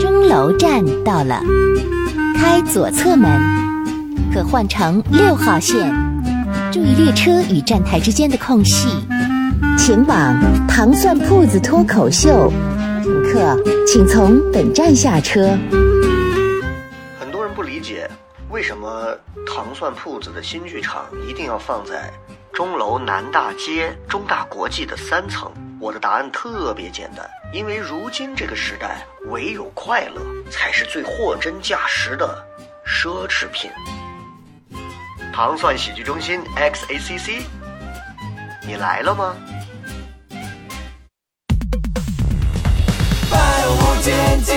钟楼站到了，开左侧门，可换乘六号线，注意列车与站台之间的空隙。前往糖蒜铺子脱口秀，乘客请从本站下车。很多人不理解，为什么糖蒜铺子的新剧场一定要放在钟楼南大街中大国际的三层？我的答案特别简单，因为如今这个时代，唯有快乐才是最货真价实的奢侈品。糖蒜喜剧中心 XACC，你来了吗？百无禁忌。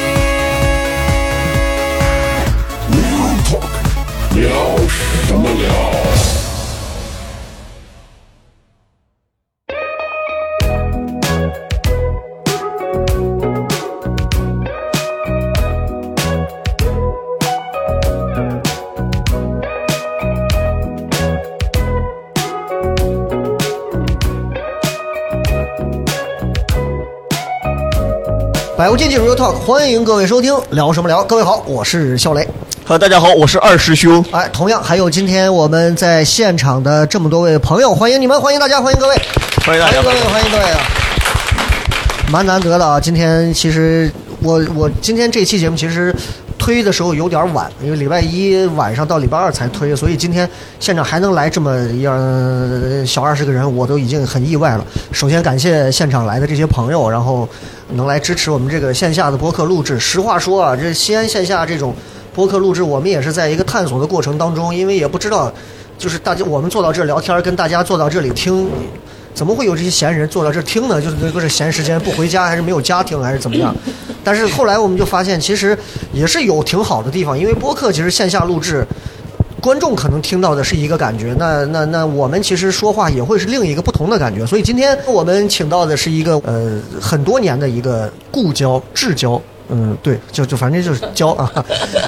百无禁忌 Real Talk，欢迎各位收听，聊什么聊？各位好，我是肖雷。哈，大家好，我是二师兄。哎，同样还有今天我们在现场的这么多位朋友，欢迎你们，欢迎大家，欢迎各位，欢迎大家欢迎各位，欢迎各位啊！蛮难得的啊，今天其实我我今天这期节目其实推的时候有点晚，因为礼拜一晚上到礼拜二才推，所以今天现场还能来这么样呃小二十个人，我都已经很意外了。首先感谢现场来的这些朋友，然后能来支持我们这个线下的播客录制。实话说啊，这西安线下这种。播客录制，我们也是在一个探索的过程当中，因为也不知道，就是大家我们坐到这儿聊天儿，跟大家坐到这里听，怎么会有这些闲人坐到这儿听呢？就是都是闲时间不回家，还是没有家庭，还是怎么样？但是后来我们就发现，其实也是有挺好的地方，因为播客其实线下录制。观众可能听到的是一个感觉，那那那我们其实说话也会是另一个不同的感觉。所以今天我们请到的是一个呃很多年的一个故交至交，嗯，对，就就反正就是交 啊。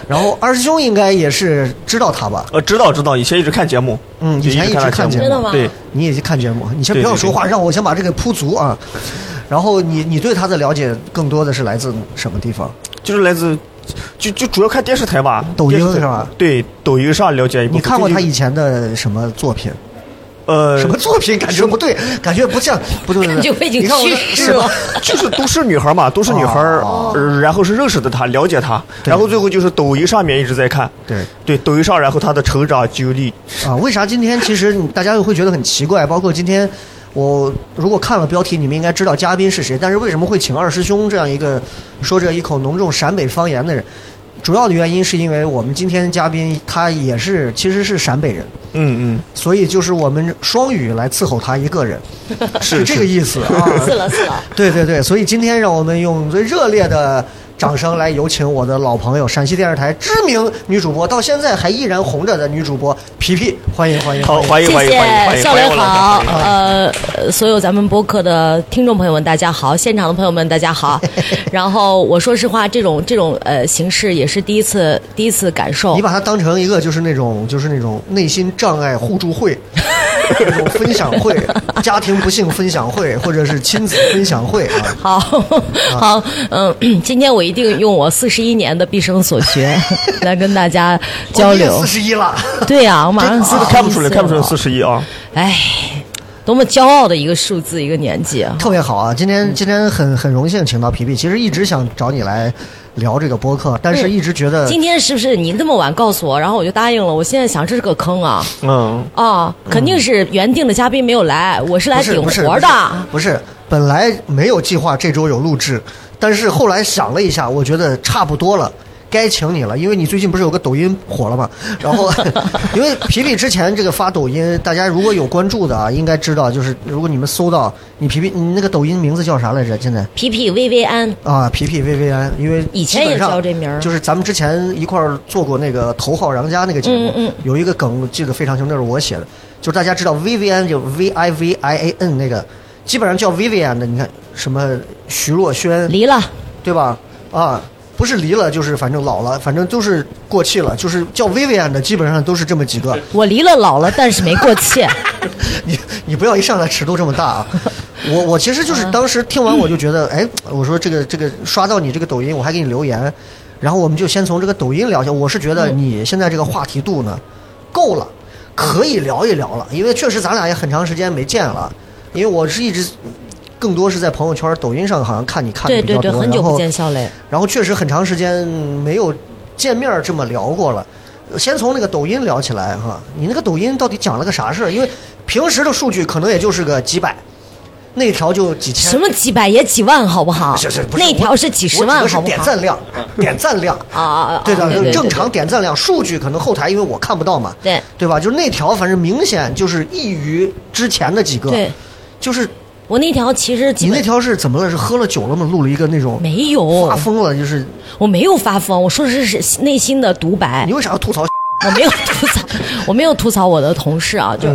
然后二师兄应该也是知道他吧？呃，知道知道，以前一直看节目，嗯以前一直他看节目真目，的吗对，你也去看节目，你先不对要对说对话，让我先把这个铺足啊。然后你你对他的了解更多的是来自什么地方？就是来自，就就主要看电视台吧，抖音电视台是吧？对，抖音上了解一部分。你看过他最以近前的什么作品？呃什么？作品？感觉不对，感觉不像，不对，不感觉对，我已经你看我的去世什么了？就是都市 女孩嘛，都市女孩儿哦，呃然后是认识的她，了解她，对然后最后就是抖音上面一直在看，对对，抖音上，然后她的成长经历，啊，为啥今天其实你大家又会觉得很奇怪？包括今天我如果看了标题，你们应该知道嘉宾是谁，但是为什么会请二师兄这样一个说着一口浓重陕北方言的人？主要的原因是因为我们今天嘉宾他也是其实是陕北人，嗯所以就是我们双语来伺候他一个人，嗯，是是这个是意思 啊。是了是了，对对对，所以今天让我们用最热烈的掌声来有请我的老朋友，陕西电视台知名女主播，到现在还依然红着的女主播皮皮，欢迎欢迎！好，欢迎欢迎谢哎欢迎欢迎欢谢迎，少欢雷迎我来好欢迎，呃，所有咱们播客的听众朋友们，大家好，现场的朋友们，大 家好。然后我说实话，这种这种呃形式也是第一次第一次感受你。把它当成一个就是那种就是那种内心障碍互助会，那种分享会，家庭不幸分享会，或者是亲子分享会啊。好， 好，嗯，今天我一定用我四十一年的毕生所 学来跟大家交流四。十一了，对呀、我马上这四个看不出来，看不出来四十，十一啊，哎，多么骄傲的一个数字，一个年纪啊！特别好啊！今天今天很很荣幸请到皮皮，其实一直想找你来聊这个播客，但是一直觉呃得嗯今天是不是你那么晚告诉我，然后我就答应了？我现在想这是个坑啊！嗯，啊，肯定是原定的嘉宾没有来，我是来不是顶不是活的。不是，本来没有计划这周有录制，但是后来想了一下，我觉得差不多了。该请你了，因为你最近不是有个抖音火了嘛？然 后，因为皮皮之前这个发抖音，大家如果有关注的啊，应该知道，就是如果你们搜到你皮皮，你那个抖音名字叫啥来着？现在皮皮薇薇安，啊，皮皮薇薇安，因为以前基本也上叫这名儿就是咱们之前一块儿做过那个《头号玩家》那个节目，嗯嗯有一个梗我记得非常清，楚，那是我写的，就是大家知道 V V N 就 V I V I A N 那个，基本上叫 V V N 的，你看什么徐若瑄离了，对吧？啊，不是离了就是反正老了，反正都是过气了，就是叫 V V N 的基本上都是这么几个，我离了老了，但是没过 气。你你不要一上来尺度这么大啊！我我嗯其实就是当时听完我就觉得，哎，我说这个这个刷到你这个抖音，我还给你留言，然后我们就先从这个抖音聊起。我是觉嗯得你现在这个话题度呢，够了，可以聊一聊了，因为确实咱俩也很长时间没见了，因为我是一直。更多是在朋友圈、抖音上，好像看你看的对比较对多，对，很久然不后见肖磊，然后确实很长时间没有见面儿这么聊过了。先从那个抖音聊起来哈，你那个抖音到底讲了个啥事儿？因为平时的数据可能也就是个几百，那条就几千。什么几百也几万，好不好？是是不是那条是几我十指万，的是好不点好？赞量，点赞量。啊啊啊！对的，对对正常点赞量，数据可能后台因为我看不到嘛，对对吧？就是那条，反正明显就是异于之前的几个。对，就是我那条其实基你那本条是怎么了？是喝了酒了吗？录了一个那种没有，发疯了，就是我没有发疯，我说的是是内心的独白你。为啥要吐槽？我没有吐槽，我没有吐槽我的同事啊，就、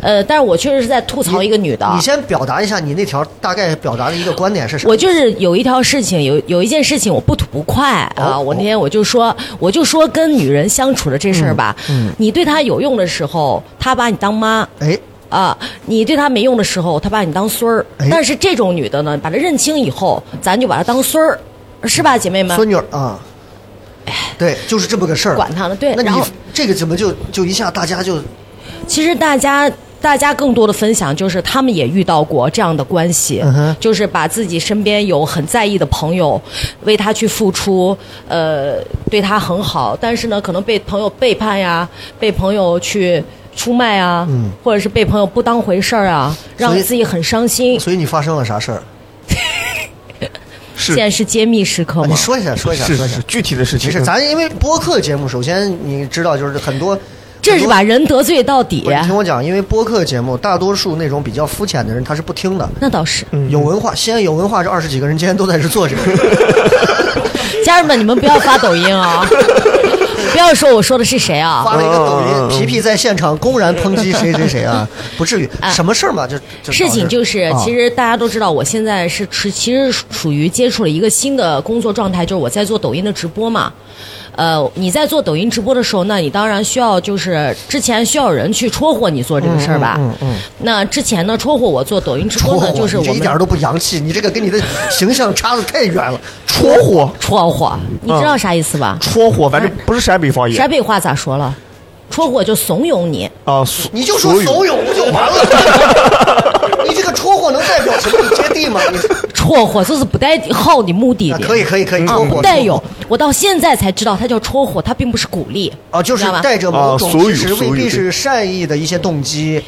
呃，但是我确实是在吐槽一个女的。嗯你先表达一下你那条大概表达的一个观点是啥？我就是有一条事情，有有一件事情我不吐不快、啊！哦我那天我就说，我就说跟女人相处的这事儿吧，嗯你对她有用的时候，她把你当妈。哎，啊，你对她没用的时候，她把你当孙儿哎。但是这种女的呢，把她认清以后，咱就把她当孙儿，是吧，姐妹们？孙女儿啊，对，就是这么个事儿。哎管他呢对那然你后哎这个怎么就就一下大家就其实大家。大家更多的分享就是，他们也遇到过这样的关系，嗯哼就是把自己身边有很在意的朋友，为他去付出，呃，对他很好，但是呢，可能被朋友背叛呀，被朋友去出卖啊，嗯或者是被朋友不当回事儿啊，让所以自己很伤心。所以你发生了啥事儿？是现在是揭秘时刻啊吗？你说一下，说一下，是说是一下是。具体的事情。没事，咱因为播客节目，首先你知道，就是很多这是吧？把人得罪到底不，是你听我讲，因为播客节目，大多数那种比较肤浅的人他是不听的。那倒是。有文化，西安有文化这二十几个人今天都在这坐着。家人们，你们不要发抖音啊， 不要说我说的是谁啊。发了一个抖嗯嗯 嗯音，皮皮在现场公然抨击谁谁谁啊，不至于，什么事儿嘛？就就事情就是，啊其实大家都知道，我现在是持其实属于接触了一个新的工作状态，就是我在做抖音的直播嘛。呃，你在做抖音直播的时候，那你当然需要就是之前需要有人去戳火你做这个事儿吧。嗯嗯那之前呢，戳火我做抖音直戳播火呢，就是你这我一们点都不洋气，你这个跟你的形象差的太远了。戳 火，戳火，嗯你知道啥意思吧？戳哎火，反正不是陕北方言陕北话咋说了？戳火就怂恿你，啊，你就说怂有恿不就完 了？你这个戳火能代表什么？你接地吗？你戳火就是不带好你目的啊的。可以可以可以，啊戳火，带戳有火，我到现在才知道，它叫戳火，它并不是鼓励啊，就是知道吧带着某种啊俗语其实未俗必语是善意的一些动机。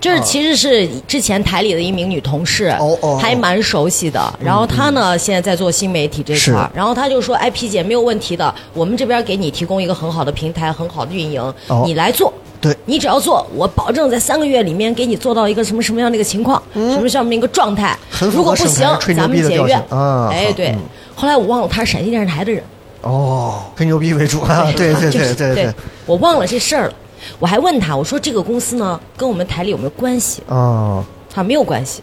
就是其实是之前台里的一名女同事，啊哦哦哦嗯还蛮熟悉的。然后她呢，现在在做新媒体这块儿，然后她就说：“哎，皮姐没有问题的，我们这边给你提供一个很好的平台，很好的运营，哦你来做。”对你只要做，我保证在三个月里面给你做到一个什么什么样的一个情况，什么什么一个状态。嗯很符合如果不省行台吹，牛咱逼们的解调约性。啊哎好，对。后来我忘了她是陕西电视台的人，哦，吹牛逼为主啊！对对就是对对对，我忘了这事儿了。我还问他，我说这个公司呢跟我们台里有没有关系？啊，他说没有关系。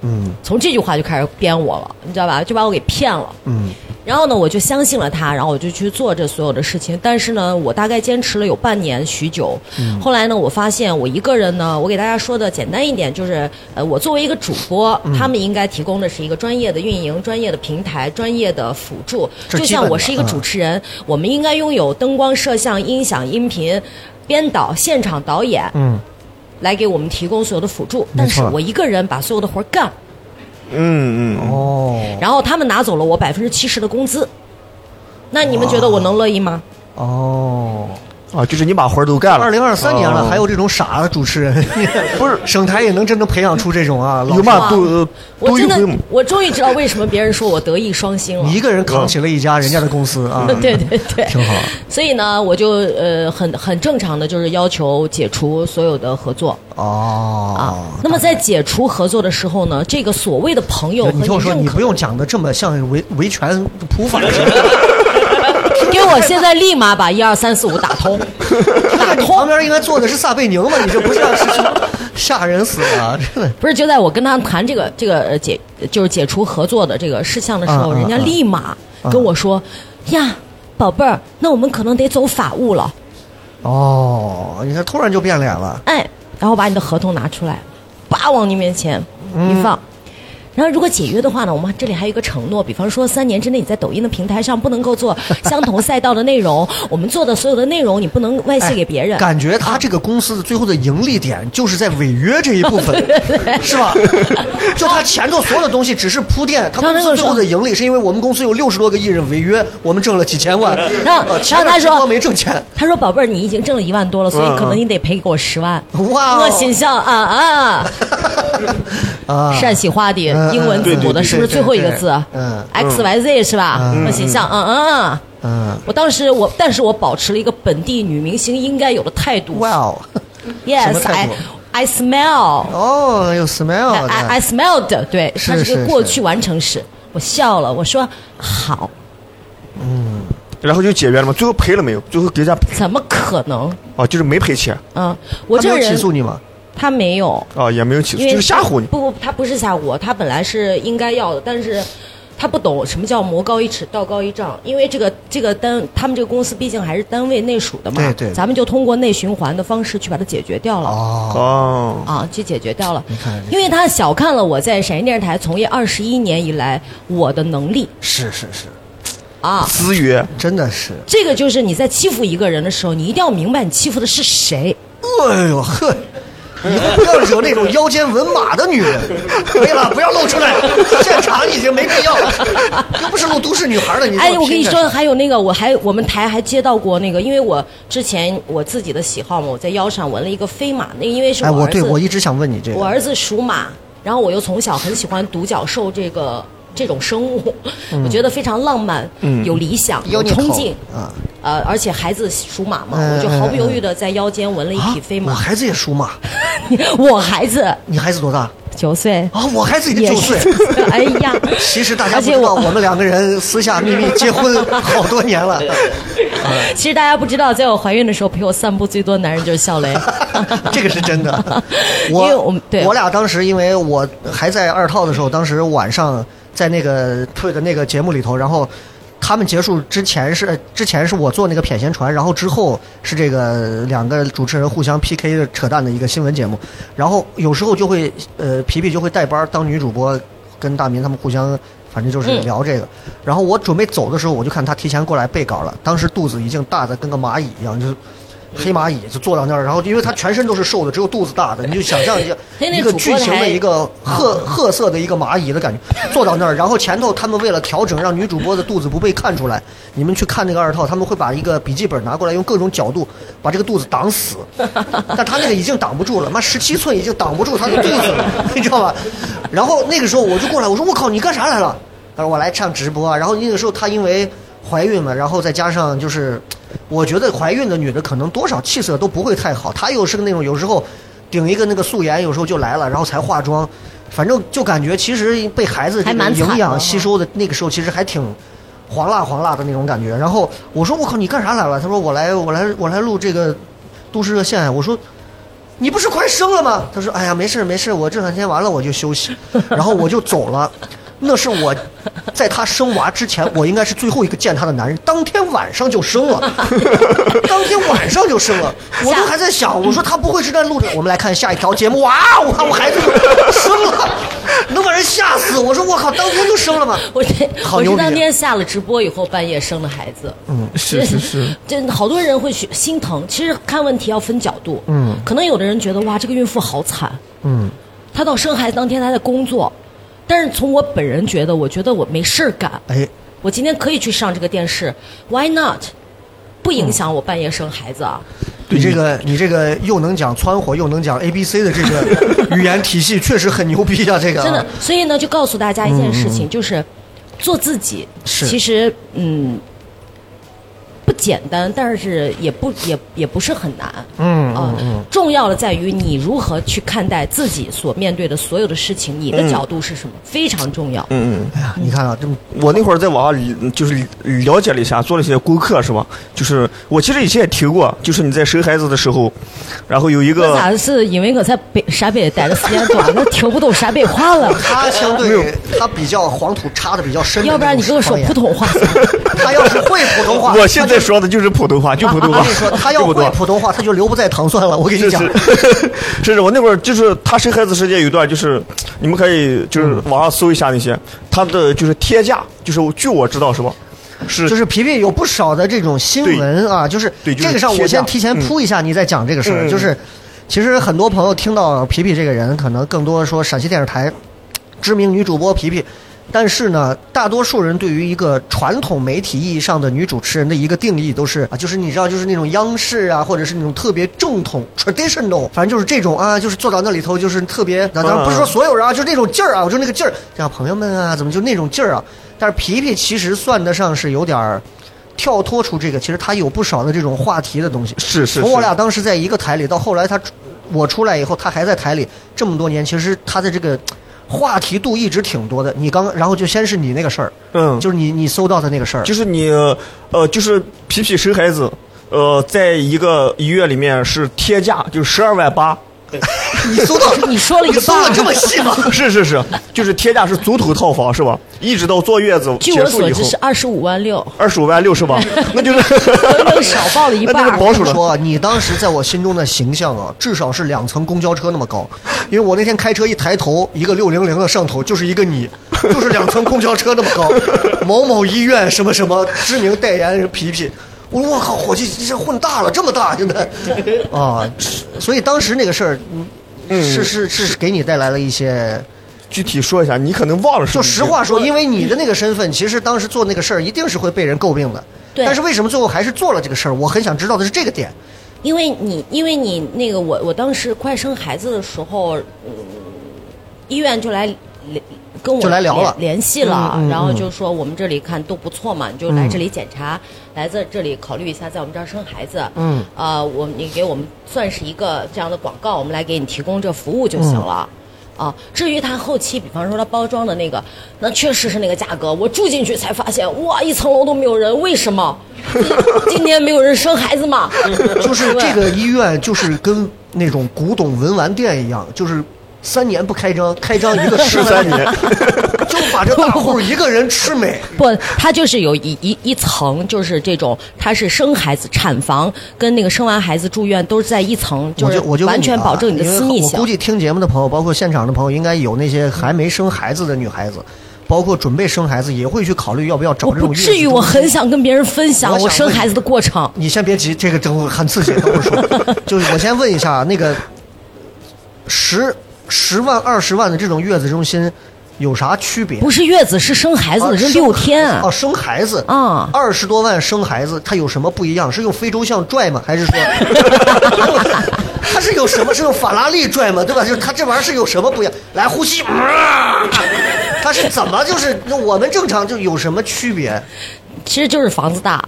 嗯从这句话就开始编我了，你知道吧？就把我给骗了。嗯，然后呢，我就相信了他，然后我就去做这所有的事情。但是呢，我大概坚持了有半年许久。嗯后来呢，我发现我一个人呢，我给大家说的简单一点，就是呃，我作为一个主播，嗯他们应该提供的是一个专业的运营、专业的平台、专业的辅助。这就基本像的嗯我是一个主持人，我们应该拥有灯光、摄像、音响、音频、编导、现场导演，嗯，来给我们提供所有的辅助。没但错是我一个人把所有的活儿干了。嗯嗯，哦然后他们拿走了我百分之七十的工资，那你们觉得我能乐意吗？哦。啊，就是你把活儿都干了。二零二三年了，啊还有这种傻的主持 人，不是省台也能真正培养出这种啊？老师有嘛都呃我都真有的规模，我终于知道为什么别人说我德艺双馨了你。一个人扛起了一家人家的公司啊，嗯 对对对，挺好。所以呢，我就呃很很正常的就是要求解除所有的合作啊哦。。那么在解除合作的时候呢，这个所谓的朋友和你听我说，认你可不，用讲的这么像维维权普法似的， 给我现在立马把一二三四五打 通，打你旁通。边应该坐的是撒贝宁嘛，你这不像师兄， 吓人死了，真的。不是，就在我跟他谈这个这个呃解就是解除合作的这个事项的时嗯候，嗯人家嗯立马跟我说：“啊呀，宝贝儿，那我们可能得走法务了。哦，你看突然就变脸了”，嗯哎，然后把你的合同拿出来，叭往你面前一放，然后如果解约的话呢，我们这里还有一个承诺，比方说三年之内你在抖音的平台上不能够 做相同赛道的内容，我们做的所有的内容你不能哎外泄给别人。感觉他这个公司的最后的盈利点就是在违约这一部 分，是吧？就他前头所有的东西只是铺垫，他然公后那司个最后的盈利是因为我们公司有六十多个艺人违约，我们挣了几千 万，然后呃，前然后他面直播说没挣钱，他说：“宝贝儿，你已经挣了一万多了，所以可能你得赔给我十万。”嗯哇哦我心想啊啊，啊，陕西话的嗯英文字母的嗯是不是对对最后一个字对对嗯？X Y Z 是吧？我心想啊啊，嗯，我当时我，但是我保持了一个本地女明星应该有的态度。哇哦，什么 Yes, 态 I 度 I smell, 哦，有 smell I 的 I I smelled。对，是它是是个过去完成时。我笑了，我说好，然后就解约了吗？最后赔了没有？最后给人家怎么可能？啊，就是没赔钱嗯，我他没这有起人诉你吗？他没有，啊，也没有起诉，因为就是吓唬你。不不，他不是吓唬我，他本来是应该要的，但是他不懂什么叫魔高一尺，道高一丈。因为这个这个单，他们这个公司毕竟还是单位内属的嘛，对对咱们就通过内循环的方式去把它解决掉了。哦，哦，啊，去解决掉了看你，因为他小看了我在陕西电视台从业二十一年以来我的能力是是是，啊，资源，真的是，这个就是你在欺负一个人的时候，你一定要明白你欺负的是谁。哎呦呵。以后不要惹那种腰间纹马的女人， 可以了，不要露出来，现场已经没必要了，又不是露都市女孩的，你哎，我跟拼你着说，还有那个，我还我们台还接到过那个，因为我之前我自己的喜好嘛，我在腰上纹了一个飞马，那个因为是哎，我我儿子，对我一直想问你这个，我儿子属马，然后我又从小很喜欢独角兽这个这种生物，嗯我觉得非常浪漫，有理想，有有你冲口劲。啊，呃，而且孩子属马嘛，嗯我就毫不犹豫的在腰间纹了一匹飞啊我马。孩子也属马， 我孩子你孩子多大？九岁，啊，我孩子也也九岁。是。 哎呀，其实大家而不且知道，我我们两个人私下秘密结婚好多年了。 其实大家不知道，在我怀孕的时候陪我散步最多的男人就是 笑雷。这个是真的。 因为我们对 我俩当时，因为我还在二套的时候，当时晚上在那个退的那个节目里头，然后他们结束之前是呃之前是我做那个谝闲传，然后之后是这个两个主持人互相 PK 的扯淡的一个新闻节目，然后有时候就会呃皮皮就会带班儿当女主播，跟大明他们互相。反正就是嗯聊这个，然后我准备走的时候，我就看他提前过来背稿了。当时肚子已经大的跟个蚂蚁一样，就是黑蚂蚁就坐到那儿，然后因为他全身都是瘦的，只有肚子大 的，你就想象一下那那一个主巨播型的台一个褐嗯褐色的一个蚂蚁的感觉，坐到那儿，然后前头他们为了调整让女主播的肚子不被看出来，你们去看那个二套，他们会把一个笔记本拿过来，用各种角度把这个肚子挡死， 但他那个已经挡不住了，妈十七寸已经挡不住他的肚子了，你知道吧？然后那个时候我就过来，我说我靠，你干啥来了？他说我来上直播啊。然后那个时候她因为怀孕嘛，然后再加上就是，我觉得怀孕的女的可能多少气色都不会太好。她又是个那种有时候顶一个那个素颜，有时候就来了，然后才化妆，反正就感觉其实被孩子这还个蛮惨的营养哈吸收的那个时候其实还挺。黄辣黄辣的那种感觉，然后我说我靠，你干啥来了？他说我来我来我来录这个都市热线。啊我说你不是快生了吗？他说：“哎呀，没事儿没事儿，我这两天完了我就休息， 然后我就走了。那是我在她生娃之前，我应该是最后一个见她的男人。当天晚上就生 了，当天晚上就生了。我都还在想，我说她不会是在路上。我们来看下一条节目。哇，我看我孩子就 生了，能把人吓死！我说我靠，当天就生了吗？我这好我牛是逼当天下了直播以后半夜生的孩子， 嗯，是是是，这好多人会去心疼。其实看问题要分角度，嗯，可能有的人觉得哇，这个孕妇好惨，嗯，她到生孩子当天她在工作，但是从我本人觉得，我觉得我没事儿干，哎，我今天可以去上这个电视，Why not？不影响我半夜生孩子啊，你这个你这个又能讲蹿火又能讲 A B C 的这个语言体系，确实很牛逼啊！这个啊真的。嗯所以呢，就告诉大家一件事情，就是做自己。是其实嗯，不简单，但是也不也也不是很难。嗯啊、重要的在于你如何去看待自己所面对的所有的事情，你的角度是什么，非常重要。嗯，哎呀，你看啊，这么我那会儿在网上了就是了解了一下，做了一些功课，是吧？就是我其实以前也听过，就是你在生孩子的时候，然后有一我个咋是因为我在北陕北待的时间 短，我听不懂陕北话 了。他相没有对他比较黄土插的比较深的要那种方言，不然你跟我说普通话。他要是会普通话， 我现在说的就是普通话，就普通话。我跟你说，他要就会多普通话，他就留不在糖蒜了。我跟你是讲是，是是，我那会儿就是他生孩子世界有一段，就是你们可以就是网上搜一下那些他的就是贴价，就是我据我知道什么是就是皮皮有不少的这种新闻啊，就是对就是这个上我贴价先提前铺一下，你再讲这个事儿。嗯就是其实很多朋友听到皮皮这个人，可能更多说陕西电视台知名女主播皮皮。但是呢，大多数人对于一个传统媒体意义上的女主持人的一个定义都是啊，就是你知道，就是那种央视啊，或者是那种特别正统 traditional，反正就是这种啊，就是坐到那里头就是特别，当然不是说所有人啊，就那种劲儿啊，我就那个劲儿，像朋友们啊，怎么就那种劲儿啊？但是皮皮其实算得上是有点儿跳脱出这个，其实他有不少的这种话题的东西。是是从是我俩当时在一个台里，到后来他出我出来以后，他还在台里这么多年，其实他的这个话题度一直挺多的。你刚，然后就先是你那个事儿，嗯，就是你你搜到的那个事儿，就是你呃，就是皮皮生孩子，呃，在一个一月里面是贴价，就是十二万八。你搜到，你说了一你个搜半的这么细吗？是是是，就是贴价是足头套房是吧？一直到坐月子据结我束所以知后是，二十五万六， 二十五万六是吧？那就是整整少报了一那半就是儿。保这守么了。说， 你当时在我心中的形象啊，至少是两层公交车那么高，因为我那天开车一抬头，一个六零零的上头就是一个你， 就是两层公交车那么高， 某某医院什么什么知名代言人皮皮。我说我靠，伙计，你这混大了，这么大现在啊！所以当时那个事儿，嗯，是是是给你带来了一些。 具体说一下，你可能忘了是就不是。实话说，因为你的那个身份，其实当时做那个事儿一定是会被人诟病的。对但是为什么最后还是做了这个事儿？我很想知道的是这个点。因为你，因为你那个我，我当时快生孩子的时候，嗯，医院就来联跟我就来聊了联联系了，嗯嗯然后嗯就说我们这里看都不错嘛，你就来这里检查，来这这里考虑一下，在我们这儿生孩子。嗯，呃，我你给我们算是一个这样的广告，我们来给你提供这服务就行嗯了。啊，至于它后期，比方说它包装的那个，那确实是那个价格。我住进去才发现，哇，一层楼都没有人，为什么？ 今年没有人生孩子吗？ 就是对这个医院，就是跟那种古董文玩店一样，就是三年不开张，开张 一个十13年， 就把这大户一个人吃没。不，它就是有一一一层，就是这种，它是生孩子、产房跟那个生完孩子住院都是在一层，我是我就问完你全啊保证你的因为私密我性估。计听节目的朋友，包括现场的朋友，应该有那些还没生孩子的女孩子，包括准备生孩子，也会去考虑要不要找我这种不月子至于，中我心很想跟别人分享我我想生问孩你子的过程。你先别急，这个真的很刺激，等会儿说。就是我先问一下，那个十十万、二十万的这种月子中心有啥区别？不是月子，是生孩子啊的，是生六天。哦，生孩子啊二十多万生孩子，它有什么不一样？是用非洲象拽吗？还 是说，它是有什么？是用法拉利拽吗？对吧？就是它这玩意儿是有什么不一样？来呼吸， 它是怎么就是那我们正常就有什么区别？其实就是房子大，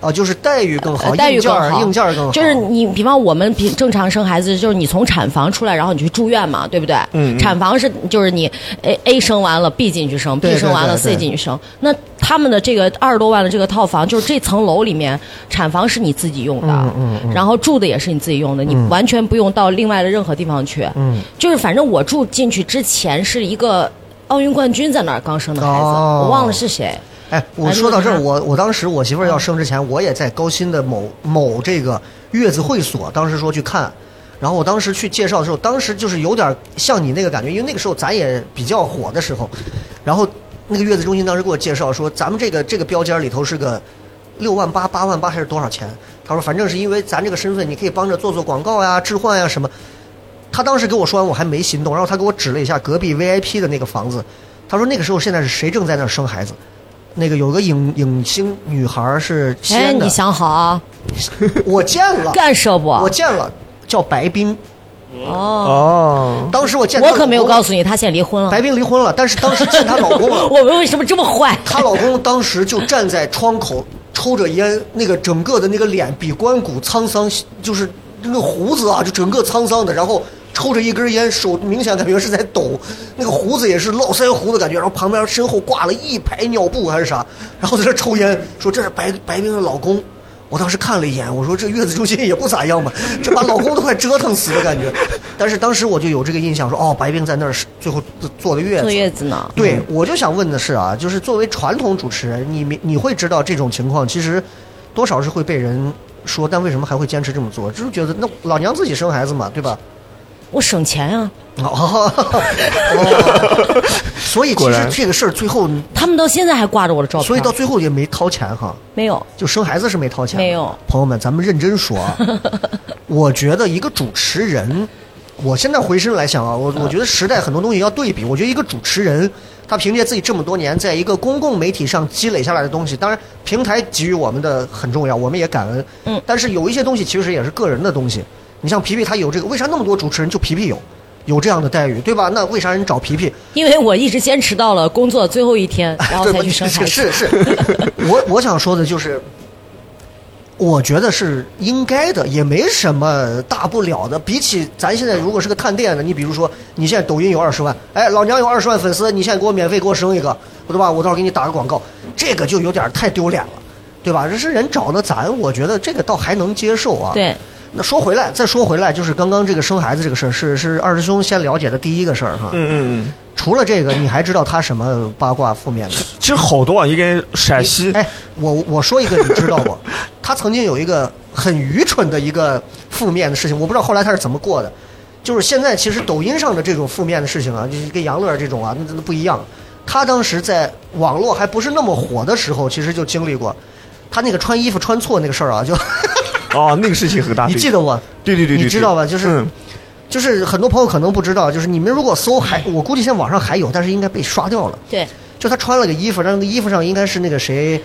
啊，就是待遇更好，呃待遇硬件更儿好，硬件儿更好，就是你，比方我们平正常生孩子，就是你从产房出来，然后你去住院嘛，对不对？嗯嗯产房是就是你 A A 生完了，B 进去生对，B 生完了对对，C 进去生。那他们的这个二十多万的这个套房，就是这层楼里面，产房是你自己用的，嗯然后住的也是你自己用的，你完全不用到另外的任何地方去。嗯，就是反正我住进去之前是一个奥运冠军在那儿刚生的孩子，哦我忘了是谁。哎，我哎说到这那儿，个我我当时我媳妇儿要生之前，我也在高新的某某这个月子会所，当时说去看，然后我当时去介绍的时候，当时就是有点像你那个感觉，因为那个时候咱也比较火的时候，然后那个月子中心当时给我介绍说，咱们这个这个标间里头是个六万八、八万八还是多少钱？他说反正是因为咱这个身份，你可以帮着做做广告呀、置换呀什么。他当时给我说完，我还没心动，然后他给我指了一下隔壁 VIP 的那个房子，他说那个时候现在是谁正在那儿生孩子？那个有个影影星女孩儿是西哎，安的，你想好啊，我见了，干涉不？我见了，叫白冰。哦。哦，当时我见我可没有告诉诉你，他现在离婚了。白冰离婚了，但是当时见她老公了，我们为什么这么坏？她老公当时就站在窗口抽着烟，那个整个的那个脸比关谷沧桑，就是那个胡子啊，就整个沧桑的，然后抽着一根烟，手明显感觉是在抖，那个胡子也是络腮胡的感觉，然后旁边身后挂了一排尿布还是啥，然后在这抽烟，说这是白白冰的老公。我当时看了一眼，我说这月子中心也不咋样吧，这把老公都快折腾死的感觉。但是当时我就有这个印象说，哦，白冰在那儿是最后坐的月坐子，月子呢？对，嗯我就想问的是啊，就是作为传统主持人，你明你会知道这种情况，其实多少是会被人说，但为什么还会坚持这么做？就是觉得那老娘自己生孩子嘛，对吧？我省钱啊！哦，哦 所以其果实然这个事儿最后，他们到现在还挂着我的照片，所以到最后也没掏钱哈。没有就生孩子是没掏钱的，没有朋友们，咱们认真说 啊，我觉得一个主持人，我现在回身来想啊，我嗯我觉得时代很多东西要对比。我觉得一个主持人，他凭借自己这么多年在一个公共媒体上积累下来的东西，当然平台给予我们的很重要，我们也感恩。嗯但是有一些东西其实也是个人的东西。你像皮皮，他有这个，为啥那么多主持人就皮皮有有这样的待遇，对吧？那为啥人找皮皮？因为我一直坚持到了工作最后一天，然后哎 对才吧去生孩子。是是，我我想说的就是，我觉得是应该的，也没什么大不了的。比起咱现在如果是个探店的，你比如说你现在抖音有二十万，哎，老娘有二十万粉丝，你现在给我免费给我生一个，对吧？我到时候给你打个广告，这个就有点太丢脸了，对吧？这是人找的咱，我觉得这个倒还能接受啊。。对，那说回来，再说回来，就是刚刚这个生孩子这个事儿，是是二师兄先了解的第一个事儿哈。嗯嗯嗯，除了这个，你还知道他什么八卦负面的？其实好多啊，应该陕西，哎，我我说一个，你知道不？他曾经有一个很愚蠢的一个负面的事情，我不知道后来他是怎么过的。就是现在，其实抖音上的这种负面的事情啊，就是跟杨乐这种啊，那那不一样。他当时在网络还不是那么火的时候，其实就经历过他那个穿衣服穿错那个事儿啊，就 啊，那个事情很大，你对记得不？对对对对，你对知道吧就是嗯就是很多朋友可能不知道，就是你们如果搜还，嗯我估计现在网上还有，但是应该被刷掉了。对，就他穿了个衣服，但是那个衣服上应该是那个谁，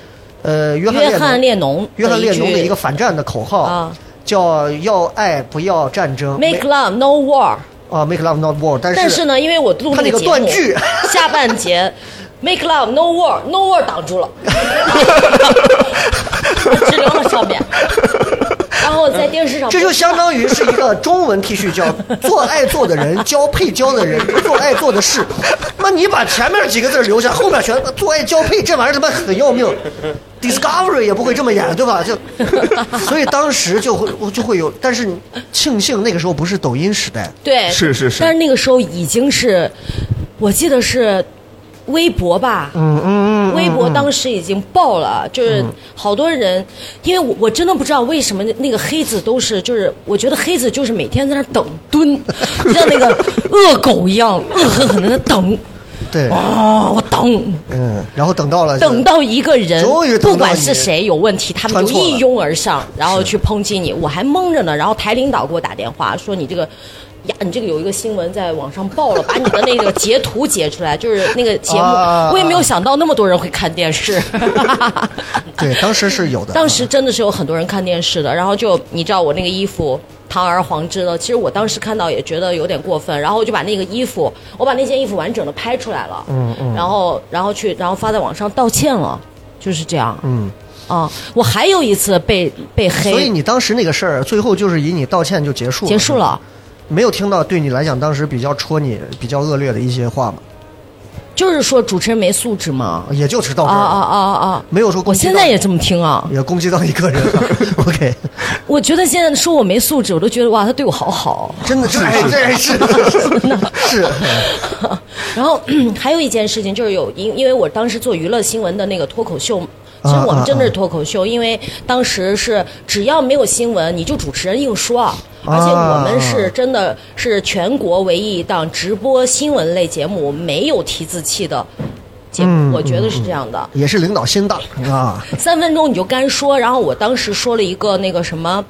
呃，约翰列约侬翰列侬的一句，约翰列侬的一个反战的口号，啊叫“要爱不要战争 “Make love, no war”。啊 ”，Make love not war。但是但是呢，因为我录他那个个节目断句下半 节 “Make love, no war, no war” 挡住了， 只留了上面。然后在电视上这就相当于是一个中文 T 恤，叫“做爱做的人，交配交的 人，做爱做的事”。那你把前面几个字留下，后面全做爱交配，这玩意儿他妈很要命。Discovery 也不会这么演，对吧？ 就，所以当时就会我就会有，但是庆幸那个时候不是抖音时代，对，是是是但是那个时候已经是，我记得是微博吧，嗯嗯，微博当时已经爆了，就是好多人，因为我我真的不知道为什么那个黑子都是，就是我觉得黑子就是每天在那儿等蹲，就像那个恶狗一样，恶狠狠的等，对，啊，我等。嗯，然后等到了，等到一个人终于，等到不管你是谁有问题，他们穿就错了一拥而上，然后去抨击你。我还懵着呢，然后台领导给我打电话说你这个。呀，你这个有一个新闻在网上爆了，把你的那个截图截出来，就是那个节目， 啊我也没有想到那么多人会看电视。 对，当时是有的，当时真的是有很多人看电视的，然后就你知道我那个衣服堂而皇之的，其实我当时看到也觉得有点过分，然后我就把那个衣服，我把那件衣服完整的拍出来了，嗯嗯，然后然后去然后发在网上道歉了，就是这样，嗯，啊，我还有一次被被嗯所以黑，你当时那个事儿，最后就是以你道歉就结束了，结束了，没有听到对你来讲当时比较戳你、比较恶劣的一些话嘛，就是说主持人没素质嘛，也就知道啊这儿了啊啊啊，没有说我攻击到现在也这么听啊，也攻击到一个人 了，OK，我觉得现在说我没素质，我都觉得哇，他对我好好。真的是，哎，这是 是，嗯然后 还有一件事情就是有因因为我当时做娱乐新闻的那个脱口秀。其啊实我们啊真的是啊脱口秀，因为当时是只要没有新闻，你就主持人硬说，啊而且啊我们是真的是全国唯一一档直播新闻类节目，没有提字器的节嗯目，我觉得是这样的。也是领导心大啊，三分钟你就干说，然后我当时说了一个那个什么，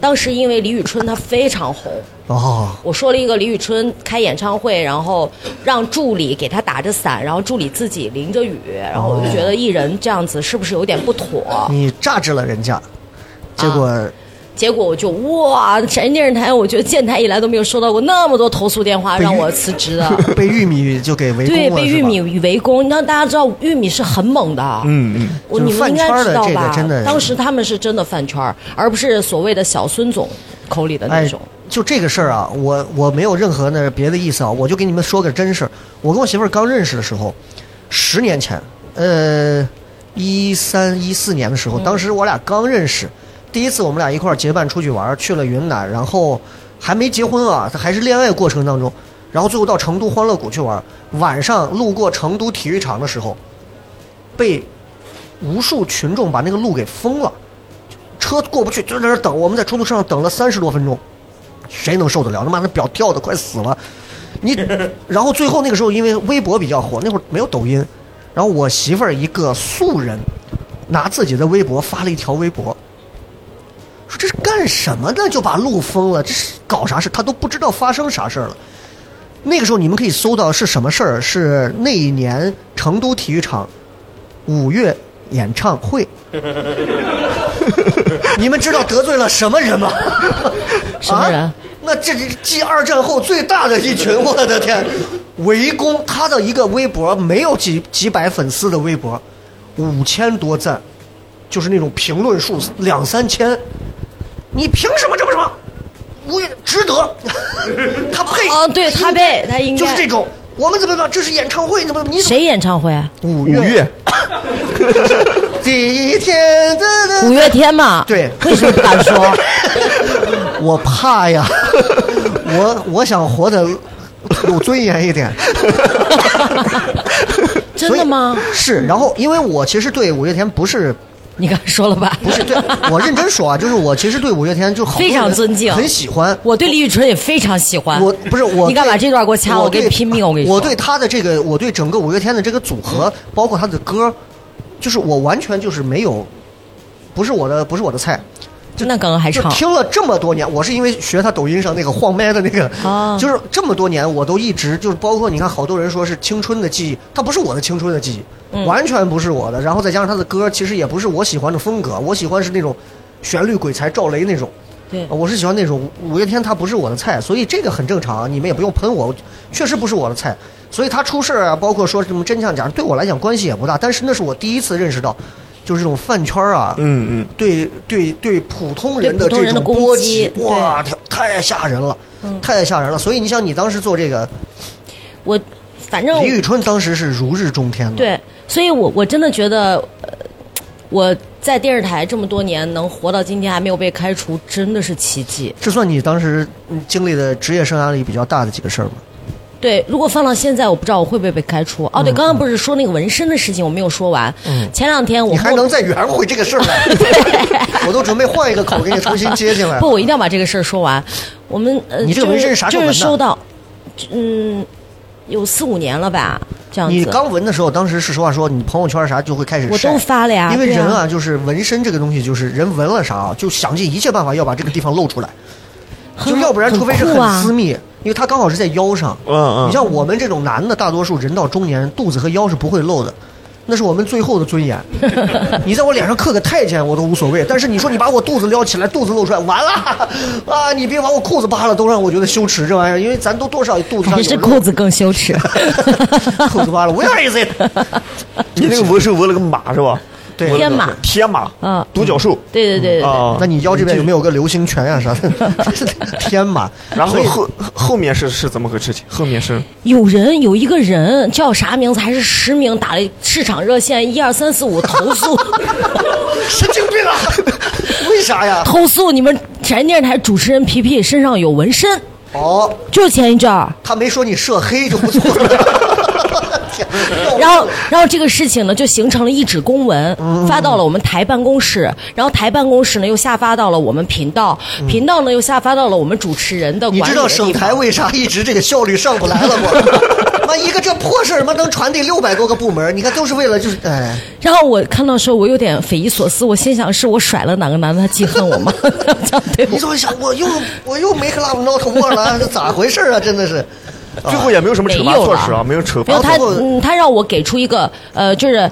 当时因为李宇春她非常红，哦，我说了一个李宇春开演唱会，然后让助理给她打着伞，然后助理自己淋着雨，然后我就觉得艺人这样子是不是有点不妥？你榨制了人家，结果、啊结果我就哇，陕西电视台，我觉得建台以来都没有收到过那么多投诉电话被让玉我辞 职的。被玉米就给围攻了，对，被是玉吧米围攻，那大家知道玉米是很猛的，嗯嗯，我就是你们应该饭圈知的道这个吧？真的当时他们是真的饭圈儿，而不是所谓的小孙总口里的那种。哎就这个事儿啊，我我没有任何那别的意思啊，我就给你们说个真事儿。我跟我媳妇儿刚认识的时候，十年前，呃，一三一四年的嗯时候，当时我俩刚认识，第一次我们俩一块儿结伴出去玩儿，去了云南，然后还没结婚啊，还是恋爱过程当中，然后最后到成都欢乐谷去玩儿，晚上路过成都体育场的时候，被无数群众把那个路给封了。车过不去，就在那儿等。我们在出租车上等了三十多分钟，谁能受得了？他妈那表跳的快死了。你，然后最后那个时候因为微博比较火，那会儿没有抖音，然后我媳妇儿一个素人，拿自己的微博发了一条微博，说这是干什么呢？就把路封了，这是搞啥事？她都不知道发生啥事儿了。那个时候你们可以搜到是什么事儿，是那一年成都体育场五月演唱会。 你们知道得罪了什么人吗？什么人啊？那这是继二战后最大的一群，我的天！围攻他的一个微博，没有几几百粉丝的微博，五千多赞，就是那种评论数两三千。你凭什么这么什么？无语，值得， 他配哦对他配他应该就是这种。我们怎么办？这是演唱会，怎么你怎么谁演唱会啊？五五月，第一天的 五月天嘛？对为什么不 敢说？我怕呀，我我想活得有尊严一点。 真的吗？所以？是，然后因为我其实对五月天不是你刚才说了吧？不是 对我认真说啊，就是我其实对五月天就好多非常人尊敬很喜欢。我对李宇春也非常喜欢。我不是我，你敢把这段给我掐了？我对跟你拼命！我跟你说，我对他的这个，我对整个五月天的这个组合，包括他的歌，就是我完全就是没有，不是我的，不是我的菜。那刚刚还就唱，听了这么多年，我是因为学他抖音上那个晃麦的那个，哦就是这么多年，我都一直就是包括你看，好多人说是青春的记忆，它不是我的青春的记忆，完全不是我的。然后再加上他的歌，其实也不是我喜欢的风格，我喜欢是那种旋律鬼才赵雷那种。呃对我是喜欢那种五月天，他不是我的菜，所以这个很正常，啊你们也不用喷我，确实不是我的菜。所以他出事儿啊，包括说什么真相假，对我来讲关系也不大。但是那是我第一次认识到，就是这种饭圈儿啊，嗯嗯，对对对，普通人的对普通这人的种攻波击嗯及，哇，太太吓人了，太吓人了。所以你想，你当时做这个，我反正李宇春当时是如日中天的，，对，所以我我真的觉得，呃，我在电视台这么多年能活到今天还没有被开除，真的是奇迹。这算你当时嗯经历的职业生涯里比较大的几个事儿吗？对，如果放到现在，我不知道我会不会被开除。哦，嗯对，刚刚不是说那个纹身的事情，我没有说完。前两天我你还莫能再圆回这个事儿来？ 我都准备换一个口给你重新接进来。 不，我一定要把这个事儿说完。我们呃，你这个就是纹身啥时候就纹是的收到，嗯，有四五年了吧，这样子。你刚纹的时候，当时是实话说，你朋友圈啥就会开始我晒都发了呀因为对啊人啊，就是纹身这个东西，就是人纹了啥啊，就想尽一切办法要把这个地方露出来，很就要不然除非是很酷啊很私 密，因为它刚好是在腰上。嗯嗯你像我们这种男的，大多数人到中年，肚子和腰是不会露的。那是我们最后的尊 严。你在我脸上刻个太监我都无所谓，但是你说你把我肚子撩起来，肚子露出来，完了啊！你别把我裤子扒了，都让我觉得羞耻。这玩意儿，因为咱都多少肚子上还有是肉裤子更 羞耻。裤子扒了，Where is it？ 你那个纹身纹了个马是吧？对纹了个天马天马，嗯独角兽对对对对对。啊。那你腰这边有没有个流星拳呀、啥 的？ 天马，然后所以后后面是是怎么个事情？后面是有人有一个人叫啥名字还是实名打了市场热线一二三四五投诉 神经病啊！ 为啥呀？投诉你们陕西电视台主持人皮皮身上有纹身，哦，就是前一阵儿。他没说你涉黑就不错 了。天要我然后，然后这个事情呢，就形成了一纸公文，嗯发到了我们台办公室，然后台办公室呢又下发到了我们频道，频道呢又下发到了我们主持人的管嗯你理的知地方。道省台为啥一直这个效率上不来了吗？ 妈，一个这破事儿，妈能传递六百多个部门，你看都是为了就是哎，然后我看到的时候，我有点匪夷所思，我心想是我甩了哪个男的，他记恨我 吗？这样对你我。怎么想我又我又没 love not war 了，这咋回事啊？真的 是，最后也没有什么惩罚措施啊，没有惩没罚。有他，包括嗯，他让我给出一个呃，就是。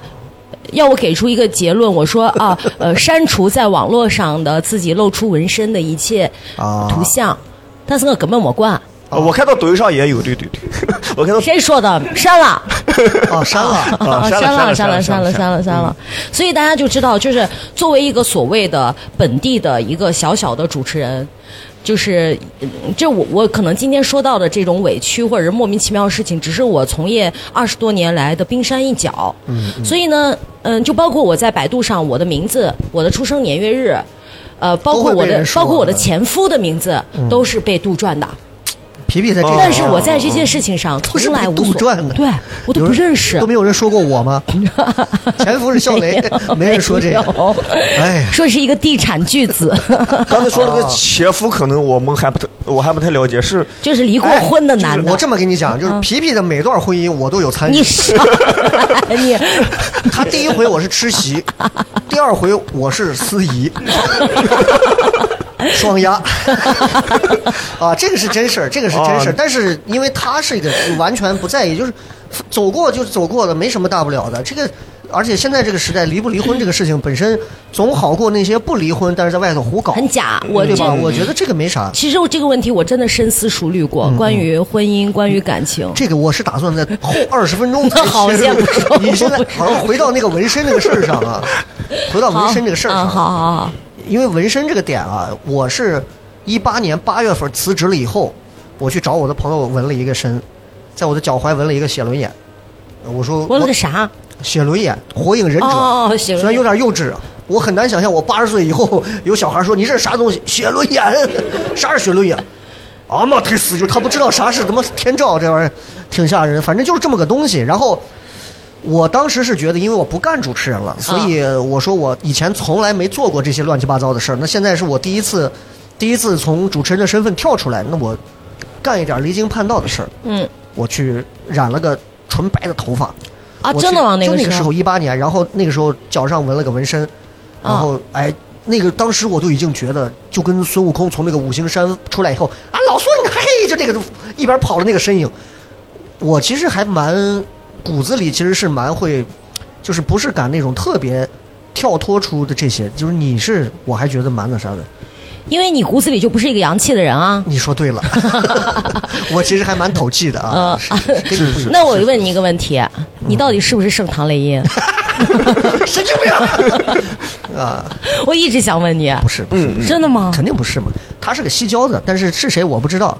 要我给出一个结论，我说 啊，呃，删除在网络上的自己露出纹身的一切啊图像，但是我根本没管，啊我看到抖音上也有，对对对， 我看到谁说的？删了，哦，删了。嗯啊删了删删删了，了删了，删删了，了删了。所以大家就知道，就是作为一个所谓的本地的一个小小的主持人，就是嗯这我我可能今天说到的这种委屈或者是莫名其妙的事情，只是我从业二十多年来的冰山一角。嗯，所以呢，嗯，就包括我在百度上我的名字、我的出生年月日，呃，包括都会被我的人说包括我的的嗯前夫的名字，都是被杜撰的。皮皮在这个，哦啊但是我在这件事情上不是从来无杜所，撰的，对我都有不人认识都。没有人说过我 吗？潜伏是笑雷，没人说这个 个。，哎呀说是一个地产巨子， 刚才说了个切夫，可能我们还不太，我还不太了解，是就是离过婚的男的。我这么跟你讲，嗯就是皮皮的每段婚姻哎我都有参与你。少来你他第一回我是吃席，第二回我是司仪，双鸭。 啊，这个是真事儿，这个是真事儿。啊但是因为他是一个完全不在意，就是走过就是走过的，没什么大不了的。这个，而且现在这个时代，离不离婚这个事情本身总好过那些不离婚但是在外头胡搞，很假，我嗯对这吧？我觉得这个没啥。其实我这个问题我真的深思熟虑过，关于婚姻，关于感情。嗯这个我是打算在后二十分钟才好切入先不说你现在好像回到那个纹身那个事儿上啊，回到好纹身这个事儿嗯上，好好好，因为纹身这个点啊，我是一八年八月份辞职了以后，我去找我的朋友纹了一个身，在我的脚踝纹了一个写轮眼。我说问了个啥？写轮眼，火影忍者，哦写轮眼虽然有点幼稚，啊我很难想象我八十岁以后 有小孩说你这是啥东西？写轮眼，啥是写轮眼？啊妈忒死就他不知道啥是他妈天照这玩意儿，挺吓人。反正就是这么个东西。然后我当时是觉得，因为我不干主持人了，所以我说我以前从来没做过这些乱七八糟的事儿。那现在是我第一次，第一次从主持人的身份跳出来，那我干一点离经叛道的事儿。嗯我去染了个纯白的头发。啊，我真的去往那就个那个时候一八年，然后那个时候脚上纹了个纹身，啊然后、哎，那个当时我就已经觉得，就跟孙悟空从那个五行山出来以后啊，老孙嘿，就那个一边跑的那个身影，我其实还蛮骨子里其实是蛮会，就是不是敢那种特别跳脱出的这些，就是你是我还觉得蛮那啥的，因为你骨子里就不是一个洋气的人啊。你说对了， 我其实还蛮透气的嗯啊，是是是，嗯那我问你一个问题，你到底是不是圣唐雷音？ 神经 病啊，我一直想问你，不是不是。真的吗？肯定不是嘛，他是个西郊的，但是是谁我不知道，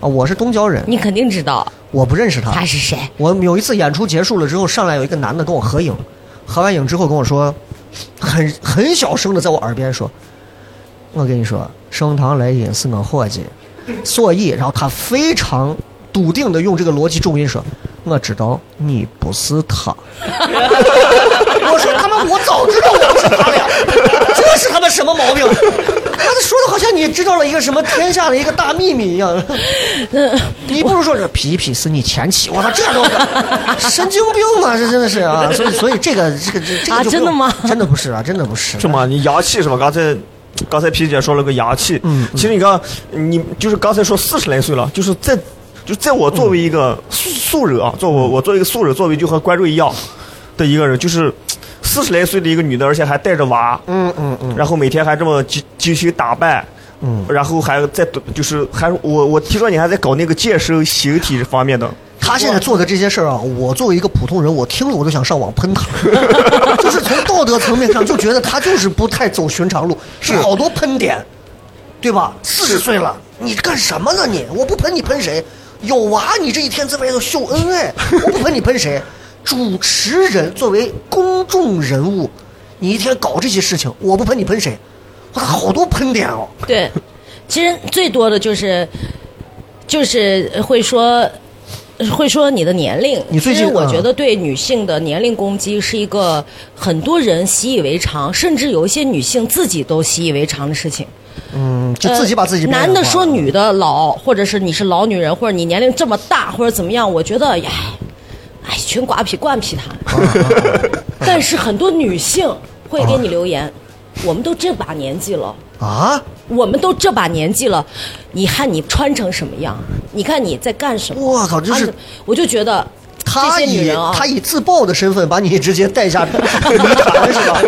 啊，我是东郊人，你肯定知道我不认识他他。是谁。我有一次演出结束了之后，上来有一个男的跟我合影，合完影之后跟我说，很很小声的在我耳边说，我跟你说，升堂来也是我伙计，所以，然后他非常笃定的用这个逻辑重音说，我知道你不是他。我说他妈，我早知道我不是他了呀，这是他妈什么毛病？他说的好像你知道了一个什么天下的一个大秘密一样。你不如说这皮皮是你前妻，我操，这都是神经病嘛，这真的是啊！所以，所以这个这个这这个啊就不用真的吗真的不 是啊，真的不是。是吗？你牙气是吧？刚才。刚才皮姐说了个牙气，嗯其实你刚你就是刚才说四十来岁了，就是在就在我作为一个素素人啊，做嗯我我作为一个素人，作为就和观众一样的一个人，就是四十来岁的一个女的，而且还带着娃，嗯嗯嗯，然后每天还这么精精心打扮，嗯然后还在就是还我我听说你还在搞那个健身形体这方面的，他现在做的这些事儿啊，我作为一个普通人，我听了我都想上网喷他， 就是从道德层面上就觉得他就是不太走寻常路，是好多喷点，对吧？四十岁了，你干什么呢你？我不喷你喷谁？有娃，你这一天在外头秀恩 爱，我不喷你喷谁？主持人作为公众人物，你一天搞这些事情，我不喷你喷谁？我操，好多喷点哦！对，其实最多的就是就是会说。会说你的年龄，你最近其实我啊觉得对女性的年龄攻击是一个很多人习以为常，甚至有一些女性自己都习以为常的事情。嗯，就自己把自己、呃男的说，女的老，或者是你是老女人，或者你年龄这么大，或者怎么样，我觉得呀，哎，群瓜皮惯皮他。啊 但是很多女性会给你留言，我们都这把年纪了。啊，我们都这把年纪了，你看你穿成什么样？你看你在干什么？我靠这是啊我就觉得这他些女以人啊，他以自曝的身份把你直接带下 泥潭是吧？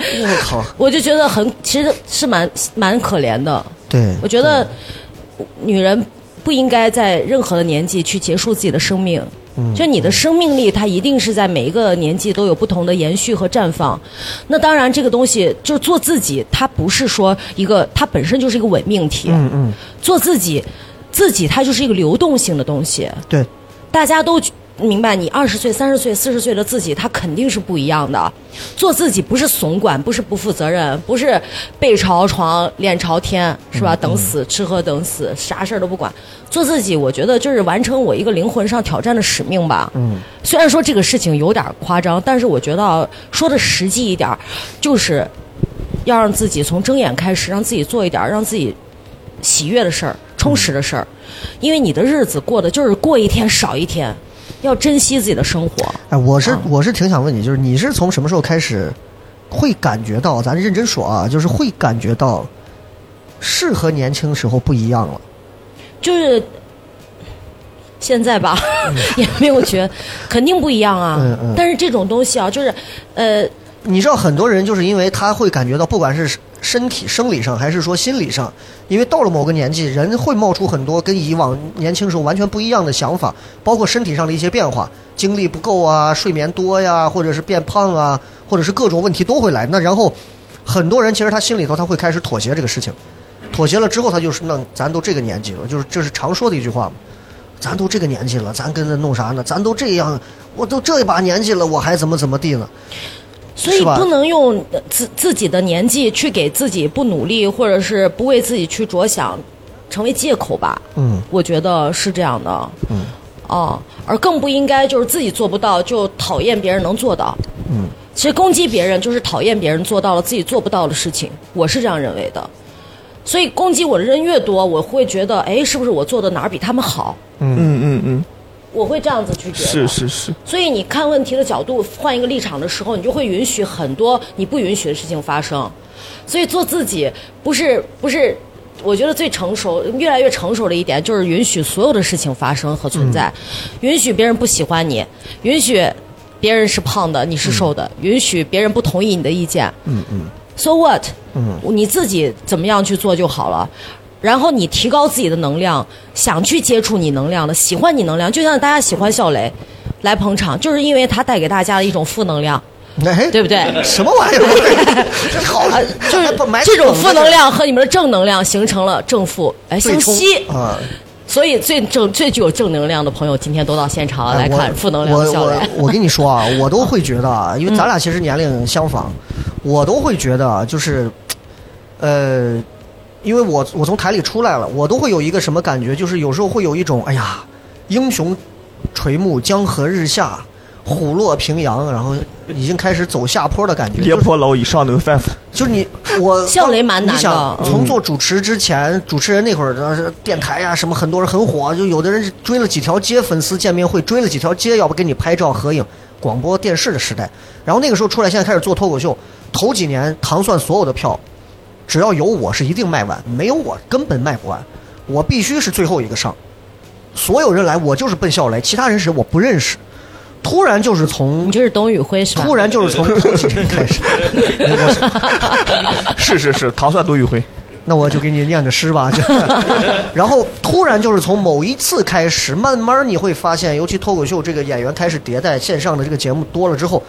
我靠！我就觉得很，其实是蛮蛮可怜的。对我觉得女人不应该在任何的年纪去结束自己的生命。就你的生命力，它一定是在每一个年纪都有不同的延续和绽放。那当然，这个东西就是做自己，它不是说一个，它本身就是一个伪命题。嗯嗯，做自己，自己它就是一个流动性的东西。对，大家都明白你二十岁、三十岁、四十岁的自己，他肯定是不一样的。做自己不是怂管，不是不负责任，不是背朝床、脸朝天，是吧？等死，吃喝等死，啥事儿都不管。做自己，我觉得就是完成我一个灵魂上挑战的使命吧。嗯，虽然说这个事情有点夸张，但是我觉得啊说的实际一点儿，就是要让自己从睁眼开始，让自己做一点儿让自己喜悦的事儿、充实的事儿，因为你的日子过得就是过一天少一天，要珍惜自己的生活。哎，我是我是挺想问你，就是你是从什么时候开始会感觉到？咱认真说啊，就是会感觉到是和年轻时候不一样了。就是现在吧， 也没有觉得，肯定不一样啊。嗯嗯但是这种东西啊，就是呃，你知道，很多人就是因为他会感觉到，不管是身体生理上还是说心理上，因为到了某个年纪，人会冒出很多跟以往年轻时候完全不一样的想法，包括身体上的一些变化，精力不够啊，睡眠多呀，或者是变胖啊，或者是各种问题都会来。那然后，很多人其实他心里头他会开始妥协这个事情，妥协了之后，他就是那咱都这个年纪了，就是这是常说的一句话嘛。咱都这个年纪了，咱跟着弄啥呢？咱都这样，我都这把年纪了，我还怎么怎么地呢？所以是吧不能用呃自自己的年纪去给自己不努力或者是不为自己去着想成为借口吧。嗯，我觉得是这样的。嗯，哦，而更不应该就是自己做不到就讨厌别人能做到。嗯，其实攻击别人就是讨厌别人做到了自己做不到的事情，我是这样认为的。所以攻击我的人越多，我会觉得，哎，是不是我做的哪儿比他们好？嗯嗯嗯，我会这样子去觉得。是是是，所以你看问题的角度换一个立场的时候，你就会允许很多你不允许的事情发生。所以做自己不是不是，我觉得最成熟、越来越成熟的一点就是允许所有的事情发生和存在，允许别人不喜欢你，允许别人是胖的，你是瘦的，允许别人不同意你的意见。嗯嗯。So what？嗯，你自己怎么样去做就好了。然后你提高自己的能量，想去接触你能量的，喜欢你能量，就像大家喜欢笑雷，来捧场，就是因为他带给大家的一种负能量，哎，对 不对？什么玩意 儿？这好，就还是不埋这种梗负能量和你们的正能量形成了正负哎对相冲吸，啊！所以最正最具有正能量的朋友今天都到现场了哎来我看负能量我的笑嗯雷我。我跟你说 啊，我都会觉得啊，因为咱俩其实年龄相仿，我都会觉得啊，就是，呃，因为我我从台里出来了，我都会有一个什么感觉，就是有时候会有一种哎呀，英雄垂暮，江河日下，虎落平阳，然后已经开始走下坡的感觉，廉颇老以上能饭 否？就是你 我笑雷嗯蛮难的你想从做主持之前，主持人那会儿当时电台呀、什么，很多人很火，就有的人追了几条街，粉丝见面会追了几条街，要不跟你拍照合影。广播电视的时代，然后那个时候出来，现在开始做脱口秀，头几年糖蒜所有的票，只要有我是一定卖完，没有我根本卖不完，我必须是最后一个上。所有人来，我就是奔笑来，其他人是我不认识。突然就是从你就是董宇辉是吧？突然就是从头几天开始， 是是是，糖蒜都与会。那我就给你念个诗吧。就然后突然就是从某一次开始，慢慢你会发现，尤其脱口秀这个演员开始迭代，线上的这个节目多了之后，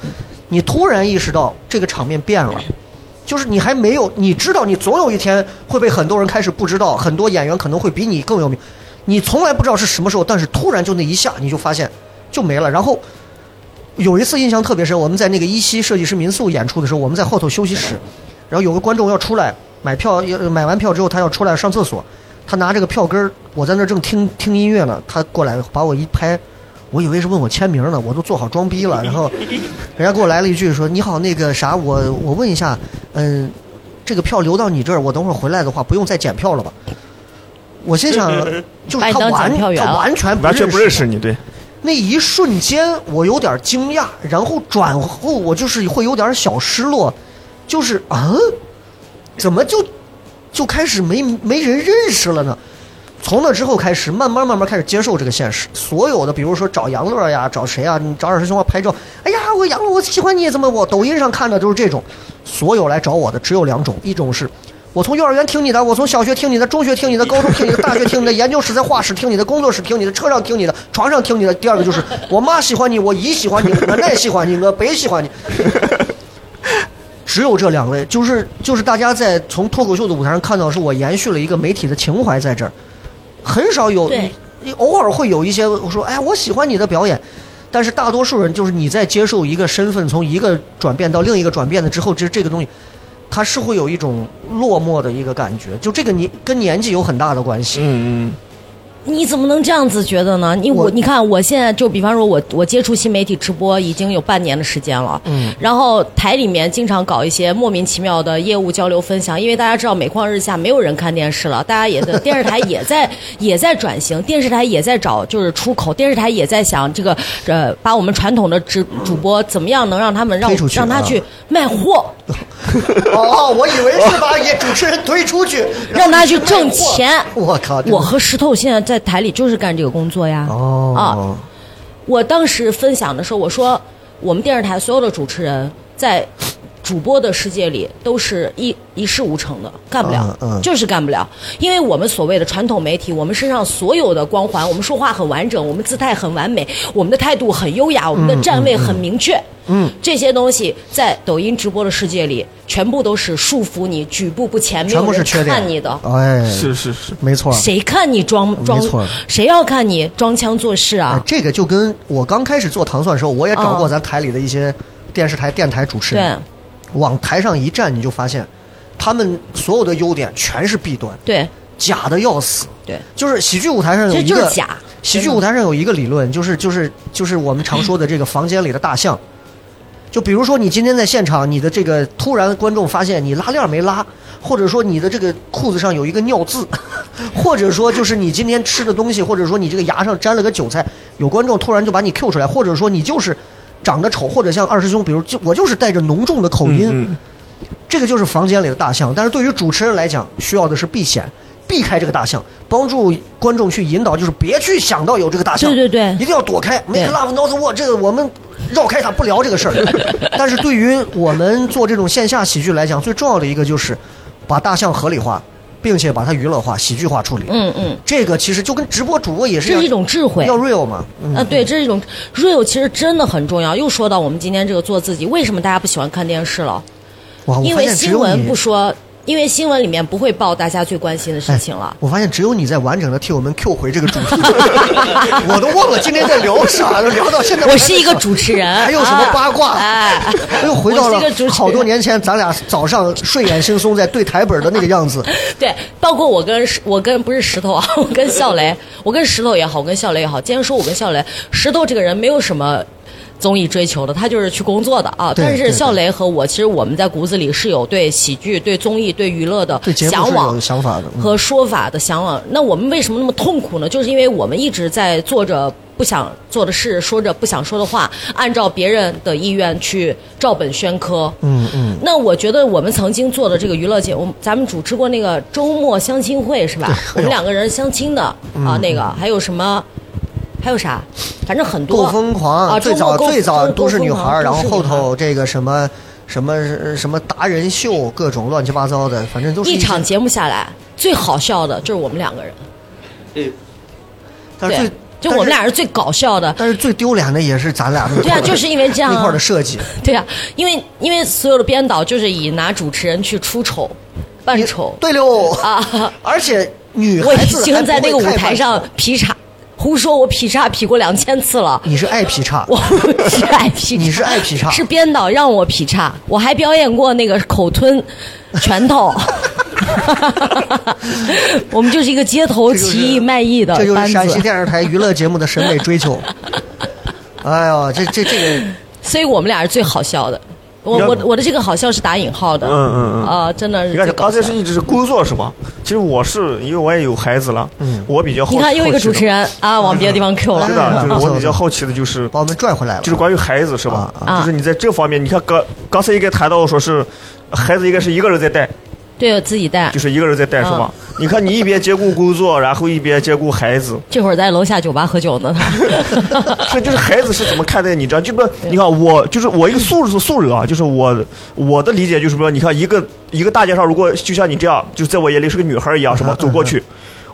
你突然意识到这个场面变了。就是你还没有，你知道你总有一天会被很多人开始不知道，很多演员可能会比你更有名，你从来不知道是什么时候，但是突然就那一下你就发现就没了。然后有一次印象特别深，我们在那个依稀设计师民宿演出的时候，我们在后头休息室，然后有个观众要出来买票，要买完票之后他要出来上厕所，他拿这个票根儿，我在那儿正听听音乐呢，他过来把我一拍，我以为是问我签名呢，我都做好装逼了，然后人家给我来了一句说：“你好，那个啥，我我问一下，嗯，这个票留到你这儿，我等会儿回来的话不用再检票了吧？”我心想，就是把你他当完检票员他了完全完全不认识识你，对，那一瞬间，我有点惊讶，然后转后我就是会有点小失落，就是啊，怎么就就开始没没人认识了呢？从那之后开始，慢慢慢慢开始接受这个现实。所有的，比如说找杨乐呀，找谁啊，你找二师兄啊拍照，哎呀，我杨乐，我喜欢你，怎么我抖音上看的都是这种。所有来找我的只有两种，一种是我从幼儿园听你的，我从小学听你的，中学听你的，高中听你的，大学听你的，研究室在画室听你的，工作室听你的，车上听你的，床上听你的。第二个就是我妈喜欢你，我姨喜欢你，我奶喜欢你，我北喜欢你。只有这两位，就是就是大家在从脱口秀的舞台上看到，是我延续了一个媒体的情怀在这儿，很少有对，偶尔会有一些我说哎我喜欢你的表演，但是大多数人就是你在接受一个身份从一个转变到另一个转变的之后，这这个东西，它是会有一种落寞的一个感觉，就这个你跟年纪有很大的关 系。嗯嗯，你怎么能这样子觉得呢？你我我你看，我现在就比方说我，我接触新媒体直播已经有半年的时间了，嗯，然后台里面经常搞一些莫名其妙的业务交流分享，因为大家知道每况日下，没有人看电视了，大家也在电视台也 在也在转型，电视台也在找就是出口，电视台也在想这个呃，把我们传统的直主播怎么样能让他们让推出去让他啊去卖货，哦，我以为是把也主持人推出去，让他去挣卖货钱。我靠，这我和石头现在在台里就是干这个工作呀。啊，哦我当时分享的时候，我说我们电视台所有的主持人在主播的世界里都是一一事无成的，干不了，嗯嗯就是干不了。因为我们所谓的传统媒体，我们身上所有的光环，我们说话很完整，我们姿态很完美，我们的态度很优嗯雅，我们的站位很明确。嗯，这些东西在抖音直播的世界里，全部都是束缚你、举步不前、没全有部是人缺点。看你的。哎，是是是，没错。谁看你装装没错？谁要看你装腔作势啊？哎，这个就跟我刚开始做糖蒜的时候，我也找过嗯咱台里的一些电视台、电台主持人，往台上一站，你就发现，他们所有的优点全是弊端，对假的要死。对就是喜剧舞台上有对，这一就是个假。喜剧舞台上有一个理论，就是就是就是我们常说的这 个房间里的大象。就比如说你今天在现场，你的这个突然观众发现你拉链没拉，或者说你的这个裤子上有一个尿渍， 或者说就是你今天吃的东西，或者说你这个牙上沾了个韭菜，有观众突然就把你 Q 出来，或者说你就是长得丑，或者像二师兄，比如就我就是带着浓重的口音，嗯嗯，这个就是房间里的大象，但是对于主持人来讲，需要的是避险，避开这个大象，帮助观众去引导，就是别去想到有这个大象，对对对一定要躲开。Make love not war，这个我们绕开它不聊这个事儿。 但是对于我们做这种线下喜剧来讲，最重要的一个就是把大象合理化，并且把它娱乐化、喜剧化处理。嗯嗯，这个其实就跟直播主播也是这样是一种智慧。要 real 嘛，嗯，啊，对，这是一种 real，其实真的很重要。又说到我们今天这个做自己，为什么大家不喜欢看电视了？哇，我因发为现只新有闻你不。说，因为新闻里面不会报大家最关心的事情了。哎我发现只有你在完整的替我们 Q 回这个主题， 我都忘了今天在聊啥了，聊到现在。我是一个主持人，哎还有什么八卦啊哎，又回到我是一个主持了人好多年前咱俩早上睡眼惺忪在对台本的那个样子。 对，包括我跟石我跟不是石头啊， 我跟笑雷，我跟石头也好，我跟笑雷也好，今天说我跟笑雷，石头这个人没有什么。综艺追求的，他就是去工作的啊。对但是对笑雷和我，其实我们在骨子里是有对喜剧、对综艺、对娱乐的对节目向是往有想法的嗯和说法的向往。那我们为什么那么痛苦呢？就是因为我们一直在做着不想做的事，说着不想说的话，按照别人的意愿去照本宣科。嗯嗯，那我觉得我们曾经做的这个娱乐节目，咱们主持过那个周末相亲会是吧？哎我们两个人相亲的嗯啊，那个还有什么？还有啥？反正很多。够疯啊！狂，最周末早够最早够都市女疯狂孩，然后都市后女孩头这个什么什么什么达人秀，各种乱七八糟的，反正都是一些场。节目下来，最好笑的就是我们两个人，但是对啊最，就我们俩但是是最搞笑的。但是最丢脸的也是咱俩那 对啊，块儿就是因为这样那块啊儿的，设计。对啊，因为因为所有的编导就是以拿主持人去出丑、扮丑对喽啊。而且女 我孩已子经在那个舞台还上不会太慢，劈叉，胡说我劈叉劈过两千次了。你是爱劈叉，我 不是爱劈叉，你是爱劈叉是编导让我劈叉，我还表演过那个口吞 拳头。 我们就是一个街头这就是奇艺卖艺的这就是班陕西子，电视台娱乐节目的审美追求。 哎呦，这这这个所以我们俩是最好笑的。我我我的这个好笑是打引号的，嗯嗯嗯啊，真的是你看最你搞刚笑才。是一直是工作是吧？其实我是因为我也有孩子了，嗯，我比较好奇你看又一个主持，人啊，往别的地方 Q 好奇是，了哎的，就是不错我比较好奇的就是把我们拽回来了，就是关于孩子是吧？啊就是你在这方面，你看刚刚才应该谈到说是孩子应该是一个人在带，对自己带就。是一个人在带是吧？嗯你看你一边兼顾工作，然后一边兼顾孩子，这会儿在楼下酒吧喝酒呢，是就是孩子是怎么看待你这样？就不你看我就是我一个素人素人啊，就是我我的理解就是说，你看一个一个大街上，如果就像你这样，就在我眼里是个女孩一样，什么走嗯过去，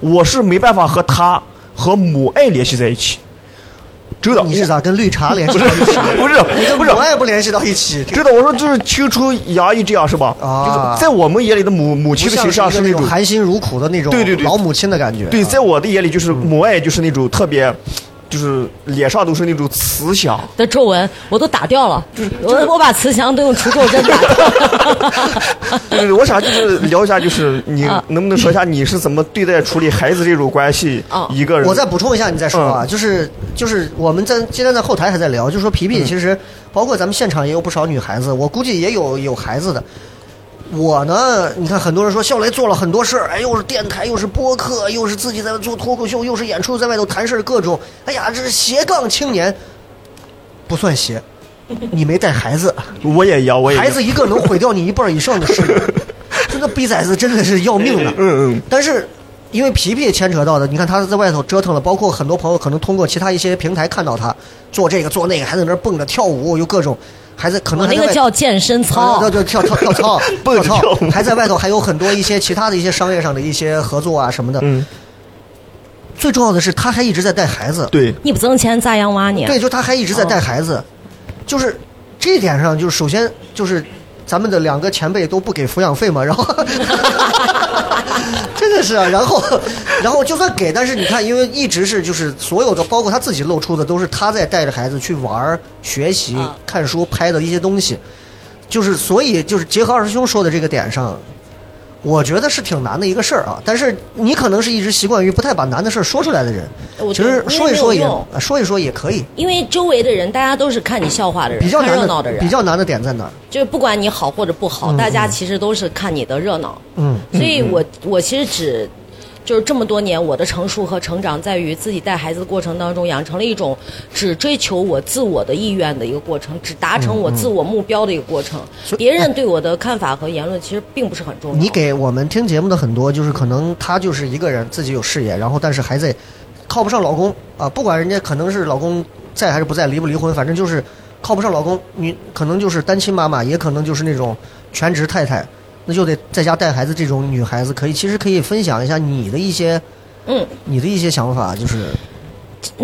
我是没办法和她和母爱联系在一起，真的，你是咋跟绿茶联系不到是一起？ 不是不是我。也不联系到一起，这真的，我说就是青春洋溢这样是吧？啊就是在我们眼里的母母亲不的形像象是是那一个种种含辛茹苦的那种对对对老母亲的感觉。啊对，在我的眼里，就是母爱就是那种特别就是脸上都是那种慈祥，的皱纹我都打掉了，我我把慈祥都用除皱针打 对掉对呃对，我想就是聊一下，就是你啊能不能说一下你是怎么对待处理孩子这种关系哦？一个人，嗯我再补充一下，你再说啊，就是就是我们在今天在后台还在聊，就说皮嗯皮其实包括咱们现场也有不少女孩子，我估计也有有孩子的。我呢，你看很多人说笑雷做了很多事儿，哎，又是电台，又是播客，又是自己在做脱口秀，又是演出，在外头谈事儿各种，哎呀，这是斜杠青年，不算斜，你没带孩 子，我也一样，我也一样孩子一个能毁掉你一半以上的事 业，就那逼崽子真的是要命了。嗯嗯，但是因为皮皮牵扯到的，你看他在外头折腾了，包括很多朋友可能通过其他一些平台看到他做这个做那个，还在那儿蹦着跳舞，又各种，还在可能我还哦在那外个呃叫健身操对。对，跳跳跳操，蹦着跳跳操，舞还在外头还有很多一些其他的一些商业上的一些合作啊什么的。嗯，最重要的是，他还一直在带孩子。对，你不挣钱咋养娃呢？对，就他还一直在哦带孩子，就是这一点上，就是首先就是咱们的两个前辈都不给抚养费嘛， 然后 真的是啊，然后然后就算给，但是你看，因为一直是就是所有的，包括他自己露出的，都是他在带着孩子去玩儿、学习啊、看书、拍的一些东西，就是所以就是结合二师兄说的这个点上。我觉得是挺难的一个事儿啊，但是你可能是一直习惯于不太把难的事儿说出来的人我，其实我说一说也没有用呃说一说也可以，因为周围的人，大家都是看你笑话的人，比较看难热闹的人，比较难的点在哪儿？就是不管你好或者不好，大家其实都是看你的热闹。嗯，所以我我其实只就是这么多年，我的成熟和成长在于自己带孩子的过程当中，养成了一种只追求我自我的意愿的一个过程，只达嗯成我自我目标的一个过程。别人对我的看法和言论其实并不是很重要。你给我们听节目的很多，就是可能她就是一个人自己有事业，然后但是还在靠不上老公啊，不管人家可能是老公在还是不在，离不离婚，反正就是靠不上老公，你可能就是单亲妈妈，也可能就是那种全职太太，那就得在家带孩子。这种女孩子可以，其实可以分享一下你的一些嗯，你的一些想法，就是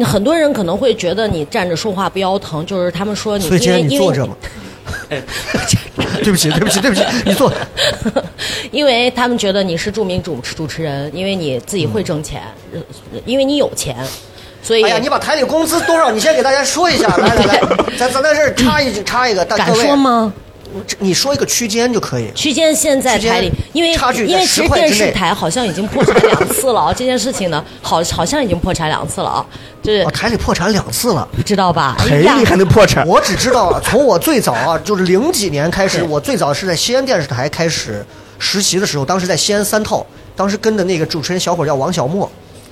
很多人可能会觉得你站着说话不腰疼，就是他们说你所以今因为天你因坐为着 嘛。对不起，对不起，对不起，你坐。 因为他们觉得你是著名主持主持人，因为你自己会挣钱，呃因为你有钱，所以、嗯哎呀，你把台里工资多少，你先给大家说一下。来来来， 咱咱在这儿插一句插一个，大敢各位说吗？这你说一个区间就可以。区间现在台里区间，因为差距在因为其10实块之电内视台好像已经破产两 次了啊，这件事情呢，好好像已经破产两次了啊，就是、啊，台里破产两次了，不知道吧？哎赔呀你还能破产？我只知道啊，从我最早啊，就是零几年开始，对我最早是在西安电视台开始实习的时候，当时在西安三套，当时跟的那个主持人小伙叫王小沫。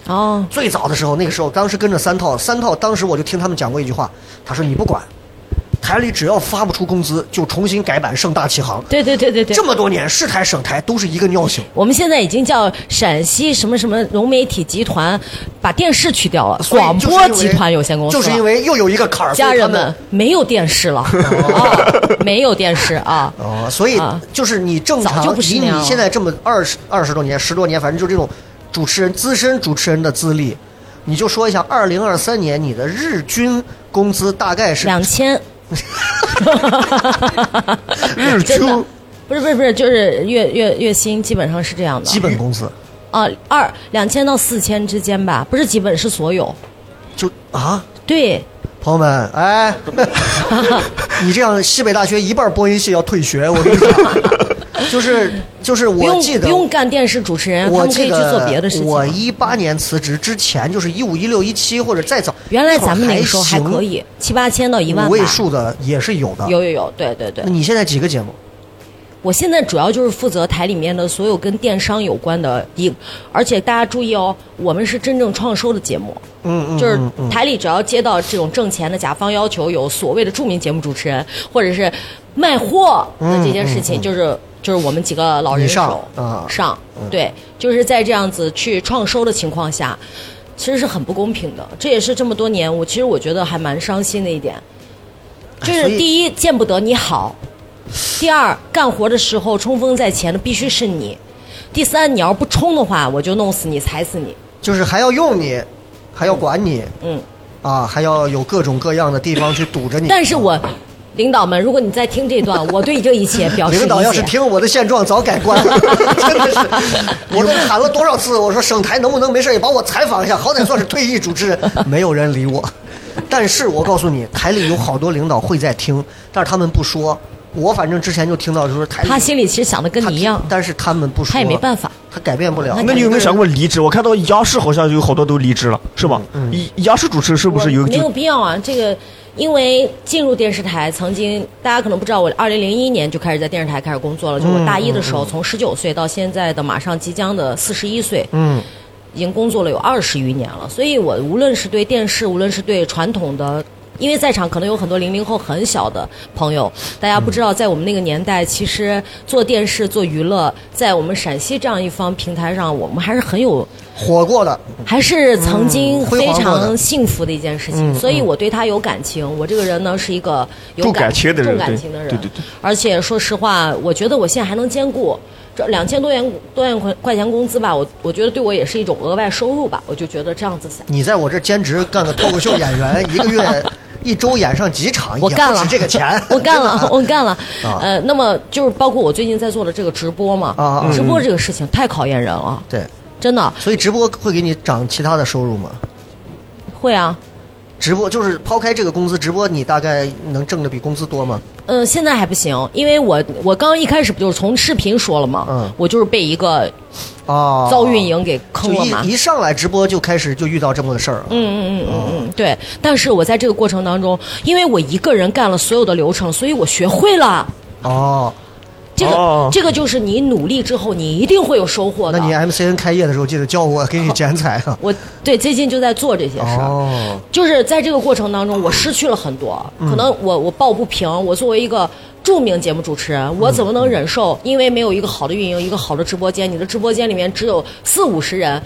哦，最早的时候，那个时候当时跟着三套，三套当时我就听他们讲过一句话，他说你不管，台里只要发不出工资，就重新改版盛大启航。对对对对对这。么多年，市台省台都是一个尿性。我们现在已经叫陕西什么什么融媒体集团，把电视去掉了，所以广就是播因为集团有限公司就是了因为又有一个坎儿，所以家他人们没有电视 了，啊，没有电视啊，哦，所以啊就是你正早就常不是以那你样了现在这么二十二十多年、十多年，反正就这种主持人资深主持人的资历，你就说一下，二零二三年你的日均工资大概是两千，日真的出，不是不是不是，就是月月月薪基本上是这样的，基本工资，啊二两千到四千之间吧，不是基本是所有，就啊，对，朋友们， 哎，你这样西北大学一半播音系要退学，我跟你讲，就是就是不我用记不得。用干电视主持人，他我们可以记去得做别的事情啊我了。一八年辞职之前，就是一五、一六、一七或者再早。原来咱们那个时候还行可，以七八千到一万五吧，位数啊的也是有的。有有有，对对对那，你现在几个节目？我现在主要就是负责台里面的所有跟电商有关的一，而且大家注意哦，我们是真正创收的节目，嗯嗯，就是嗯嗯台里只要接到这种挣钱的甲方要求，有所谓的著名节目主持人或者是卖货的这件事情，就是就是我们几个老人手嗯你上啊上，对，就是在这样子去创收的情况下，其实是很不公平的。这也是这么多年，我其实我觉得还蛮伤心的一点，就哎所是以第一见不得你好，第二干活的时候冲锋在前的必须是你，第三你要不冲的话，我就弄死你踩死你，就是还要用你，还要管你嗯。啊，还要有各种各样的地方去堵着你。但是我领导们，如果你在听这段，我对哦这一切表示理解领导要是听我的现状，早改观 了，真的是，我都喊了多少次，我说省台能不能没事也把我采访一下，好歹算是退役主持人，没有人理我。但是我告诉你，台里有好多领导会在听，但是他们不说。我反正之前就听到，就是台里他心里其实想的跟他你一样听，但是他们不说，他也没办法，他改变不了。那你有没有想过离职？我看到央视好像有好多都离职了，是吧？嗯央央视主持是不是有我一没有个？必要啊？这个，因为进入电视台，曾经大家可能不知道，我二零零一年就开始在电视台开始工作了，就嗯我大一的时候，从十九岁到现在的马上即将的四十一岁，嗯，已经工作了有二十余年了。所以我无论是对电视，无论是对传统的。因为在场可能有很多零零后很小的朋友，大家不知嗯道，在我们那个年代，其实做电视、做娱乐，在我们陕西这样一方平台上，我们还是很有火过的，还是曾嗯经非辉煌过的常幸福的一件事情，所以我对他有感情。我这个人呢是一个有重感情的人重感对情的人，对对对而且说实话，我觉得我现在还能兼顾这两千多元多元块块钱工资吧，我我觉得对我也是一种额外收入吧，我就觉得这样子想。你在我这兼职干个脱口秀演员，一个 月一周演上几场，我也干不了值这个钱 ，我干了，我干了啊。呃，那么就是包括我最近在做的这个直播嘛，啊啊直播嗯这个事情太考验人了，对，真的所以直播会给你涨其他的收入吗？会啊。直播就是抛开这个工资，直播你大概能挣的比工资多吗？嗯，现在还不行，因为我我刚一开始不就是从视频说了嘛，嗯我就是被一个哦，遭运营给坑了嘛。就一一上来直播就开始就遇到这么个事儿，嗯，嗯嗯嗯嗯，对。但是我在这个过程当中，因为我一个人干了所有的流程，所以我学会了哦，这个、哦这个就是你努力之后，你一定会有收获那的。你 MCN 开业的时候记得叫我给你剪彩啊，我对最近就在做这些事儿。哦，就是在这个过程当中，我失去了很多，可能我我抱不平。我作为一个著名节目主持人，我怎么能忍受？因为没有一个好的运营，一个好的直播间，你的直播间里面只有四五十人，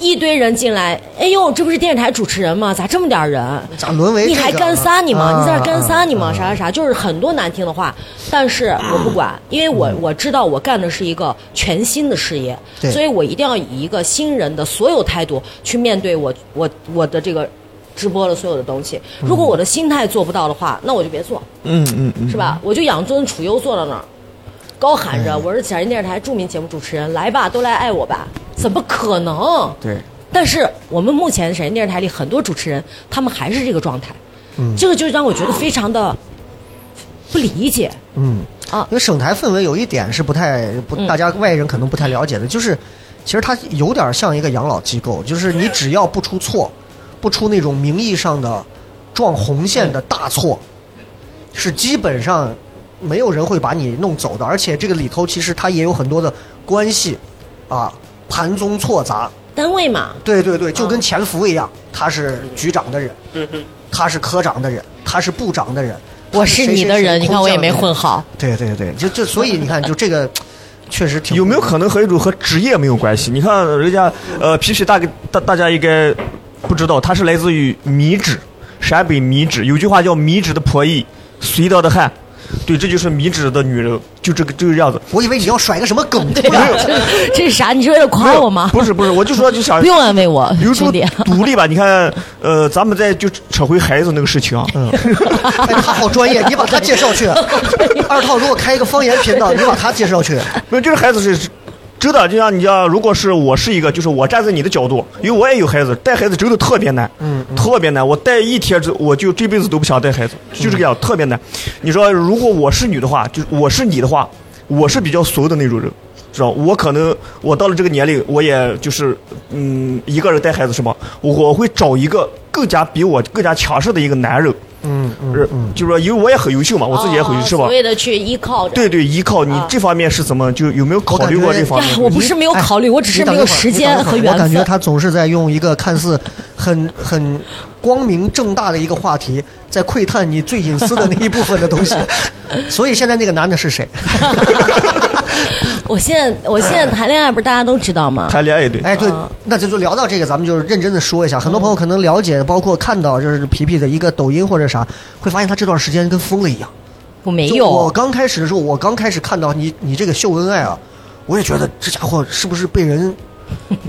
一堆人进来，哎呦，这不是电视台主持人吗？咋这么点儿人？咋啊沦为你这个还干撒你吗？啊你在这干撒你吗？啊啥啥啥，就是很多难听的话，但是我不管，因为我我知道我干的是一个全新的事业，对所以我一定要以一个新人的所有态度去面对我我我的这个直播的所有的东西。如嗯果我的心态做不到的话，那我就别做，嗯嗯嗯，哎是吧？我就养尊处优坐到那儿，高喊着我是陕西电视台著名节目主持人，来吧，都来爱我吧，怎么可能？对。但是我们目前陕西电视台里很多主持人，他们还是这个状态，嗯这个就让我觉得非常的不理解。因为省台氛围有一点是不太不，嗯大家外人可能不太了解的，就是其实它有点像一个养老机构，就是你只要不出错，不出那种名义上的撞红线的大错，是基本上没有人会把你弄走的。而且这个里头其实它也有很多的关系啊，盘中错杂。单位嘛，对对对，嗯就跟潜伏一样，他是局长的人，他是科长的人，他是部长的人，我他是是谁你的谁谁人，你看我空也降的没人 混好。对对对，就就所以你看，就这个确实挺有没有可能和一种和职业没有关系？你看人家呃，皮皮大概大大家应该不知道，他是来自于米脂，陕北米脂。有句话叫“米脂的婆姨，随到的汉”，对，这就是米脂的女人，就这个这个样子。我以为你要甩个什么梗，对啊，这这是啥？你是为了夸我吗？不是不是，我就说就想不用安慰我留，住兄弟。独立吧。你看，呃，咱们再就扯回孩子那个事 情啊，哎，他好专业，你把他介绍 去。二套如果开一个方言频道，你把他介绍 去。没有，就是孩子是真的，就像你像，如果是我是一个，就是我站在你的角度，因为我也有孩子，带孩子真的特别难，嗯，特别难。我带一天之，我就这辈子都不想带孩子，就这个样，特别难。你说，如果我是女的话，就是我是你的话，我是比较怂的那种人。知道，我可能我到了这个年龄，我也就是嗯，一个人带孩子是吧？我会找一个更加比我更加强势的一个男人，嗯是就是说，因为我也很优秀嘛，我自己也很优秀，是吧哦所？谓的去依靠着。对对，依靠你啊这方面是怎么就有没有考虑过这方呀面？，我不是没有哎考虑，我只是你等没一有会儿时你间等一会儿和我缘感觉分。他总是在用一个看似很很光明正大的一个话题，在窥探你最隐私的那一部分的东西。 所以现在那个男的是谁？我现在我现在谈恋爱不是大家都知道吗？谈恋爱对，哎，对啊，那这就聊到这个，咱们就是认真的说一下。很多朋嗯友可能了解，包括看到就是皮皮的一个抖音或者啥，会发现他这段时间跟疯了一样。我没就我有，刚开始的时候，我刚开始看到你你这个秀恩爱啊，我也觉得这家伙是不是被 人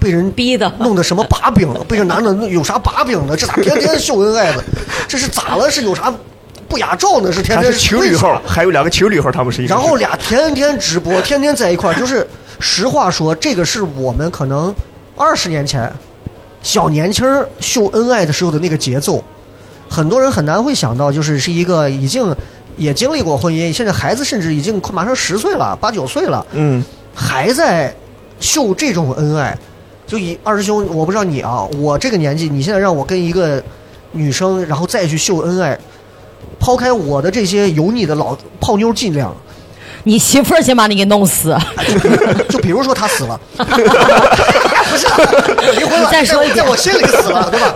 被人逼的弄的什么把 柄了？被这男的弄有啥把柄了？这咋天天秀恩爱呢？这是咋了？是有啥不雅照呢？是天他天是情侣号，还有两个情侣号，他们是一个。然后俩天天直播，天天在一块儿，就是实话说，这个是我们可能二十年前小年轻儿秀恩爱的时候的那个节奏，很多人很难会想到，就是是一个已经也经历过婚姻，现在孩子甚至已经快马上十岁了，八九岁了，嗯，还在秀这种恩爱。就以二师兄，我不知道你啊，我这个年纪，你现在让我跟一个女生，然后再去秀恩爱，抛开我的这些油腻的老泡妞伎俩，你媳妇儿先把你给弄死。 就比如说他死 了，不是离婚了，再说一在遍我在我心里死了，对吧？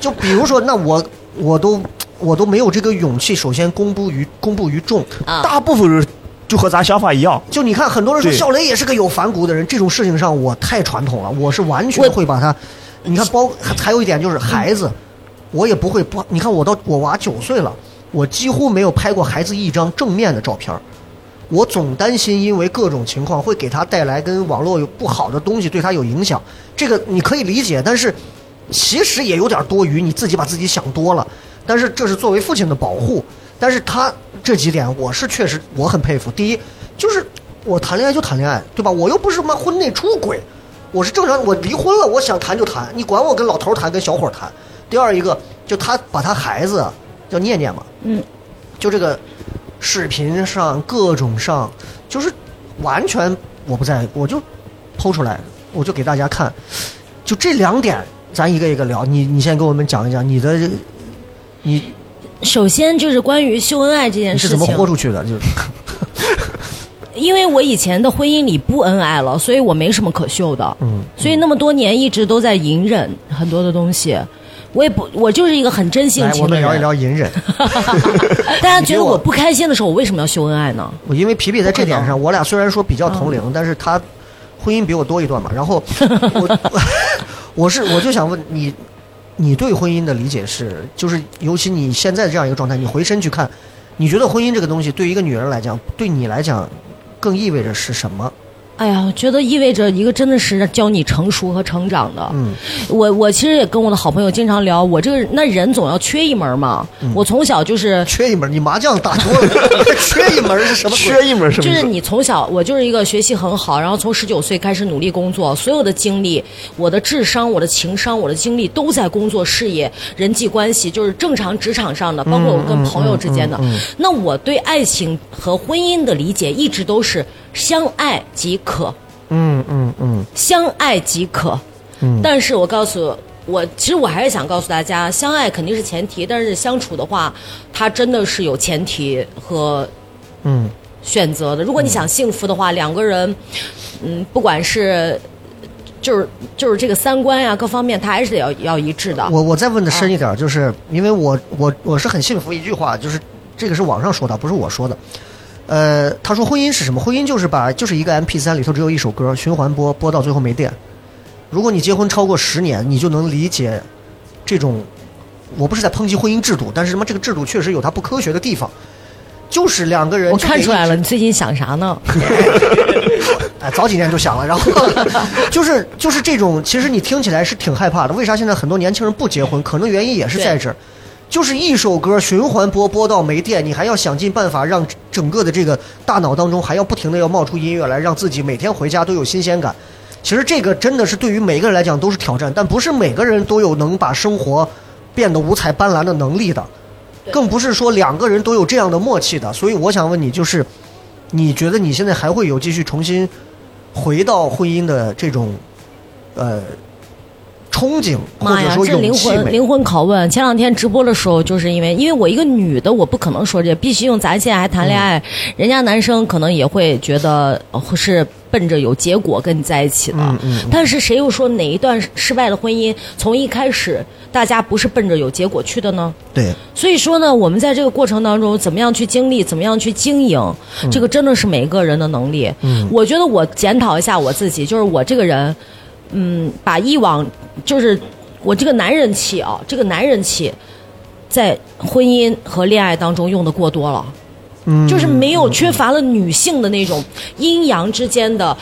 就比如说，那我我都我都没有这个勇气，首先公布于公布于众。啊大部分人就和咱想法一样。就你看，很多人说对笑雷也是个有反骨的人，这种事情上我太传统了，我是完全我会把他。你看，包还有一点就是孩子，我也不会不。你看我到我娃九岁了，我几乎没有拍过孩子一张正面的照片儿我总担心，因为各种情况会给他带来跟网络有不好的东西对他有影响，这个你可以理解，但是其实也有点多余，你自己把自己想多了。但是这是作为父亲的保护，但是他这几点我是确实我很佩服。第一，就是我谈恋爱就谈恋爱，对吧？我又不是什么婚内出轨，我是正常，我离婚了，我想谈就谈，你管我跟老头儿谈跟小伙儿谈。第二一个，就他把他孩子叫念念嘛，就这个视频上各种上，就是完全我不在，我就剖出来，我就给大家看，就这两点，咱一个一个聊。你你先给我们讲一讲你的，你 首先就是关于秀恩爱这件你是事怎么情豁，出去的？就是因为我以前的婚姻里不恩爱了，所以我没什么可秀的。嗯，所以那么多年一直都在隐忍很多的东西。我也不，我就是一个很真性来，情我的们人。聊一聊隐忍。 大家觉得我不开心的时候，我为什么要秀恩爱呢？我因为皮皮在这点不可上，我俩虽然说比较同龄，但是他婚姻比我多一段嘛。然后我 我我是我就想问你，你对婚姻的理解是，就是尤其你现在这样一个状态，你回身去看，你觉得婚姻这个东西对一个女人来讲，对你来讲更意味着是什么？ 哎呀，我觉得意味着一个真的是教你成熟和成长的。嗯，我我其实也跟我的好朋友经常聊，我这个那人总要缺一门嘛。嗯我从小就是缺一门，你麻将打多了， 缺一门是什么鬼？ 缺一门什么？就是你从小，我就是一个学习很好，然后从十九岁开始努力工作，所有的精力、我的智商、我的情商、我的精力都在工作、事业、人际关系，就是正常职场上嗯的，包括我跟朋友之间的。那我对爱情和婚姻的理解一直都是相爱即可，嗯嗯嗯，相爱即可。但是我告诉我，其实我还是想告诉大家，相爱肯定是前提，但是相处的话，它真的是有前提和嗯选择的。如果你想幸福的话，两个人，嗯，不管是就是就是这个三观呀、各方面，他还是得要要一致的。嗯我我再问的深一点，就是因为我我我是很信服一句话，就是这个是网上说的，不是我说的。呃，他说婚姻是什么？婚姻就是把就是一个 M P 三里头只有一首歌，循环播播到最后没电。如果你结婚超过十年，你就能理解这种。我不是在抨击婚姻制度，但是什么这个制度确实有它不科学的地方，就是两个人我就得看出来一了，直你最近想啥呢？哎，早几年就想了，然后就是就是这种，其实你听起来是挺害怕的。为啥现在很多年轻人不结婚？可能原因也是在这儿，就是一首歌循环播播到没电，你还要想尽办法让整个的这个大脑当中还要不停的要冒出音乐来，让自己每天回家都有新鲜感。其实这个真的是对于每个人来讲都是挑战，但不是每个人都有能把生活变得五彩斑斓的能力的，更不是说两个人都有这样的默契的。所以我想问你，就是你觉得你现在还会有继续重新回到婚姻的这种呃憧憬，或妈者呀，说这勇灵气魂没？灵魂拷问！前两天直播的时候，就是因为因为我一个女的，我不可能说这，必须用咱现在还谈恋爱，嗯人家男生可能也会觉得呃是奔着有结果跟你在一起的。嗯但是谁又说哪一段失败的婚姻从一开始大家不是奔着有结果去的呢？对，所以说呢，我们在这个过程当中，怎么样去经历，怎么样去经营，嗯这个真的是每个人的能力。我觉得我检讨一下我自己，就是我这个人，嗯，把以往就是我这个男人气啊，这个男人气，在婚姻和恋爱当中用的过多了，嗯就是没有缺乏了女性的那种阴阳之间的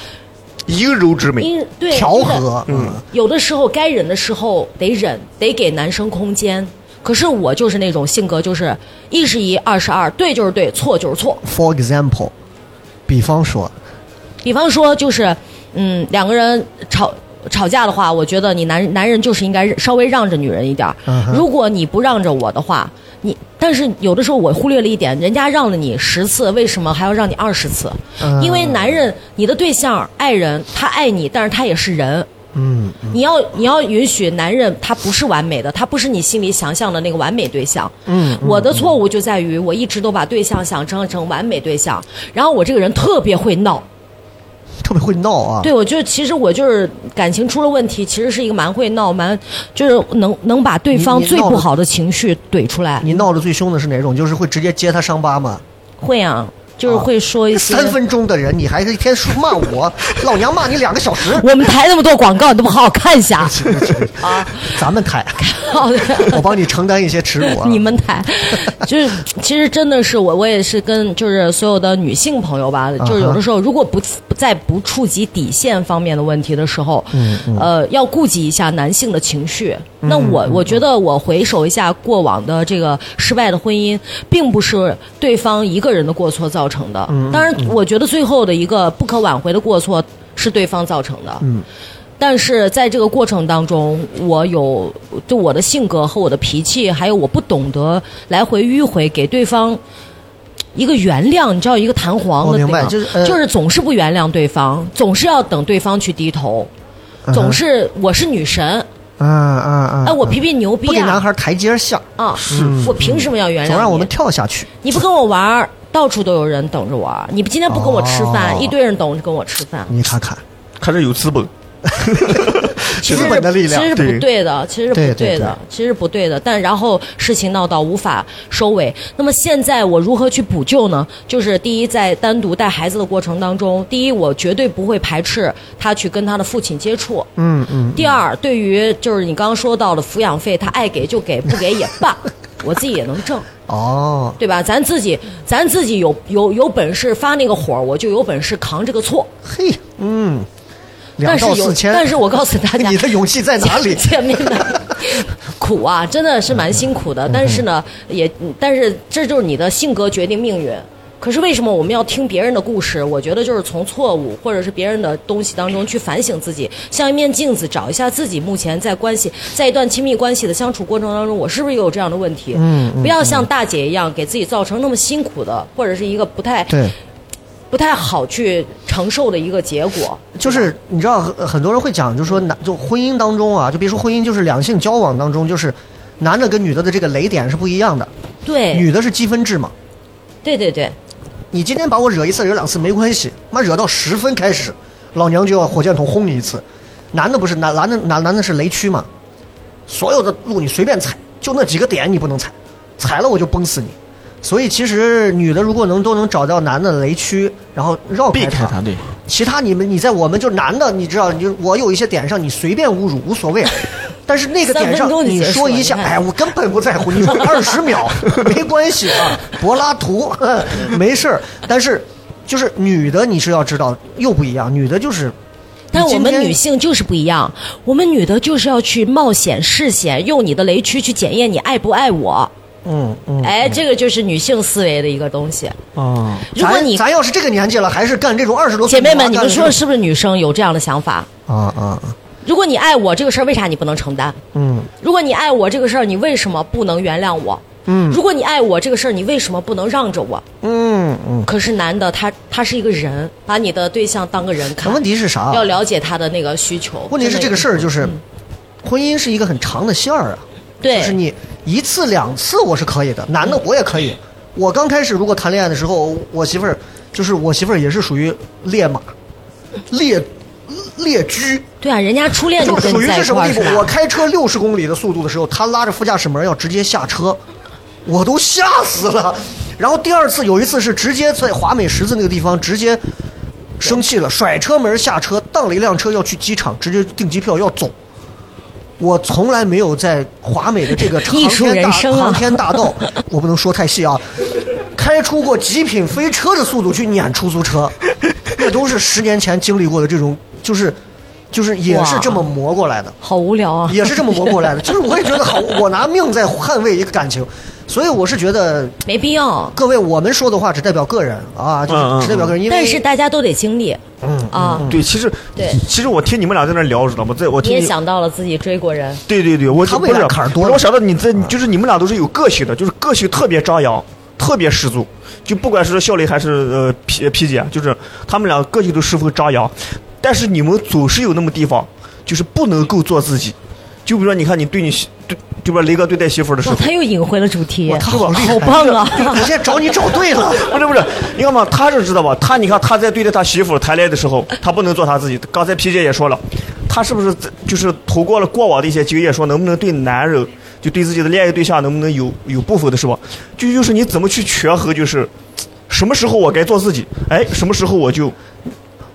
阴柔之美，阴对调真的和，嗯有的时候该忍的时候得忍，得给男生空间。可是我就是那种性格，就是一是一，二是二，对就是对，错就是错。 For example，比方说，比方说，就是嗯，两个人吵吵架的话，我觉得你男男人就是应该稍微让着女人一点儿。嗯哼如果你不让着我的话，你但是有的时候我忽略了一点，人家让了你十次，为什么还要让你二十次？嗯因为男人，你的对象爱人，他爱你，但是他也是人。嗯，你要你要允许男人他不是完美的，他不是你心里想象的那个完美对象。嗯，我的错误就在于我一直都把对象想成成完美对象，然后我这个人特别会闹。啊特别会闹啊。对，我就其实我就是感情出了问题，其实是一个蛮会闹，蛮就是能能把对方你你最闹不得好的情绪怼出来。你闹得最凶的是哪种？就是会直接揭他伤疤吗？会啊，就是啊会说一些。三分钟的人，你还是一天说骂 我，老娘骂你两个小时。我们台那么多广告，你都不好好看 一下 啊！咱们 台，好的。我帮你承担一些耻辱啊。 你们台，就是其实真的是我，我也是跟就是所有的女性朋友吧，就是有的时候如果不不在不触及底线方面的问题的时候，嗯呃，要顾及一下男性的情绪。那嗯我我觉得我回首一下过往的这个失败的婚姻，并不是对方一个人的过错造成嗯的。当然，我觉得最后的一个不可挽回的过错是对方造成的。嗯但是在这个过程当中，我有就我的性格和我的脾气，还有我不懂得来回迂回给对方一个原谅，你知道一个弹簧我的地明白方，就是呃就是总是不原谅对方，总是要等对方去低头，嗯总是我是女神，啊啊啊！哎，我皮皮牛不逼给男啊孩台阶下，啊！我凭什么要原总让我谅们你？跳下去。你不跟我玩儿，到处都有人等着我儿。你今天不跟我吃饭，哦一堆人等着跟我吃饭。你看看，还是有资本。其资实本的力量其实是不对的，其实是不对的，对对其实是不对的。但然后事情闹到无法收尾，那么现在我如何去补救呢？就是第一，在单独带孩子的过程当中，第一，我绝对不会排斥他去跟他的父亲接触。嗯嗯，第二，对于就是你刚刚说到的抚养费，他爱给就给，不给也 罢，我自己也能挣。哦，对吧？咱自己，咱自己有有有本事发那个火，我就有本事扛这个错。嘿，嗯，两但是到有四，千，但是我告诉大 家，你的勇气在哪里？ 见面的苦啊，真的是蛮辛苦嗯的。但是呢，也但是这就是你的性格决定命运。可是为什么我们要听别人的故事？我觉得就是从错误或者是别人的东西当中去反省自己，像一面镜子，找一下自己目前在关系，在一段亲密关系的相处过程当中，我是不是有这样的问题？嗯嗯不要像大姐一样给自己造成那么辛苦的，或者是一个不太对，不太好去承受的一个结果。就是你知道，很很多人会讲，就说男就婚姻当中啊，就别说婚姻，就是两性交往当中，就是男的跟女的的这个雷点是不一样的，对，女的是积分制嘛。对对对，你今天把我惹一次、惹两次没关系，妈惹到十分开始，老娘就要火箭筒轰你一次。男的不是男男的男男的是雷区嘛，所有的路你随便踩，就那几个点你不能踩，踩了我就崩死你。所以其实女的如果能都能找到男的雷区，然后绕开避他，开他，对，其他你们你在我们就男的，你知道，你就我有一些点上你随便侮辱无 所谓，但是那个点三分上钟就你结束说一下，了你看哎，我根本不在乎，你说二十 秒没关系啊，柏拉图 没事儿，但是就是女的你是要知道又不一样，女的就是但我今们天女性就是不一样，我们女的就是要去冒险、试险，用你的雷区去检验你爱不爱我。嗯嗯，哎，这个就是女性思维的一个东西。啊，如果你咱咱要是这个年纪了，还是干这种二十多岁姐妹们，你干们这种说是不是女生有这样的想法？啊啊啊如果你爱我这个事儿，为啥你不能承担？嗯如果你爱我这个事儿，你为什么不能原谅我？嗯如果你爱我这个事儿，你为什么不能让着我？嗯嗯，可是男的他他是一个人，把你的对象当个人看但，问题是啥？要嗯了解他的那个需求。问题是这个事儿就是，婚姻是一个很长的线儿啊。对就是你一次两次我是可以的，男的我也可以。我刚开始如果谈恋爱的时候，我媳妇儿就是我媳妇儿也是属于烈马，烈烈驹，对啊，人家初恋就就跟属你于在是一什块么儿地是吧步？我开车六十公里的速度的时候，她拉着副驾驶门要直接下车，我都吓死了。然后第二次有一次是直接在华美十字那个地方直接生气了，甩车门下车，当了一辆车要去机场，直接订机票要走。我从来没有在华美的这个 艺航术天大人生啊航天大道， 我不能说太细啊，开出过极品飞 车的速度去撵出租车，那都是十年前经历过的这种，就是就是也是这么磨过来的。好无聊啊！也是这么磨过来的。就是我也觉得好， 我拿命在捍卫一个感情，所以我是觉得没必要，各位，我们说的话只代表个人啊，就是只代表个人，因为嗯嗯但是大家都得经历啊。对，其实对其实我听你们俩在那聊，知道吗？在我你听也想到了自己追过人，对对对，我他就们不是俩坎儿多不是我想到你这，就是你们俩都是有个性的，就是个性特别张扬，特别十足。就不管是笑雷还是呃皮皮姐，就是他们俩个性都十分张扬，但是你们总是有那么地方，就是不能够做自己。就比如说，你看你对你媳对，就比如说雷哥对待媳妇儿的时哇，候，他又引回了主题，哇他好厉害好棒啊！ 我现在找你找对 了。 不是不是，你看嘛，他是知道吧？他你看他在对待他媳妇谈恋爱的时候，他不能做他自己。刚才皮姐也说了，他是不是在就是通过了过往的一些经验，说能不能对男人，就对自己的恋爱对象能不能有有部分的是吧？就就是你怎么去权衡，就是什么时候我该做自己，哎，什么时候我就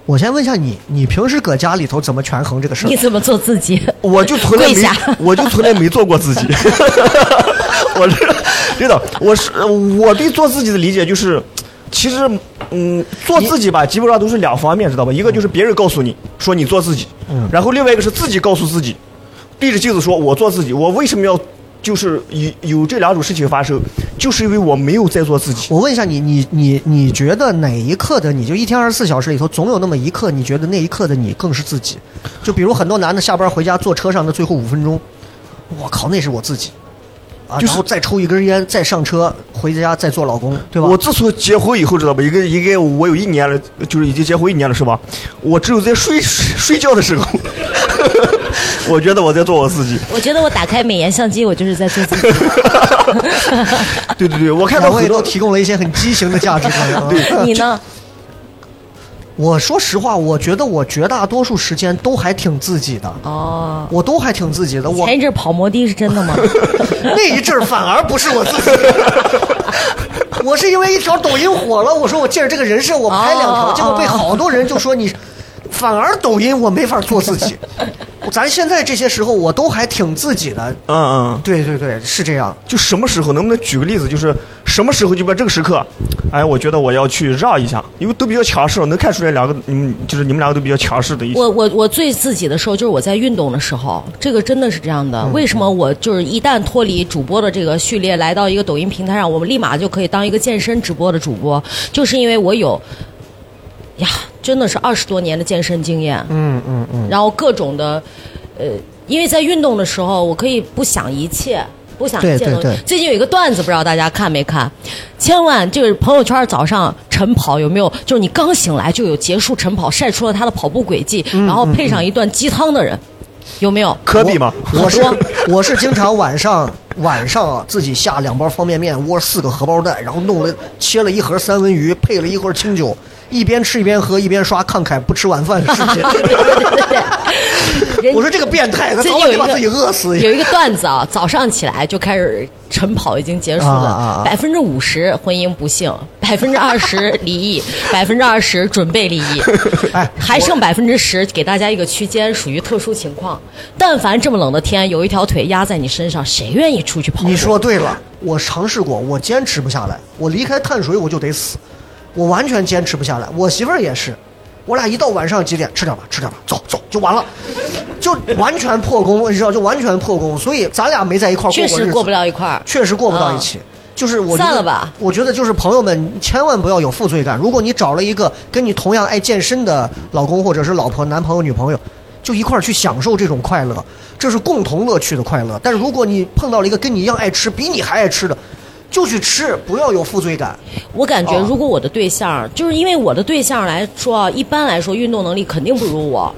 我先问一下你，你平时搁家里头怎么权衡这个事儿你？怎么做自己？我就从来跪没下， 我就从来没做过自己。 我是真的，我是我对做自己的理解就是，其实嗯，做自己吧，基本上都是两方面，知道吧？一个就是别人告诉你说你做自己，嗯然后另外一个是自己告诉自己，对着镜子说我做自己，我为什么要就是有有这两种事情发生，就是因为我没有在做自己。我问一下你，你你你觉得哪一刻的你就一天二十四小时里头总有那么一刻，你觉得那一刻的你更是自己？就比如很多男的下班回家坐车上的最后五分钟，我靠，那是我自己啊！就是然后再抽一根烟，再上车回家，再做老公，对吧？我自从结婚以后，知道吧？一个应该我有一年了，就是已经结婚一年了，是吧？我只有在睡睡睡觉的时候， 我觉得我在做我自己。我觉得我打开美颜相机，我就是在做自 对己。对啊对，我看到两位很都多，提供了一些很畸形的价值观。 啊你呢？我说实话，我觉得我绝大多数时间都还挺自己的，啊哦，我都还挺自己的。我前一阵跑摩的是真的 吗？ 那一阵儿反而不是我自己，我是因为一条抖音火了，我说我借着这个人设我拍两条，哦结果被好多人就说你，反而抖音我没法做自己。咱现在这些时候我都还挺自己的，嗯嗯，对对对，是这样。就什么时候能不能举个例子？就是什么时候就把这个时刻，哎，我觉得我要去让一下，因为都比较强势，我能看出来两个，嗯，就是你们两个都比较强势的一些。我我我最自己的时候就是我在运动的时候，这个真的是这样的。为什么我就是一旦脱离主播的这个序列，来到一个抖音平台上，我们立马就可以当一个健身直播的主播，就是因为我有呀，真的是二十多年的健身经验，嗯嗯嗯，然后各种的，呃，因为在运动的时候，我可以不想一切。不想一切对对东西对最近有一个段子，不知道大家看没看？千万就是朋友圈早上晨跑有没有？就是你刚醒来就有结束晨跑，晒出了他的跑步轨迹，嗯然后配上一段鸡汤的人，有 没有？ 科比嘛，我是我是经常晚上晚上啊自己下两包方便面，窝四个荷包蛋，然后弄了切了一盒三文鱼，配了一盒清酒，一边吃一边喝，一边刷慷慨不吃晚饭的视频。人我说这个变态，他最早晚得近有一把个自己饿死。有一个段子啊，早上起来就开始晨跑，已经结束啊啊了啊，百分之五十婚姻不幸，百分之二十离异，百分之二十准备离异， 哎还剩百分之十，给大家一个区间，属于特殊情况。但凡这么冷的天，有一条腿压在你身上，谁愿意出去跑步？你说对了，我尝试过，我坚持不下来，我离开碳水我就得死，我完全坚持不下来。我媳妇儿也是，我俩一到晚上几点吃点吧，吃点吧，走走就完了，就完全破功，你知道，就完全破功。所以咱俩没在一块儿过确过日实子过不了一块儿，确实过不到一起。就是我觉得散啊了吧我觉得就是朋友们千万不要有负罪感。如果你找了一个跟你同样爱健身的老公或者是老婆、男朋友、女朋友，就一块儿去享受这种快乐，这是共同乐趣的快乐。但是如果你碰到了一个跟你一样爱吃、比你还爱吃的，就去吃，不要有负罪感。我感啊觉，如果我的对象，就是因为我的对象来说啊，一般来说运动能力肯定不如我，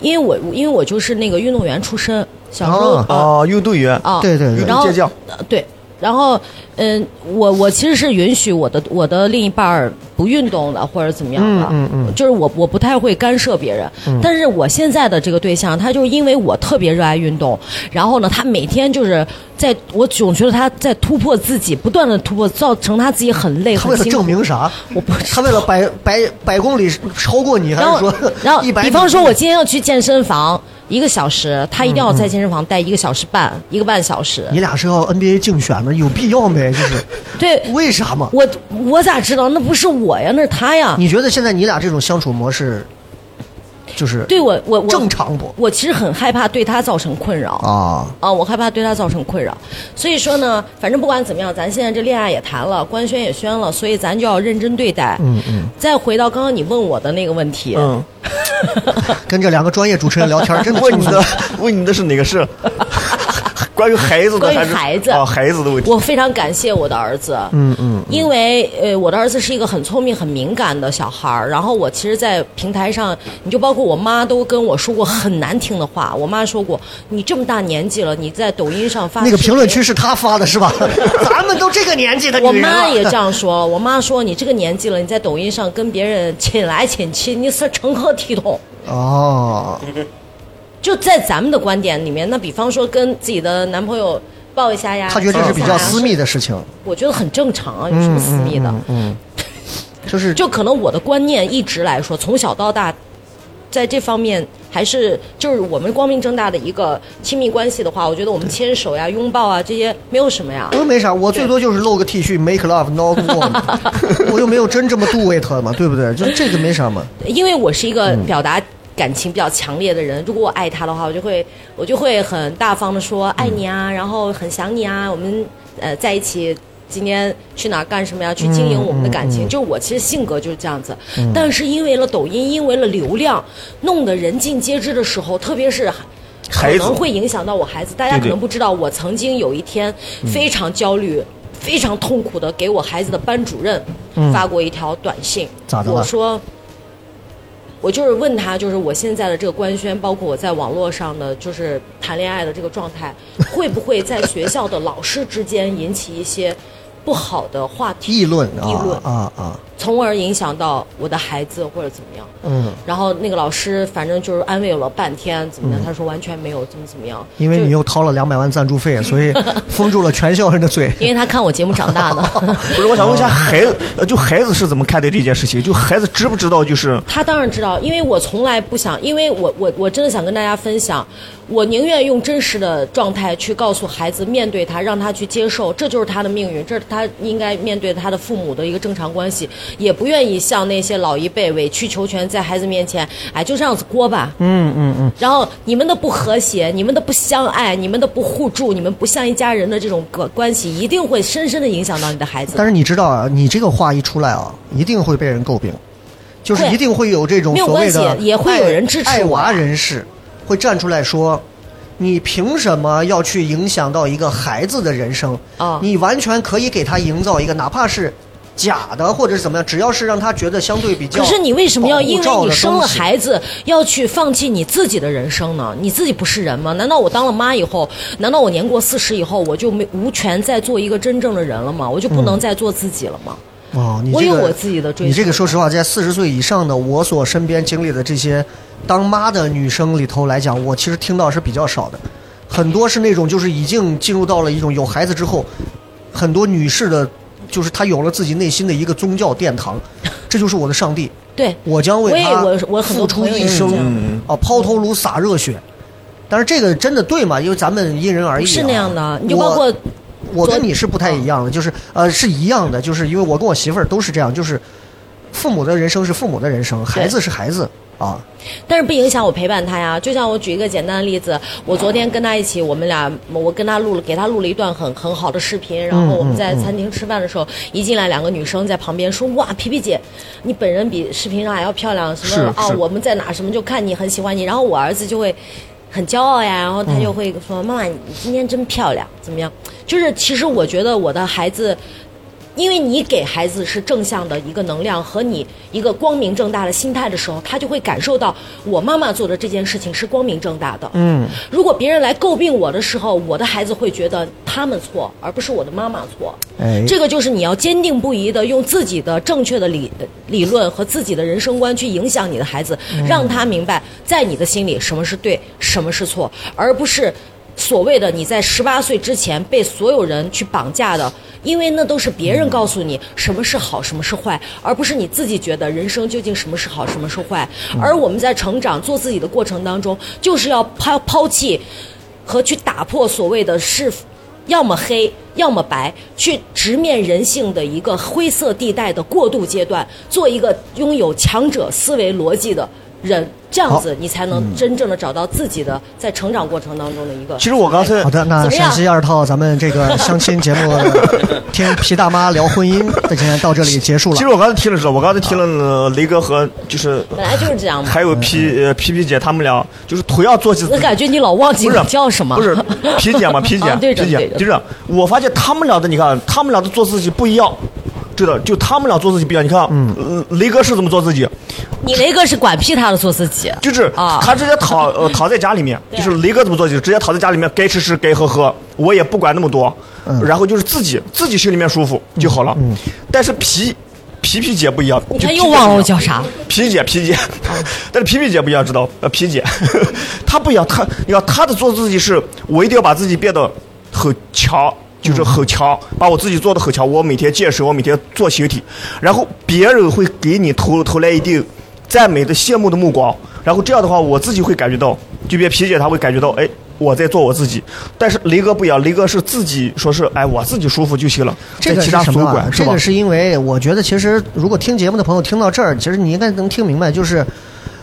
因为我因为我就是那个运动员出身，小时候哦呃啊，运动员，啊，对对对然后健 将呃对，然后嗯，我我其实是允许我的我的另一半儿不运动的或者怎么样的，嗯嗯就是我我不太会干涉别人，但是我现在的这个对象，他就是因为我特别热爱运动，然后呢，他每天就是在我总觉得他在突破自己，不断的突破，造成他自己很累，他很为了辛苦证。明啥？我不知他为了百百百公里超过你，还然是后说，然 后一，百？比方说，我今天要去健身房一个小时，他一定要在健身房待一个小时半，一个半小时。嗯你俩是要 NBA 竞选的，有必要没？ 就是对，为啥嘛？我 我咋知道？那不是我呀，那是他呀。你觉得现在你俩这种相处模式就是对我我我正常不我其实很害怕对他造成困扰啊？啊，我害怕对他造成困扰，所以说呢，反正不管怎么样，咱现在这恋爱也谈了，官宣也宣了，所以咱就要认真对待。嗯嗯，再回到刚刚你问我的那个问题，嗯，跟这两个专业主持人聊天， 真的问轻你松的问你的是哪个事？ 关于孩子的关于还是孩子哦，孩子的问题。我非常感谢我的儿子，嗯嗯，因为呃，我的儿子是一个很聪明、很敏感的小孩儿。然后我其实，在平台上，你就包括我妈都跟我说过很难听的话。我妈说过，你这么大年纪了，你在抖音上发那个视频评论区是他发的是吧？ 咱们都这个年 纪的我女人啊了，妈也这样说，我妈说你这个年纪了，你在抖音上跟别人亲来亲去，你是成何体统？哦，就在咱们的观点里面，那比方说跟自己的男朋友抱一下呀，他觉得这是比亲较一下呀私，密的事情，我觉得很正常啊，有什么私密的？嗯，就是就可能我的观念一直来说，从小到大，在这方面还是就是我们光明正大的一个亲密关系的话，我觉得我们牵手呀、拥抱啊这些没有什么呀。都没啥，我最多就是露个 T 恤，make love not war，我又没有真这么 do it 嘛，对不对？就这个没啥嘛。因为我是一个表达感情比较强烈的人，如果我爱他的话，我就会我就会很大方的说爱你啊，然后很想你啊，我们呃在一起。今天去哪儿干什么呀？去经营我们的感情，就是我其实性格就是这样子。但是因为了抖音，因为了流量，弄得人尽皆知的时候，特别是可孩子能会影响到我孩子。大家对对可能不知道，我曾经有一天嗯非常焦虑、非常痛苦的给我孩子的班主任发过一条短信，嗯咋的了我说。我就是问他，就是我现在的这个官宣，包括我在网络上的就是谈恋爱的这个状 态，会不会在学校的老师之间引起一些不好的话题，议论议论啊啊啊，从而影响到我的孩子或者怎么样？嗯，然后那个老师反正就是安慰我了半天，怎么样？他说完全没有，怎么怎么样？嗯因为就你又掏了两百万赞助费，所以封住了全校人的嘴。因为他看我节目长大的，不是，我想问一下孩子，呃就孩子是怎么看待这件事情？就孩子知不知道？就是他当然知道，因为我从来不想，因为我我我真的想跟大家分享，我宁愿用真实的状态去告诉孩子，面对他，让他去接受，这就是他的命运，这是他应该面对他的父母的一个正常关系，也不愿意像那些老一辈委曲求全，在孩子面前，哎，就这样子过吧，然后你们的不和谐，你们的不相爱，你们的不互助，你们不像一家人的这种关关系，一定会深深的影响到你的孩子但。是你知道啊，你这个话一出来啊，一定会被人诟病，就是对一定会有这种没有所谓关系的也会有爱人支持爱我啊娃呀人士会站出来说。你凭什么要去影响到一个孩子的人生？啊你完全可以给他营造一个，哪怕是假的或者是怎么样，只要是让他觉得相对比较。可是你为什么要因为你生了子？孩子要去放弃你自己的人生呢？你自己不是人吗？难道我当了妈以后，难道我年过四十以后，我就没无权再做一个真正的人了吗？我就不能再做自己了吗？哦，你我这有个我自己的追你这求个说实话，在四十岁以上的我所身边经历的这些当妈的女生里头来讲，我其实听到是比较少的，很多是那种就是已经进入到了一种有孩子之后，很多女士的，就是她有了自己内心的一个宗教殿堂，这就是我的上帝，对，嗯我将为她我也我我很付多出朋友一也是这样生，啊，抛头颅洒热血。但是这个真的对吗？因为咱们因人而异、啊。不是那样哎的。你就包我括我跟你是不嗯太一样的，就是呃是一样的，就是因为我跟我媳妇儿都是这样，就是父母的人生是父母的人生，孩子是孩子啊，但是不影响我陪伴他呀。就像我举一个简单的例子，我昨天跟他一起，我们俩我跟他录了，给他录了一段很很好的视频。然后我们在餐厅吃饭的时候，一进来两个女生在旁边说：“哇，皮皮姐，你本人比视频上还要漂亮，什么是啊是？我们在哪什么就看你很喜欢你。”然后我儿子就会。很骄傲呀，然后他就会说：“妈妈，你今天真漂亮，怎么样？”就是其实我觉得我的孩子因为你给孩子是正向的一个能量和你一个光明正大的心态的时候，他就会感受到我妈妈做的这件事情是光明正大的。嗯，如果别人来诟病我的时候，我的孩子会觉得他们错，而不是我的妈妈错。哎，这个就是你要坚定不移的用自己的正确的理呃理论和自己的人生观去影响你的孩子，让他明白在你的心里什么是对，什么是错，而不是所谓的你在十八岁之前被所有人去绑架的，因为那都是别人告诉你什么是好，什么是坏，而不是你自己觉得人生究竟什么是好，什么是坏。而我们在成长做自己的过程当中，就是要抛抛弃和去打破所谓的是要么黑，要么白，去直面人性的一个灰色地带的过渡阶段，做一个拥有强者思维逻辑的人，这样好子你才能真正的找到自己的在成长过程当中的一个嗯其。实我刚才哎好的，那怎么陕样西二套咱们这个相亲节目 听皮大妈聊婚姻的今天到这里结束了其实。我刚才听了知道，我刚才听了呃雷哥和就是本来就是这样嘛还。有皮呃皮皮姐他们俩就是同样做起我感觉你老忘记不是我叫什么，不是皮姐 嘛，皮姐，啊对着皮姐对着就是我发现他们俩的，你看他们俩的做自己不一样，对的，就他们俩做自己不一样。你看，嗯，雷哥是怎么做自己？你雷哥是管屁他的做自己，就是啊他直接躺呃躺在家里面，对就是雷哥怎么做就是直接躺在家里面，该吃吃该喝喝，我也不管那么多，然后就是自己自己心里面舒服就好了。但是皮皮皮姐不一样，你就看皮又姐忘不了一我样叫啥。皮姐，皮姐，嗯但是皮皮姐不一样，知道？呃，皮姐， 她不一样，她你看她的做自己是，我一定要把自己变得很强，嗯就是很强，把我自己做的很强。我每天健身，我每天做形体，然后别人会给你投投来一定赞美的、羡慕的目光，然后这样的话，我自己会感觉到，就别皮姐她会感觉到，哎。我在做我自己，但是雷哥不一样，雷哥是自己说是，哎，我自己舒服就行了，这个在其是他什所么有啊管？这吧个？是因为我觉得，其实如果听节目的朋友听到这儿，其实你应该能听明白，就是，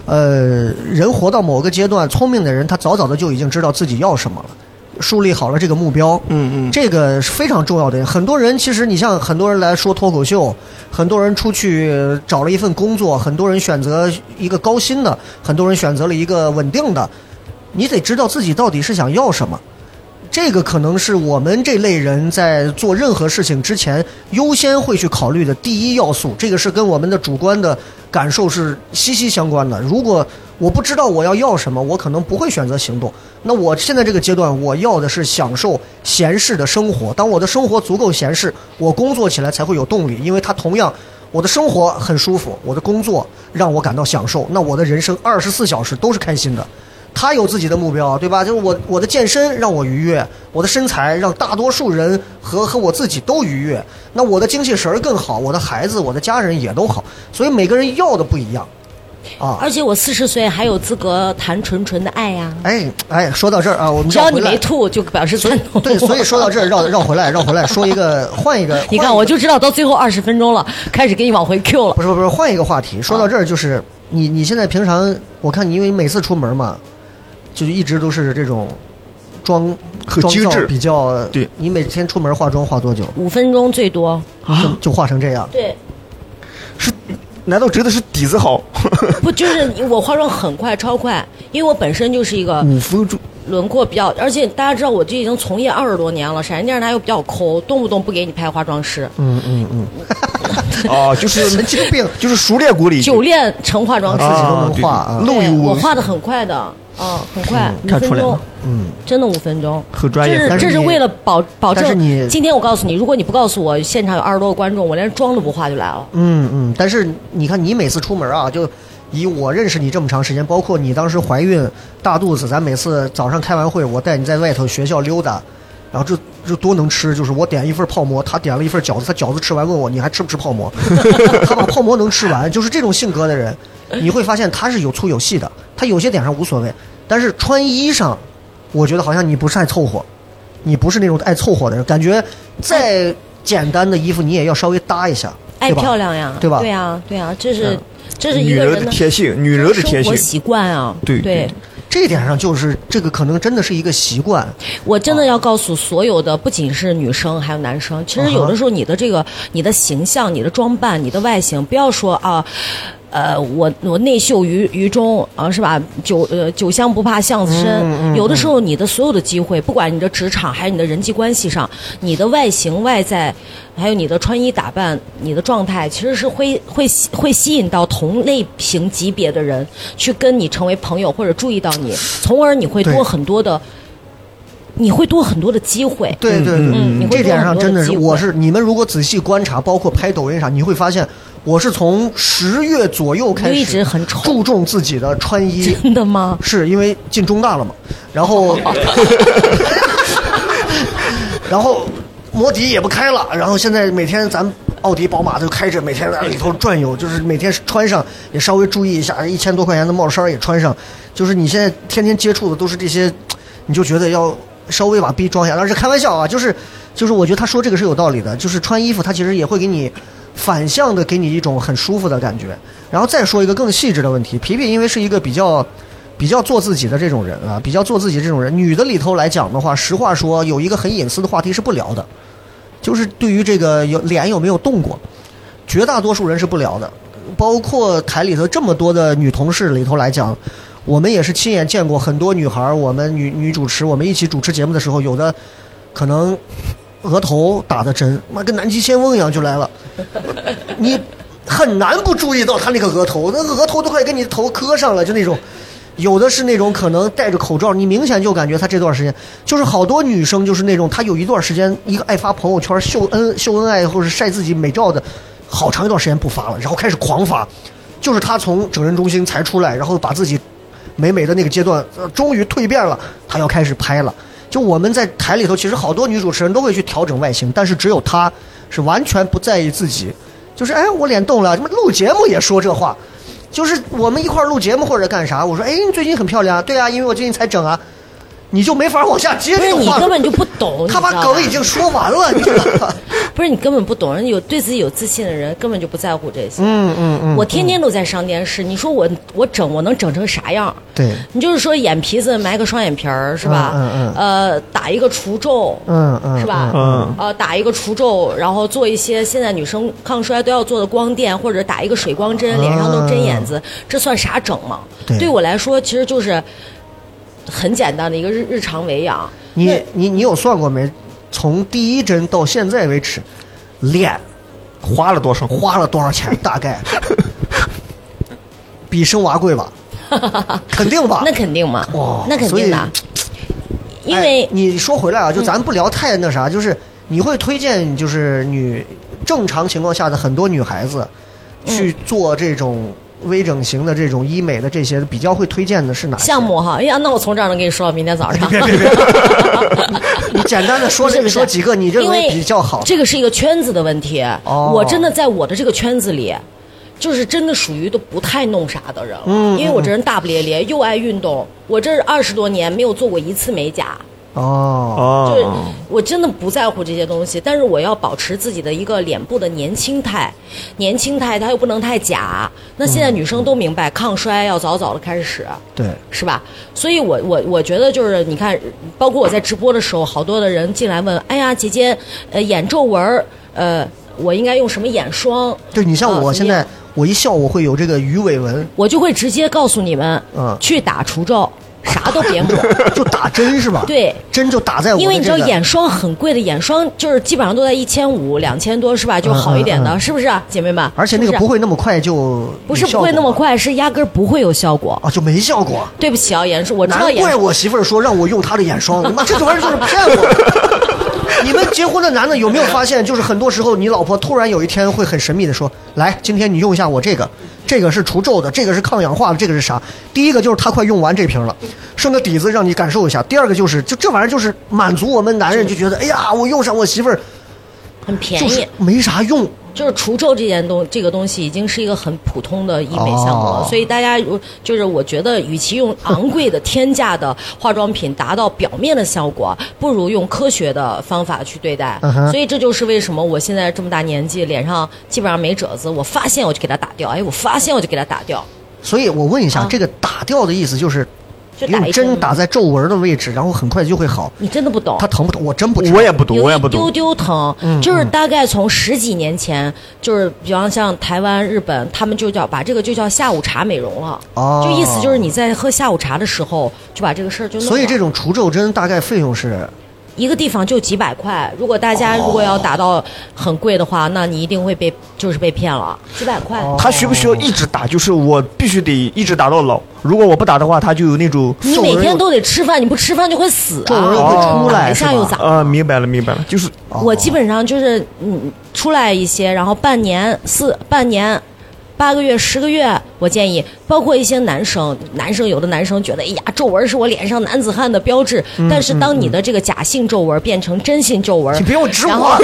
呃，人活到某个阶段，聪明的人他早早的就已经知道自己要什么了。树立好了这个目标，嗯嗯这个是非常重要的。很多人其实你像很多人来说脱口秀，很多人出去呃找了一份工作，很多人选择一个高薪的，很多人选择了一个稳定的，你得知道自己到底是想要什么。这个可能是我们这类人在做任何事情之前优先会去考虑的第一要素。这个是跟我们的主观的感受是息息相关的。如果我不知道我要要什么，我可能不会选择行动。那我现在这个阶段，我要的是享受闲适的生活。当我的生活足够闲适，我工作起来才会有动力，因为它同样。我的生活很舒服，我的工作让我感到享受，那我的人生二十四小时都是开心的。他有自己的目标，啊对吧？就是我我的健身让我愉悦，我的身材让大多数人和和我自己都愉悦，那我的精气神儿更好，我的孩子、我的家人也都好，所以每个人要的不一样，啊，而且我四十岁还有资格谈纯纯的爱呀、哎哎，说到这儿啊，我们只要绕你回没来，吐，就表示赞同。对，所以说到这儿绕绕回来绕回来，说一个换一个， 换一你看，个我就知道到最后二十分钟了，开始给你往回 Q 了不。是不是换一个话题，啊说到这儿就是你你现在平常我看你因为每次出门嘛，就一直都是这种妆很妆精造致比较对你每天出门化妆化多久？五分钟最多。啊就就化成这样。对，是，难道真的是底子好？ 不就是我化妆很快，超快，因为我本身就是一个五分钟。轮廓比较，而且大家知道我这已经从业二十多年了，陕西电视台又比较抠，动不动不给你拍化妆师，嗯嗯嗯， 哦，就是神经病，就是熟练骨里久练成化妆师。自己都啊能画啊对对漏油我画的很快的，嗯，很快，五看分出来钟了，嗯，真的五分钟，很专业这但是是这你是为了保保但是证你今天我告诉你，如果你不告诉我现场有二十多个观众，我连妆都不化就来了。嗯嗯。但是你看，你每次出门啊，就以我认识你这么长时间，包括你当时怀孕大肚子，咱每次早上开完会，我带你在外头学校溜达，然后就就多能吃，就是我点一份泡馍，他点了一份饺子，他饺子吃完问我你还吃不吃泡馍， 他把泡馍能吃完，就是这种性格的人，你会发现他是有粗有细的，他有些点上无所谓，但是穿衣裳，我觉得好像你不是爱凑合。你不是那种爱凑合的人，感觉再简单的衣服你也要稍微搭一下，爱对吧漂亮呀，对吧对呀，对呀，这是嗯这是一女个人人的天性，女人的天生活性。习惯啊。对对对，这一点上就是这个可能真的是一个习惯，我真的要告诉所有的，不仅是女生，还有男生。其实有的时候，你的这个、你的形象、你的装扮、你的外形，不要说啊，呃，我我内秀于于中啊，是吧？酒呃酒香不怕巷子深。有的时候，你的所有的机会，不管你的职场还是你的人际关系上，你的外形、外在，还有你的穿衣打扮、你的状态，其实是会会吸会吸引到同类型级别的人去跟你成为朋友，或者注意到你，从而你会对多很多的。你会多很多的机会。对对对，嗯你会这点上真的有很多的是，机会我是你们如果仔细观察，包括拍抖音啥，你会发现我是从十月左右开始就一直很丑注重自己的穿 衣，真的吗？是因为进中大了嘛，然后， 然后摩的也不开了，然后现在每天咱奥迪、宝马都开着，每天在里头转悠，就是每天穿上也稍微注意一下，一千多块钱的帽衫也穿上，就是你现在天天接触的都是这些，你就觉得要稍微把逼装一下，但是开玩笑啊，就是就是我觉得他说这个是有道理的，就是穿衣服他其实也会给你。反向的给你一种很舒服的感觉。然后再说一个更细致的问题，皮皮因为是一个比较。比较做自己的这种人啊，比较做自己这种人，女的里头来讲的话，实话说，有一个很隐私的话题是不聊的，就是对于这个有脸有没有动过，绝大多数人是不聊的。包括台里头这么多的女同事里头来讲，我们也是亲眼见过很多女孩儿，我们女女主持，我们一起主持节目的时候，有的可能额头打的针，妈跟南极仙翁一样就来了，你很难不注意到她那个额头，那个额头都快跟你头磕上了，就那种。有的是那种可能戴着口罩，你明显就感觉她这段时间就是好多女生就是那种她有一段时间一个爱发朋友圈秀恩秀恩爱或者晒自己美照的，好长一段时间不发了，然后开始狂发，就是她从整人中心才出来，然后把自己美美的那个阶段、呃终于蜕变了，她要开始拍了。就我们在台里头，其实好多女主持人都会去调整外形，但是只有她是完全不在意自己，就是哎我脸动了，什么录节目也说这话。就是我们一块儿录节目或者干啥，我说，哎，你最近很漂亮啊，对啊，因为我最近才整啊，你就没法往下接不这是个你话。根本就不懂，他把你知道吧梗已经说完了，你知道 吧？不是你根本不懂，人有对自己有自信的人根本就不在乎这些。嗯嗯嗯，我天天都在上电视，你说我我整我能整成啥样？对，你就是说眼皮子埋个双眼皮儿是吧？嗯嗯呃，打一个除皱，嗯嗯是吧？嗯呃，打一个除皱，然后做一些现在女生抗衰都要做的光电，或者打一个水光针，脸上都是针眼子，这算啥整吗？啊对我来说，其实就是很简单的一个日日常维啊养。你你你有算过没？从第一针到现在为止，脸花了多少？花了多少钱？大概 比生娃贵 吧？肯定吧？那肯定嘛，哇那肯定的，因为、嗯哎你说回来啊，就咱不聊太那啥，就是你会推荐就是女正常情况下的很多女孩子嗯去做这种微整形的这种医美的这些比较会推荐的是哪些项？目哈，哎呀，那我从这儿能跟你说到明天 早上。你简单的说不是不是说几个你认因为比较好？这个是一个圈子的问题。哦我真的在我的这个圈子里，就是真的属于都不太弄啥的人了。嗯因为我这人大不咧咧，又爱运动，我这二十多年没有做过一次美甲。哦，就是哦，我真的不在乎这些东西，但是我要保持自己的一个脸部的年轻态，年轻态它又不能太假。那现在嗯女生都明白，抗衰要早早的开始。对，是吧？所以我我我觉得就是你看，包括我在直播的时候，好多的人进来问，哎呀，姐姐，呃，眼皱纹儿，呃，我应该用什么眼霜？对你像呃我现，在、你我一笑我会有这个鱼尾纹，我就会直接告诉你们，嗯去打除皱，啥都别 抹。就打针是吧？对，针就打在我的因为你知道这个眼霜很贵的，眼霜就是基本上都在一千五、两千多，是吧？就好一点的，嗯嗯嗯是不是啊、姐妹们？而且那个是不不是会那么快就不是有效不会那么果快，是压根儿不会有效果。啊，就没效果。对不起啊，眼霜，我知道难眼怪我媳妇儿说让我用她的眼霜，你妈这玩意儿就是骗我。 你们结婚的男的有没有发现，就是很多时候你老婆突然有一天会很神秘的说：“来，今天你用一下我这个，这个是除皱的，这个是抗氧化的，这个是啥？”第一个就是她快用完这瓶了，剩个底子让你感受一下；第二个就是，就这玩意儿就是满足我们男人就觉得，哎呀，我用上我媳妇儿很便就宜。是没啥用，就是除皱这件东这个东西已经是一个很普通的医美项目了，哦所以大家如就是我觉得，与其用昂贵的天价的化妆品达到表面的效果，不如用科学的方法去对待。嗯哼所以这就是为什么我现在这么大年纪，脸上基本上没褶子，我发现我就给它打掉，哎，我发现我就给它打掉，所以我问一下，啊这个打掉的意思就是就打用一针针哦打在皱纹的位置，然后很快就会好。你真的不懂它。疼不疼？我真不知嗯道。我也不懂，有我也一不丢懂。丢疼，就是大概从十几年前，就是比方像台湾、日本，他们就叫把这个就叫下午茶美容了，哦就意思就是你在喝下午茶的时候就把这个事儿就弄了。所以这种除皱针大概费用是一个地方就几百块，如果大家如果要打到很贵的话，那你一定会被就是被骗了，几百块。哦他需不需要一直打？就是我必须得一直打到老。如果我不打的话，他就有那种你皱每纹天都得吃饭，你不吃饭就会死皱纹啊！会出打来，一是下又吧？咋？啊，明白了，明白了，就是我基本上就是嗯出来一些，然后半年四半年。八个月、十个月，我建议，包括一些男生，男生有的男生觉得，哎呀，皱纹是我脸上男子汉的标志。但是，当你的这个假性皱纹变成真性皱纹，你不用指 然我后，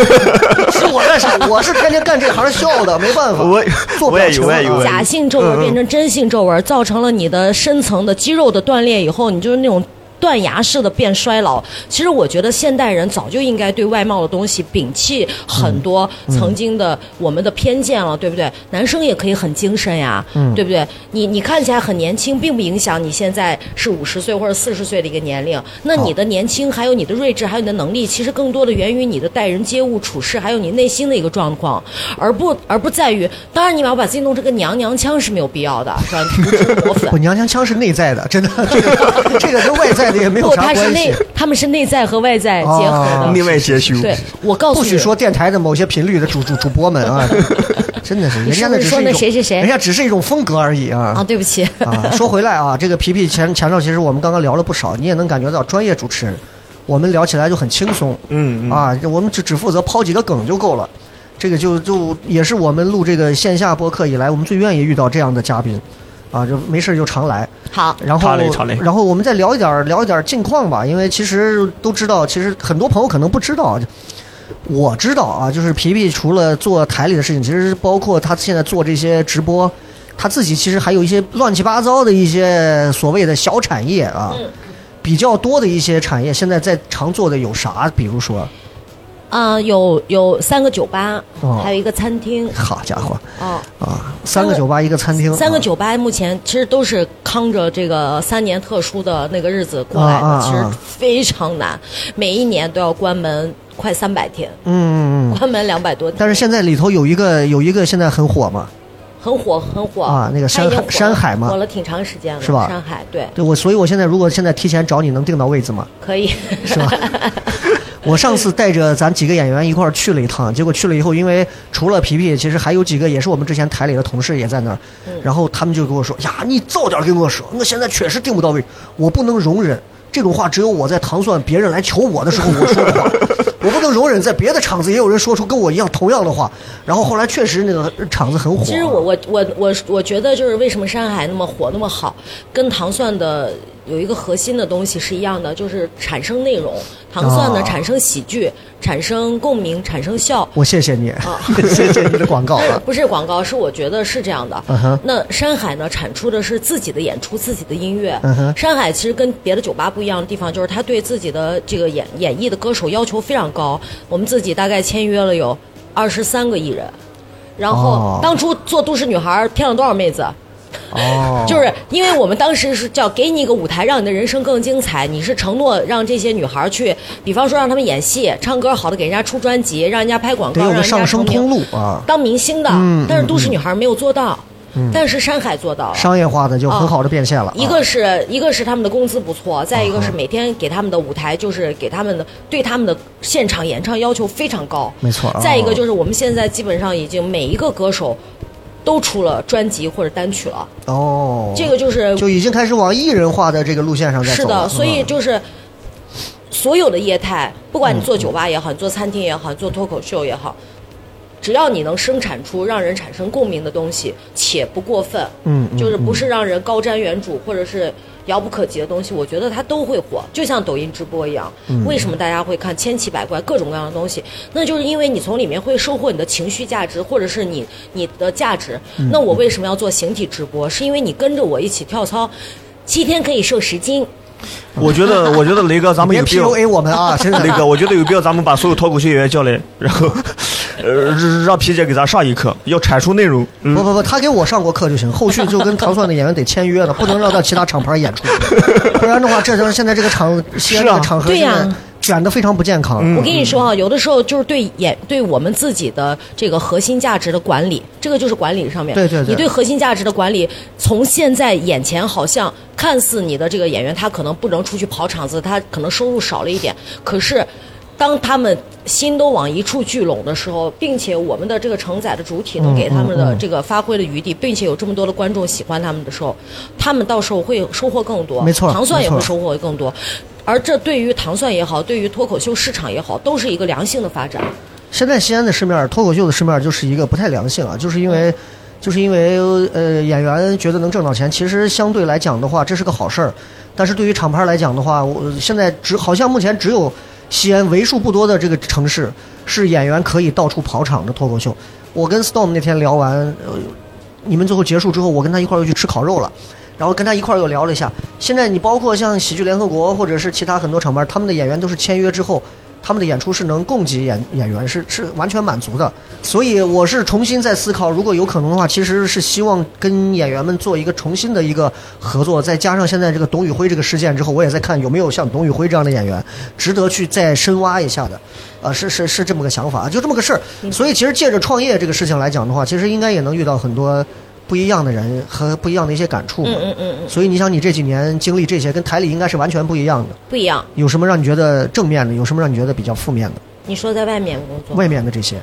指我干啥？我是天天干这行笑的，没办法。我做我表也情有我也有啊我也有假性皱纹变成真性皱纹，造成了你的深层的肌肉的断裂以后，你就是那种断崖式的变衰老。其实我觉得现代人早就应该对外貌的东西摒弃很多曾经的我们的偏见了，对不对？男生也可以很精神呀，对不对？你你看起来很年轻，并不影响你现在是五十岁或者四十岁的一个年龄。那哦你的年轻，还有你的睿智，还有你的能力，其实更多的源于你的待人接物、处事，还有你内心的一个状况，而不而不在于。当然，你要把自己弄成个娘娘腔是没有必要的，是吧？你涂脂 抹粉我。娘娘腔是内在的，真的， 这个这个跟外在的也没有不，啥他是关内系。，他们是内在和外在结合的。啊内外兼修。对，我告诉不你，许说电台的某些频率的主主主播们啊，真的是，人家那只你是不是说是一那种，谁谁谁人家只是一种风格而已啊，对不起， 啊，说回来啊，这个皮皮前前头其实我们刚刚聊了不少，你也能感觉到专业主持人，我们聊起来就很轻松，嗯嗯啊，我们只只负责抛几个梗就够了。这个就就也是我们录这个线下播客以来，我们最愿意遇到这样的嘉宾，啊，就没事儿就常来。好，然后查嘞查嘞然后我们再聊一点儿聊一点儿近况吧，因为其实都知道，其实很多朋友可能不知道，啊我知道啊，就是皮皮除了做台里的事情，其实包括他现在做这些直播，他自己其实还有一些乱七八糟的一些所谓的小产业啊。嗯比较多的一些产业，现在在常做的有啥？比如说，啊、有有三个酒吧，哦还有一个餐厅，好家伙哦，啊，三个三个酒吧，一个餐厅，三个啊酒吧目前其实都是扛着这个三年特殊的那个日子过来啊的，啊啊其实非常难，每一年都要关门快三百天，嗯嗯嗯。关门两百多天，但是现在里头有一个有一个现在很火嘛，很火很火啊那个它已经山海火了山海嘛火了挺长时间了，是吧山海对，对我，所以我现在如果现在提前找你，能订到位置吗？可以是 吧？我上次带着咱几个演员一块儿去了一趟，结果去了以后，因为除了皮皮，其实还有几个也是我们之前台里的同事也在那儿，嗯然后他们就跟我说：“呀，你早点跟我说，我现在确实定不到位，我不能容忍这种话，只有我在糖蒜别人来求我的时候我说的话， 我不能容忍在别的场子也有人说出跟我一样同样的话。”然后后来确实那个场子很火，其实我我我我我觉得就是为什么山海那么火那么好，跟糖蒜的有一个核心的东西是一样的，就是产生内容。糖蒜呢啊产生喜剧，产生共鸣，产生笑。我谢谢你，啊谢谢你的广告 啊。不是广告，是我觉得是这样的。嗯哼那山海呢，产出的是自己的演出，自己的音乐。嗯哼山海其实跟别的酒吧不一样的地方，就是他对自己的这个演演绎的歌手要求非常高。我们自己大概签约了有二十三个艺人，然后、哦当初做《都市女孩》骗了多少妹子？哦， 就是因为我们当时是叫给你一个舞台，让你的人生更精彩。你是承诺让这些女孩去，比方说让她们演戏、唱歌，好的给人家出专辑，让人家拍广得告，有让个人家上升成通名路啊，当明星的。嗯但是都市女孩没有做到，但是山海做到了。商业化的就很好的变现了啊。一个是一个是他们的工资不错，再一个是每天给他们的舞台就是给他们的对他们的现场演唱要求非常高，没错啊再一个就是我们现在基本上已经每一个歌手都出了专辑或者单曲了，哦，这个就是就已经开始往艺人化的这个路线上在走是了。嗯的，所以就是所有的业态，不管嗯你做酒吧也好，你做餐厅也好，你做脱口秀也好，只要你能生产出让人产生共鸣的东西，且不过分，嗯嗯就是不是让人高瞻远瞩或者是遥不可及的东西，我觉得它都会火，就像抖音直播一样。嗯为什么大家会看千奇百怪各种各样的东西？那就是因为你从里面会收获你的情绪价值，或者是你你的价值。嗯那我为什么要做形体直播？是因为你跟着我一起跳操，七天可以瘦十斤。我觉 得，我觉得雷哥，咱们别有必要。 PUA 我们啊，真雷哥，的。我觉得有必要，咱们把所有脱口秀演员叫来，然后，呃，让皮姐给咱上一课，要阐述内容。嗯不不不，他给我上过课就行，后续就跟糖蒜的演员得签 约了，不能让到其他厂牌演出，不然的话，这就是现在这个场西安这个啊场合对现呀在卷的非常不健康。嗯我跟你说嗯啊，有的时候就是对演对我们自己的这个核心价值的管理，这个就是管理上面。对对对你对核心价值的管理，从现在眼前好像看似你的这个演员他可能不能出去跑场子，他可能收入少了一点，可是。当他们心都往一处聚拢的时候，并且我们的这个承载的主体嗯能给他们的这个发挥的余地，并且有这么多的观众喜欢他们的时候，他们到时候会收获更多。没错糖蒜也没会错收获更多。而这对于糖蒜也好，对于脱口秀市场也好，都是一个良性的发展。现在西安的市面，脱口秀的市面就是一个不太良性啊，就是因为，就是因为呃演员觉得能挣到钱，其实相对来讲的话，这是个好事儿。但是对于厂牌来讲的话，我现在只好像目前只有西安为数不多的这个城市是演员可以到处跑场的脱口秀。我跟 Storm 那天聊完，呃，你们最后结束之后，我跟他一块儿又去吃烤肉了。然后跟他一块儿又聊了一下。现在你包括像喜剧联合国或者是其他很多厂牌，他们的演员都是签约之后，他们的演出是能供给演演员是是完全满足的。所以我是重新在思考，如果有可能的话，其实是希望跟演员们做一个重新的一个合作。再加上现在这个董宇辉这个事件之后，我也在看有没有像董宇辉这样的演员值得去再深挖一下的。啊，是是是这么个想法，就这么个事儿。嗯所以其实借着创业这个事情来讲的话，其实应该也能遇到很多不一样的人和不一样的一些感触嘛。嗯嗯嗯，所以你想，你这几年经历这些，跟台里应该是完全不一样的。不一样。有什么让你觉得正面的？有什么让你觉得比较负面的？你说在外面工作，外面的这些，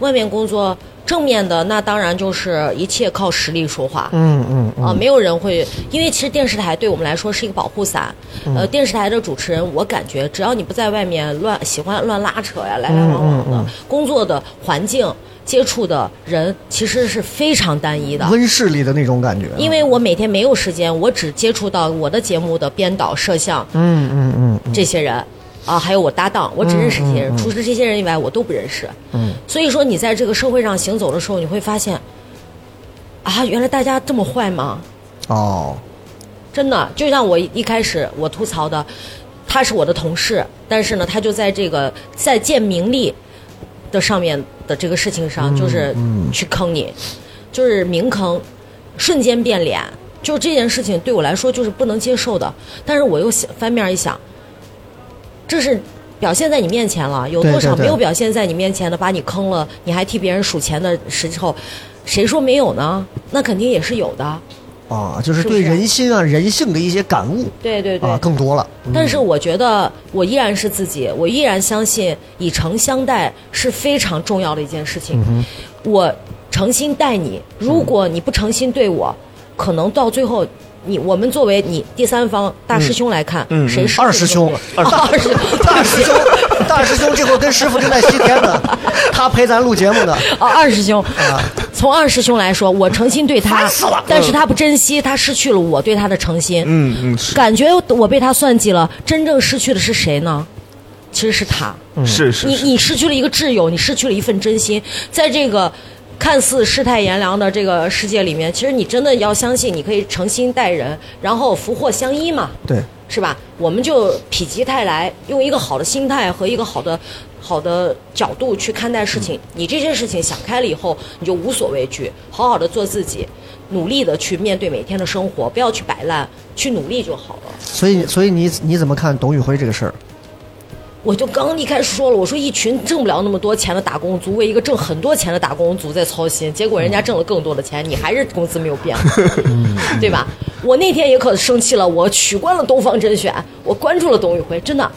外面工作正面的那当然就是一切靠实力说话。嗯嗯啊，嗯，没有人会，因为其实电视台对我们来说是一个保护伞。嗯呃，电视台的主持人，我感觉只要你不在外面乱喜欢乱拉扯呀，来来往往的，嗯嗯工作的环境、接触的人其实是非常单一的。温室里的那种感觉。因为我每天没有时间，我只接触到我的节目的编导、摄像嗯嗯嗯嗯这些人，啊，还有我搭档，我只认识这些人，除了这些人以外，我都不认识。嗯，所以说你在这个社会上行走的时候，你会发现，啊，原来大家这么坏吗？哦，真的，就像我一开始我吐槽的，他是我的同事，但是呢，他就在这个在建名利的上面的这个事情嗯上，就是去坑你，就是明坑，瞬间变脸，就是这件事情对我来说就是不能接受的。但是我又想翻面一想，这是。表现在你面前了，有对多少对对没有表现在你面前的，把你坑了，你还替别人数钱的时候，谁说没有呢？那肯定也是有的。啊，就是是不对是人心啊、人性的一些感悟对对对，啊，更多了。但是我觉得我依然是自己，我依然相信以诚相待是非常重要的一件事情。我诚心待你，如果你不诚心对我，可能到最后。你我们作为你第三方大师兄来看，嗯嗯谁是二师兄最后二师大师兄，大师兄这会儿跟师傅正在西天呢，他陪咱录节目呢。啊 二师兄，从二师兄来说，我诚心对他，但是他不珍惜，他失去了我对他的诚心，嗯嗯是感觉我被他算计了，真正失去的是谁呢？其实是他，是是你是，你失去了一个挚友，你失去了一份真心，在这个看似世态炎凉的这个世界里面，其实你真的要相信，你可以诚心待人，然后福祸相依嘛，对，是吧？我们就否极泰来，用一个好的心态和一个好的好的角度去看待嗯事情。你这件事情想开了以后，你就无所畏惧，好好的做自己，努力的去面对每天的生活，不要去摆烂，去努力就好了。所以所以你你怎么看董宇辉这个事儿？我就刚一开始说了，我说一群挣不了那么多钱的打工族，为一个挣很多钱的打工族在操心，结果人家挣了更多的钱，你还是工资没有变，对吧？我那天也可生气了，我取关了东方甄选，我关注了董宇辉，真的，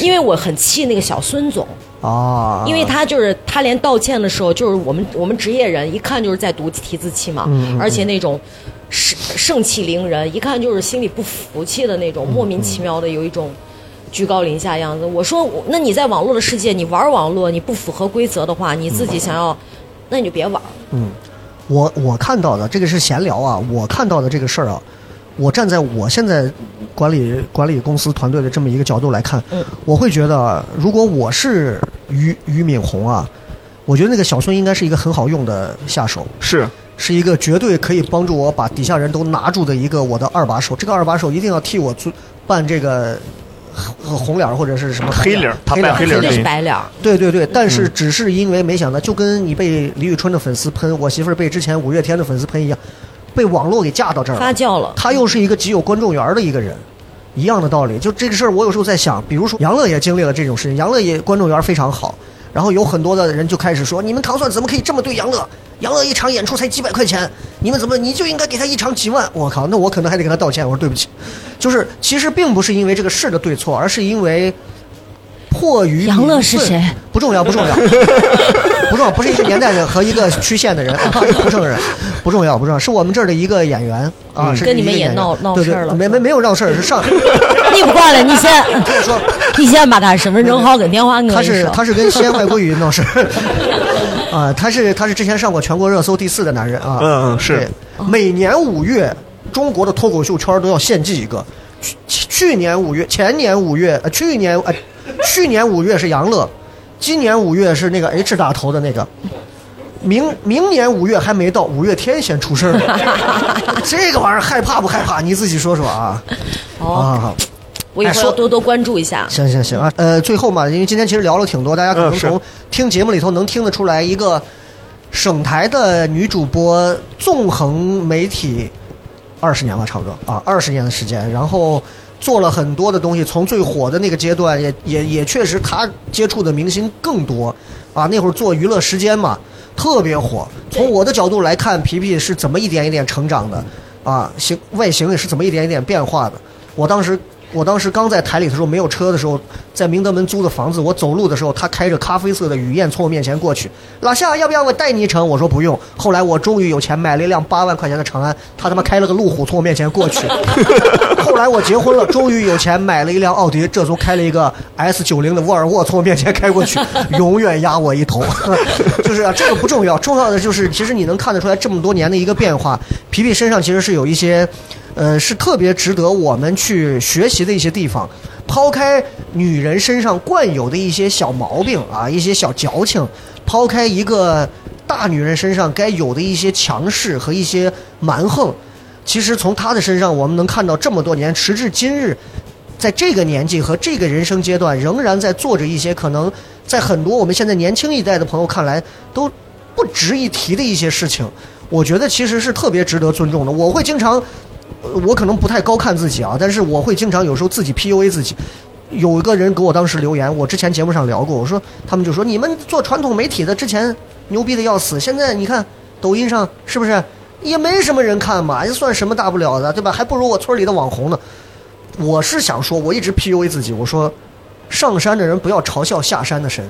因为我很气那个小孙总，啊，因为他就是他连道歉的时候，就是我们我们职业人一看就是在读提字器嘛，嗯而且那种盛盛气凌人，一看就是心里不服气的那嗯种，莫名其妙的有一种居高临下样子。我说，我那你在网络的世界，你玩网络，你不符合规则的话，你嗯自己想要，那你就别玩。我我看到的这个是闲聊啊，我看到的这个事儿啊，我站在我现在管理管理公司团队的这么一个角度来看，嗯我会觉得，啊如果我是俞俞敏洪啊，我觉得那个小孙应该是一个很好用的下手，是是一个绝对可以帮助我把底下人都拿住的一个我的二把手。这个二把手一定要替我做办这个红红脸儿或者是什么黑脸儿他扮黑绝脸儿嗯对对是白脸儿，对对对，但是只是因为没想到，就跟你被李宇春的粉丝喷，我媳妇儿被之前五月天的粉丝喷一样，被网络给架到这儿发了。酵了。他又是一个极有观众缘儿的一个人，一样的道理。就这个事儿，我有时候在想，比如说杨乐也经历了这种事情，杨乐也观众缘儿非常好，然后有很多的人就开始说，你们糖蒜怎么可以这么对杨乐？杨乐一场演出才几百块钱，你们怎么你就应该给他一场几万？我靠，那我可能还得给他道歉，我说对不起。就是其实并不是因为这个事的对错，而是因为迫于杨乐民是愤谁？不重要，不 重要，不重要，不是一个年代的和一个区县的人，啊、不重要，不重要，不重要，是我们这儿的一个演员啊，是跟你们一个也演员闹闹对事对儿了没没没有闹事儿，是上， 你不挂了，你先，说你先把他身份证号跟电话给他我是说他是 跟西安外国语闹事儿，啊，他是他是之前上过全国热搜第四的男人啊，嗯嗯是对，每年五月中国的脱口秀圈都要献祭一个，去去年五月，前年五月，呃，去年呃，去年五月是杨乐，今年五月是那个 H 打头的那个。明明年五月还没到，五月天先出事儿了， 这个玩意儿害怕不害怕？你自己说说啊。哦，啊，我以哎后说要多多关注一下。。行行行啊，呃，最后嘛，因为今天其实聊了挺多，大家可能嗯是从听节目里头能听得出来，一个省台的女主播纵横媒体二十年吧，差不多啊，二十年的时间，然后做了很多的东西，从最火的那个阶段，也也也确实她接触的明星更多啊，那会儿做娱乐时间嘛，特别火。从我的角度来看，皮皮是怎么一点一点成长的啊，形外形也是怎么一点一点变化的。我当时。我当时刚在台里的时候，没有车的时候，在明德门租的房子，我走路的时候，他开着咖啡色的雨燕从我面前过去。老夏，要不要我带你一程？我说不用。后来我终于有钱买了一辆八万块钱的长安，他他妈开了个路虎从我面前过去。后来我结婚了，终于有钱买了一辆奥迪，这从开了一个呃 S 九零的沃尔沃从我面前开过去，永远压我一头。 就是啊，这个不重要，重要的就是其实你能看得出来这么多年的一个变化。皮皮身上其实是有一些。呃，是特别值得我们去学习的一些地方。抛开女人身上惯有的一些小毛病啊，一些小矫情，抛开一个大女人身上该有的一些强势和一些蛮横，其实从她的身上，我们能看到这么多年，时至今日，在这个年纪和这个人生阶段，仍然在做着一些可能在很多我们现在年轻一代的朋友看来都不值一提的一些事情，我觉得其实是特别值得尊重的。我会经常，呃我可能不太高看自己啊，但是我会经常有时候自己 PUA 自己。有一个人给我当时留言，我之前节目上聊过，我说他们就说你们做传统媒体的之前牛逼的要死，现在你看抖音上是不是也没什么人看嘛，也算什么大不了的，对吧？还不如我村里的网红呢。我是想说，我一直 PUA 自己，我说上山的人不要嘲笑下山的神。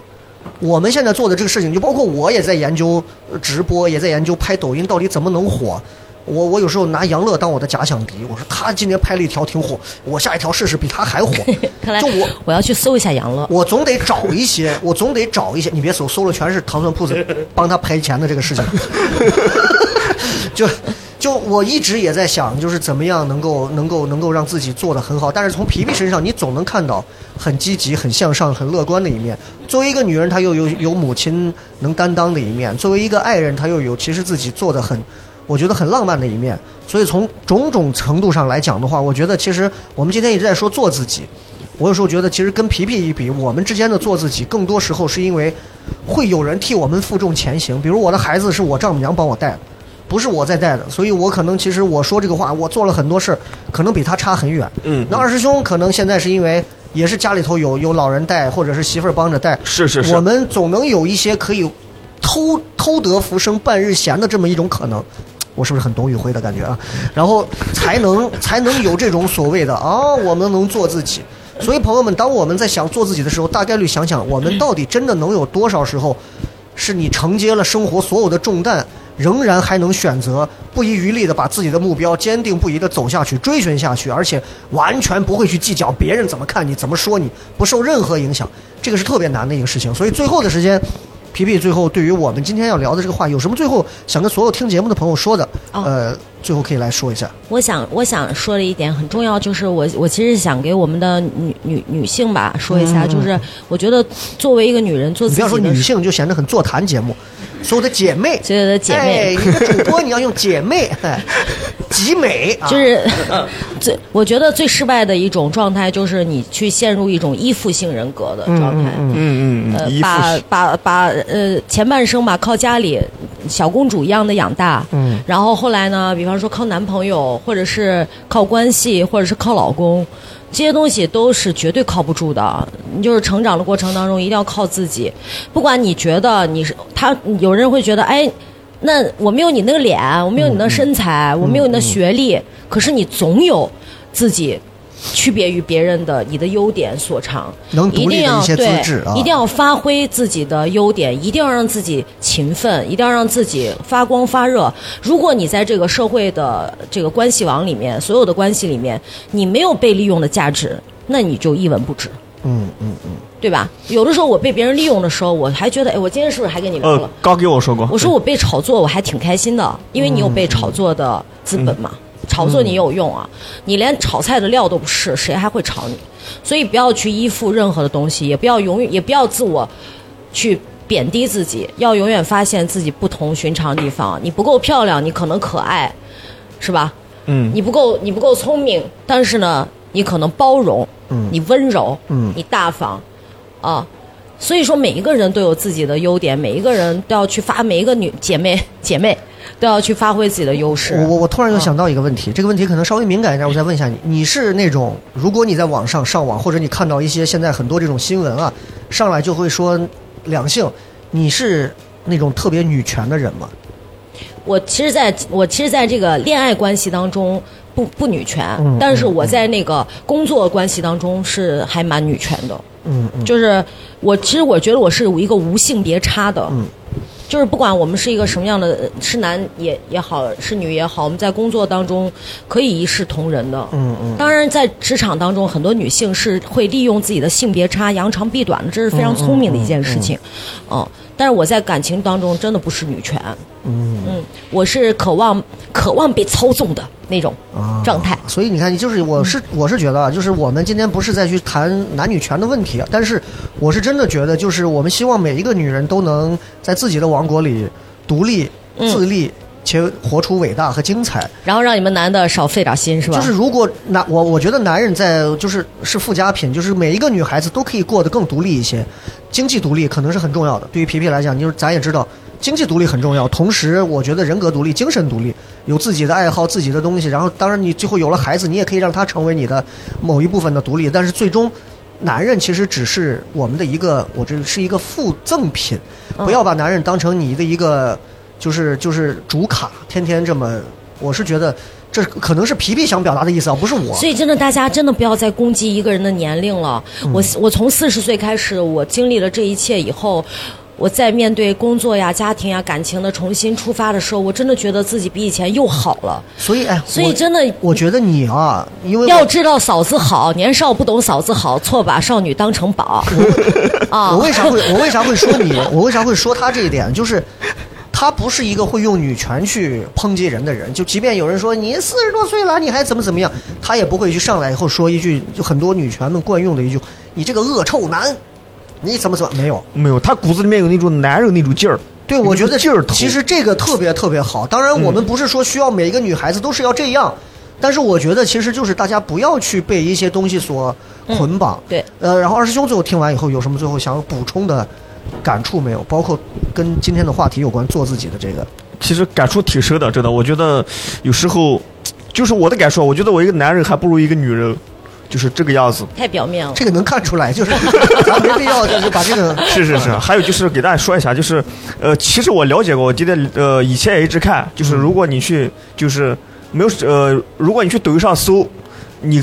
我们现在做的这个事情，就包括我也在研究呃直播，也在研究拍抖音到底怎么能火。我我有时候拿杨乐当我的假想敌，我说他今年拍了一条挺火，我下一条试试比他还火 看来就我我要去搜一下杨乐。我总得找一些，我总得找一些。你别搜，搜了全是糖蒜铺子帮他赔钱的这个事情。 就就我一直也在想，就是怎么样能够能够能够让自己做得很好。但是从皮皮身上，你总能看到很积极、很向上、很乐观的一面。作为一个女人，她又有有母亲能担当的一面；作为一个爱人，她又有其实自己做的很。我觉得很浪漫的一面，所以从种种程度上来讲的话，我觉得其实我们今天一直在说做自己，我有时候觉得，其实跟皮皮一比，我们之间的做自己，更多时候是因为会有人替我们负重前行。比如我的孩子是我丈母娘帮我带的，不是我在带的，所以我可能其实我说这个话，我做了很多事儿，可能比他差很远。嗯那二师兄可能现在是因为也是家里头有有老人带，或者是媳妇儿帮着带，是是是我们总能有一些可以偷偷得浮生半日闲的这么一种可能。我是不是很董宇辉的感觉啊？然后才能 才能有这种所谓的啊，我们能做自己。所以朋友们，当我们在想做自己的时候，大概率想想，我们到底真的能有多少时候，是你承接了生活所有的重担，仍然还能选择不遗余力的把自己的目标坚定不移的走下去、追寻下去，而且完全不会去计较别人怎么看你、怎么说你，不受任何影响。这个是特别难的一个事情。所以最后的时间。皮皮最后对于我们今天要聊的这个话，有什么最后想跟所有听节目的朋友说的？哦呃，最后可以来说一下。我想，我想说的一点很重要，就是我我其实想给我们的女女女性吧说一下，就是我觉得作为一个女人嗯做你不自己要的说女性就显得很座谈节目，所有的姐妹，所有的姐妹哎，你的主播你要用姐妹，哎集美啊， 就是最，我觉得最失败的一种状态，就是你去陷入一种依附性人格的状态。嗯嗯呃嗯，依，把附把把呃前半生吧靠家里小公主一样的养大，嗯，然后后来呢，比方说靠男朋友，或者是靠关系，或者是靠老公，这些东西都是绝对靠不住的。你就是成长的过程当中，一定要靠自己。不管你觉得你是他，有人会觉得哎。那我没有你那个脸，我没有你那身材，我没有你的学历，可是你总有自己区别于别人的你的优点所长，能独一立定的要一些资对质啊一定要发挥自己的优点，一定要让自己勤奋，一定要让自己发光发热。如果你在这个社会的这个关系网里面，所有的关系里面，你没有被利用的价值，那你就一文不值。嗯嗯，对吧？有的时候我被别人利用的时候，我还觉得，哎，我今天是不是还跟你聊了？呃，刚给我说过，我说我被炒作，我还挺开心的，因为你有被炒作的资本嘛，炒作你有用啊，你连炒菜的料都不是，谁还会炒你？所以不要去依附任何的东西，也不要永远，也不要自我去。贬低自己，要永远发现自己不同寻常地方。你不够漂亮，你可能可爱，是吧？嗯你不够，你不够聪明，但是呢，你可能包容，嗯你温柔，嗯你大方，啊，所以说每一个人都有自己的优点，每一个人都要去发，每一个女姐妹 姐妹都要去发挥自己的优势。我我我突然又想到一个问题，这个问题可能稍微敏感一点，我再问一下你，你是那种如果你在网上上网，或者你看到一些现在很多这种新闻啊，上来就会说两性，你是那种特别女权的人吗？我其实在，我其实在这个恋爱关系当中不不女权，嗯但是我在那个工作关系当中是还蛮女权的。嗯嗯就是我其实我觉得我是一个无性别差的，嗯就是不管我们是一个什么样的，是男也也好，是女也好，我们在工作当中可以一视同仁的。嗯嗯，当然，在职场当中，很多女性是会利用自己的性别差扬长避短的，这是非常聪明的一件事情。嗯，但是我在感情当中真的不是女权，嗯我是渴望渴望被操纵的那种状态。所以你看，就是我是我是觉得啊，就是我们今天不是在去谈男女权的问题，啊但是我是真的觉得，就是我们希望每一个女人都能在自己的王国里独立、嗯自立，且活出伟大和精彩。然后让你们男的少费点心，是吧？就是如果男我我觉得男人在就是是附加品，就是每一个女孩子都可以过得更独立一些，经济独立可能是很重要的。对于皮皮来讲，就是咱也知道，经济独立很重要，同时我觉得人格独立、精神独立，有自己的爱好、自己的东西，然后当然你最后有了孩子，你也可以让他成为你的某一部分的独立，但是最终。男人其实只是我们的一个，我这是一个附赠品，嗯不要把男人当成你的一个，就是就是主卡，天天这么，我是觉得这可能是皮皮想表达的意思啊，不是我。所以，真的，大家真的不要再攻击一个人的年龄了。嗯我我从四十岁开始，我经历了这一切以后，我在面对工作呀、家庭呀、感情的重新出发的时候，我真的觉得自己比以前又好了。所以哎，所以，我真的我觉得你啊，因为要我知道嫂子好，年少不懂嫂子好，错把少女当成 宝。啊我，为 啥会我为啥会说你，我为啥会说他这一点，就是。他不是一个会用女权去抨击人的人，就即便有人说你四十多岁了，你还怎么怎么样，他也不会去上来以后说一句就很多女权们惯用的一句“你这个恶臭男”，你怎么怎么没有？嗯没有，他骨子里面有那种男人那种劲儿。对，有我那觉种得劲儿头。嗯其实这个特别特别好。当然，我们不是说需要每一个女孩子都是要这样，但是我觉得其实就是大家不要去被一些东西所捆绑。对，呃，然后二师兄最后听完以后有什么最后想补充的感触没有？包括跟今天的话题有关，做自己的这个，其实感触挺深的，真的。我觉得有时候，就是我的感受，我觉得我一个男人还不如一个女人，就是这个样子。太表面了。这个能看出来，就是咱没必要就是把这个 是是是，呃还有就是给大家说一下，就是呃，其实我了解过，我记得呃以前也一直看，就是如果你去就是没有呃，如果你去抖音上搜，你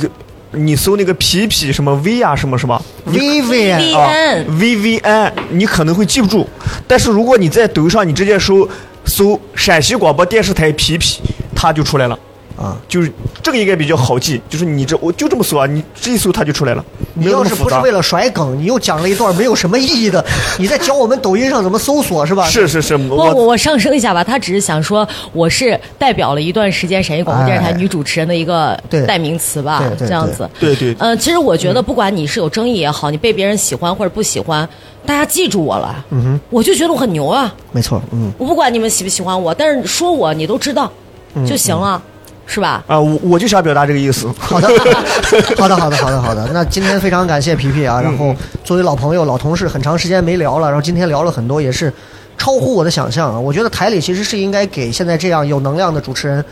你搜那个皮皮什么 V 啊什么什么 Vivian 必啊安 V V N，你可能会记不住，但是如果你在抖音上你直接搜搜陕西广播电视台皮皮，它就出来了。啊，就是这个应该比较好记，就是你这我就这么搜啊，你这一搜它就出来了，你没有要那是不么复是杂为。了甩梗，你又讲了一段没有什么意义的，你在教我们抖音上怎么搜索是吧？是是是，不，我我我上升一下吧，他只是想说，我是代表了一段时间陕西广播电视台哎女主持人的一个对代名词吧对，对这样子。对对，嗯，其实我觉得，不管你是有争议也好，你被别人喜欢或者不喜欢，大家记住我了，嗯我就觉得我很牛啊！没错，嗯。我不管你们喜不喜欢我，但是说我你都知道嗯就行了，是吧？啊，我我就想表达这个意思。好 的， 好的，好的，好的，好的。那今天非常感谢皮皮嗯啊，然后作为老朋友、老同事，很长时间没聊了，然后今天聊了很多，也是超乎我的想象啊。我觉得台里其实是应该给现在这样有能量的主持人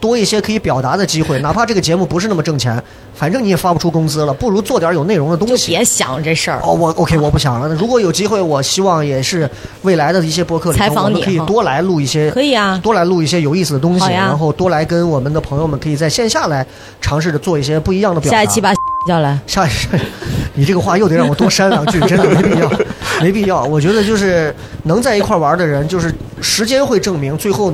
多一些可以表达的机会，哪怕这个节目不是那么挣钱，反正你也发不出工资了，不如做点有内容的东就西。别想这事儿。哦，我 OK，我不想了。如果有机会，我希望也是未来的一些播客里头，采访我们你可以哈多来录一些，可以啊多来录一些有意思的东西，好呀然后多来跟我们的朋友们可以在线下来尝试着做一些不一样的表达。下一期把 叫来，下一期，你这个话又得让我多删两句，真的没必要，没必要。我觉得就是能在一块玩的人，就是时间会证明，最后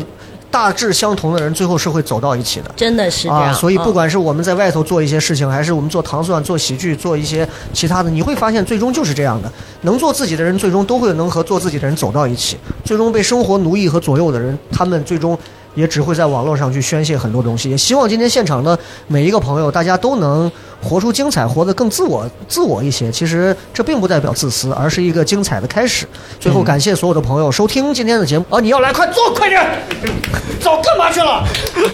大致相同的人，最后是会走到一起的。真的是这啊，样。所以不嗯管是我们在外头做一些事情，还是我们做糖蒜、做喜剧、做一些其他的，你会发现最终就是这样的。能做自己的人，最终都会能和做自己的人走到一起。最终被生活奴役和左右的人，他们最终也只会在网络上去宣泄很多东西。也希望今天现场的每一个朋友，大家都能活出精彩，活得更自我、自我一些。其实这并不代表自私，而是一个精彩的开始。最嗯后感谢所有的朋友收听今天的节目。哦，你要来，快坐，快点，走干嘛去了？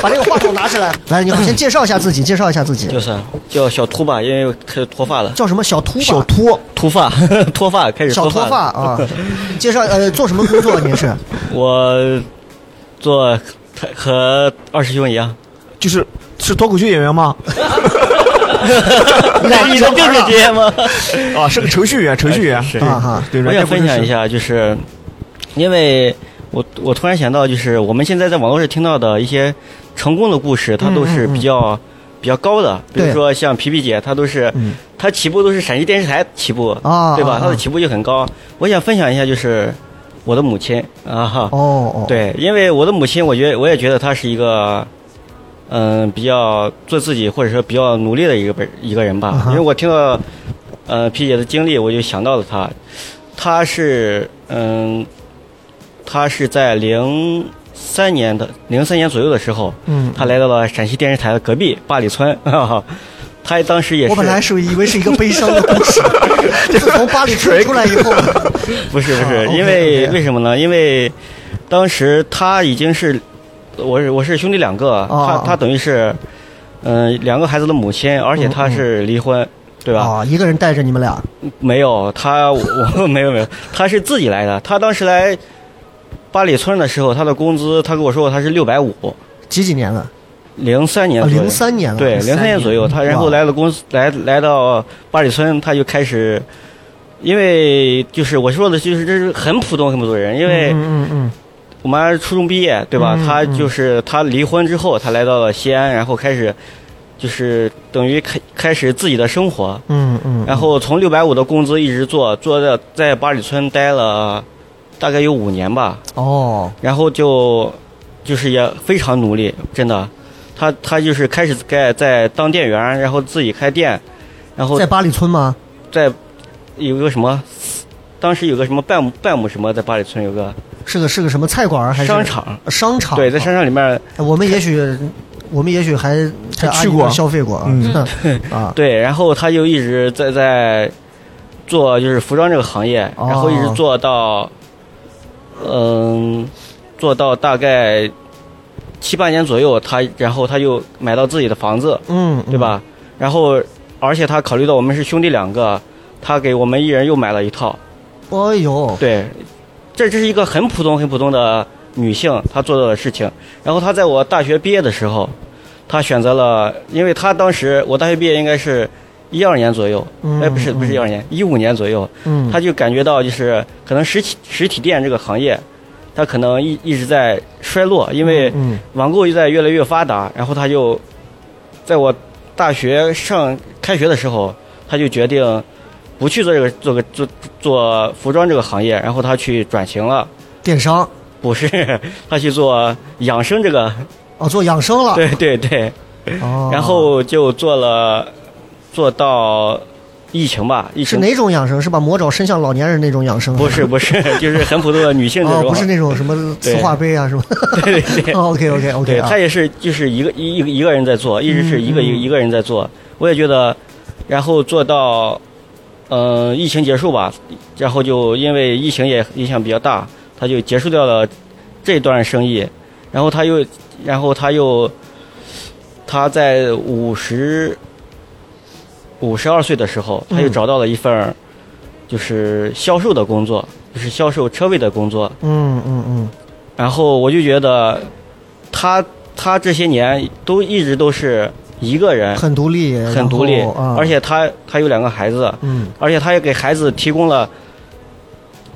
把这个话筒拿起来。来，你好，先介绍一下自己，介绍一下自己，就是叫小秃吧，因为开始脱发了，叫什么？小秃吧。小秃秃发 脱发开始 小脱脱发发了。啊， 介绍呃做什么工作？您是我做和和二师兄 一样，就是是脱口秀演员吗？你的就是这 样吗？啊，是个程序员，程序员。是对啊哈对，我人家想不分是享一下，就是因为我我突然想到，就是我们现在在网络上听到的一些成功的故事，它都是比较、比较高的，嗯比对嗯如说像皮皮姐，她都是、她起步都是陕西电视台起步，啊对吧？啊她的起步就很高。我想分享一下，就是我的母亲啊哈，哦哦，对，因为我的母亲，我觉得我也觉得她是一个。嗯，比较做自己，或者说比较努力的一个本一个人吧。啊哈因为我听到，呃，皮姐的经历，我就想到了她。她是，嗯，她是在零三年的零三年左右的时候，嗯，她来到了陕西电视台的隔壁八里村。 哈哈，她当时也是，我本来是以为是一个悲伤的故 事，自从巴里村出来以后， 不 是不是啊，因为 OK，OK 为什么呢？因为当时他已经是，我是我是兄弟两个，啊他他等于是，嗯、两个孩子的母亲，而且他嗯是离婚，对吧？啊，一个人带着你们俩，没有他，我 我没有没有，他是自己来的。他当时来八里村的时候，他的工资，他跟我说他是六百五，几几年了？零三年啊，左右零三年了，对，零三年左右，他然后哇来了公司，来来到八里村，他就开始，因为就是我说的，就是这是很普通很普通的人，因为嗯嗯嗯，我妈初中毕业，对吧？嗯她嗯就是她离婚之后，她来到了西安，然后开始就是等于开开始自己的生活，嗯嗯，然后从六百五的工资一直做做的在八里村待了大概有五年吧，哦，然后就就是也非常努力，真的，他他就是开始在在当店员，然后自己开店，然后在巴里村吗？在有个什么，当时有个什么半亩半亩什么，在八里村有个是个是个什么菜馆还是商？场，商场哦哎对，在商场里面，我们也许我们也许还在阿去姨过那消费过啊 嗯啊，对，然后他就一直在在做就是服装这个行业，哦然后一直做到，嗯，做到大概七八年左右，他然后他就买到自己的房子，嗯，对？吧？然后，而且他考虑到我们是兄弟两个，他给我们一人又买了一套。哎呦，对，这这是一个很普通、很普通的女性她做到的事情。然后她在我大学毕业的时候，她选择了，因为她当时我大学毕业应该是一二年左右，嗯哎，不是不是一二年，一五年左右，嗯，她就感觉到就是可能实体实体店这个行业，它可能一一直在衰落，因为嗯网购又在越来越发达，然后他就在我大学上开学的时候，他就决定不去做这个做个做做服装这个行业，然后他去转型了，电商不是 他去做养生这个，哦，做养生了，对对对，哦，然后就做了做到疫情吧，疫是情哪种养生？是把魔爪伸向老年人那种养生？不是不是，就是很普通的女性这哦，种，不是那种什么磁化杯啊什么。 对 对对。 OK OK 对 OK 啊他，也是就是一个一一个一个人在做，一直是一个一个嗯一个人在做。我也觉得，然后做到，嗯、疫情结束吧，然后就因为疫情也影响比较大，他就结束掉了这段生意。然后他又，然后他又，他在五十五十二岁的时候，他又嗯找到了一份儿就是销售的工作，就是销售车位的工作。嗯嗯嗯，然后我就觉得他他这些年都一直都是一个人，很独立，哎很独立然后，啊、而且他他有两个孩子，嗯而且他也给孩子提供了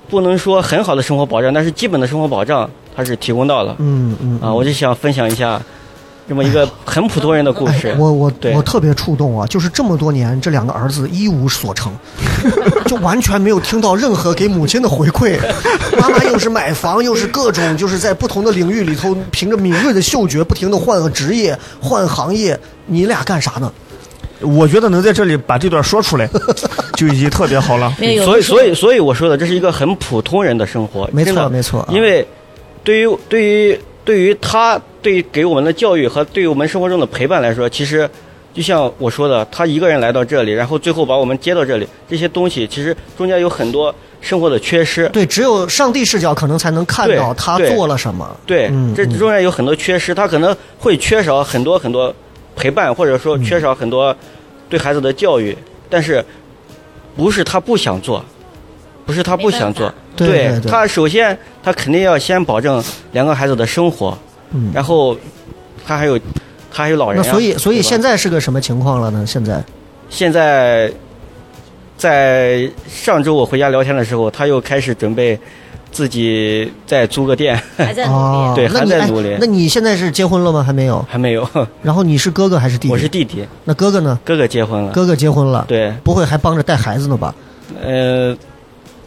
不能说很好的生活保障，但是基本的生活保障他是提供到了嗯嗯啊。我就想分享一下这么一个很普通人的故事。哎我我对我特别触动啊！就是这么多年，这两个儿子一无所成， 就完全没有听到任何给母亲的回馈。 妈妈又是买房，又是各种，就是在不同的领域里头，凭着敏锐的嗅觉，不停的换个职业、换行业。你俩干啥呢？我觉得能在这里把这段说出来，就已经特别好了。没有，嗯所以，所以以，所以我说的，这是一个很普通人的生活，没错真的没错啊因为对于对于对于他对给我们的教育和对我们生活中的陪伴来说，其实就像我说的，他一个人来到这里，然后最后把我们接到这里，这些东西其实中间有很多生活的缺失。对，只有上帝视角可能才能看到对他对做了什么。对，嗯这嗯中间有很多缺失，他可能会缺少很多很多陪伴，或者说嗯缺少很多对孩子的教育。但是，不是他不想做，不是他不想做，对对对他首先他肯定要先保证两个孩子的生活，嗯然后他还有他还有老人、那啊。所以，所以对吧现在是个什么情况了呢？现在现在在上周我回家聊天的时候，他又开始准备自己再租个店，还在努力。啊哦，对那还你在哎努力那你现在是结婚了吗？还没有。还没有。然后你是哥哥还是弟弟？我是弟弟，那哥哥呢？哥哥结婚了。哥哥结婚了，对，不会还帮着带孩子呢吧？呃，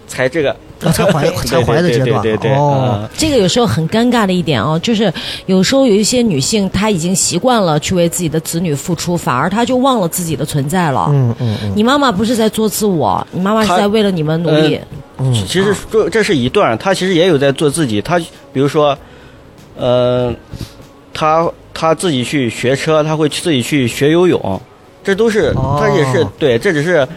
才这个，啊才 怀才怀的阶段对对对对对啊哦，这个有时候很尴尬的一点啊，就是有时候有一些女性，她已经习惯了去为自己的子女付出，反而她就忘了自己的存在了。嗯嗯嗯，你妈妈不是在做自我，你妈妈是她在为了你们努力。嗯其啊实这这是一段，他其实也有在做自己，他比如说，呃，他他自己去学车，他会去自己去学游泳，这都是哦他也是对，这只是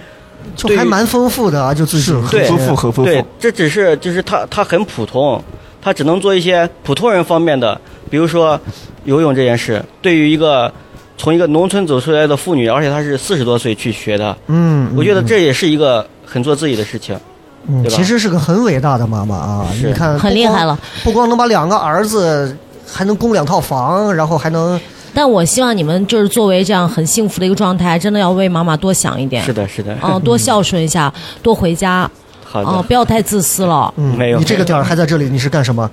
就对于还蛮丰富的啊，就自己嗯很对丰富，很丰对富。，这只是就是他他很普通，他只能做一些普通人方面的，比如说游泳这件事，对于一个从一个农村走出来的妇女，而且她是四十多岁去学的，嗯，我觉得嗯这也是一个很做自己的事情。嗯对吧其实是个很伟大的妈妈啊，是你看很不厉光害了，不光能把两个儿子。还能供两套房，然后还能但我希望你们就是作为这样很幸福的一个状态，真的要为妈妈多想一点。是的，是的，嗯，多孝顺一下，多回家， 好的，嗯，不要太自私了。嗯没有你这个点儿还在这里，你是干什么？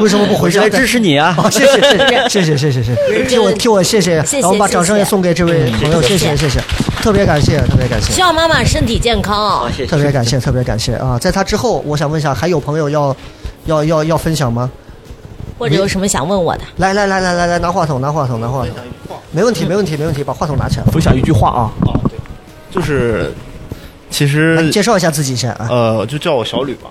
为什么不 我回是家来？支持你啊！好，谢谢谢谢谢谢谢谢谢谢，替我替我谢谢，谢谢然后把掌声也送给这位朋友，谢谢谢谢谢谢，特别感谢特别感希谢，望妈妈身体健康 啊好，。谢谢。特别感谢特别感谢啊！在他之后，我想问一下，还有朋友要要要要分享吗？或者有什么想问我的，来来来来来来，拿话筒拿话筒拿话筒，没问题没问题没问题，把话筒拿起来，分享一句话啊，啊，对，就是其来实介绍一下自己先啊，呃，就叫我小吕吧，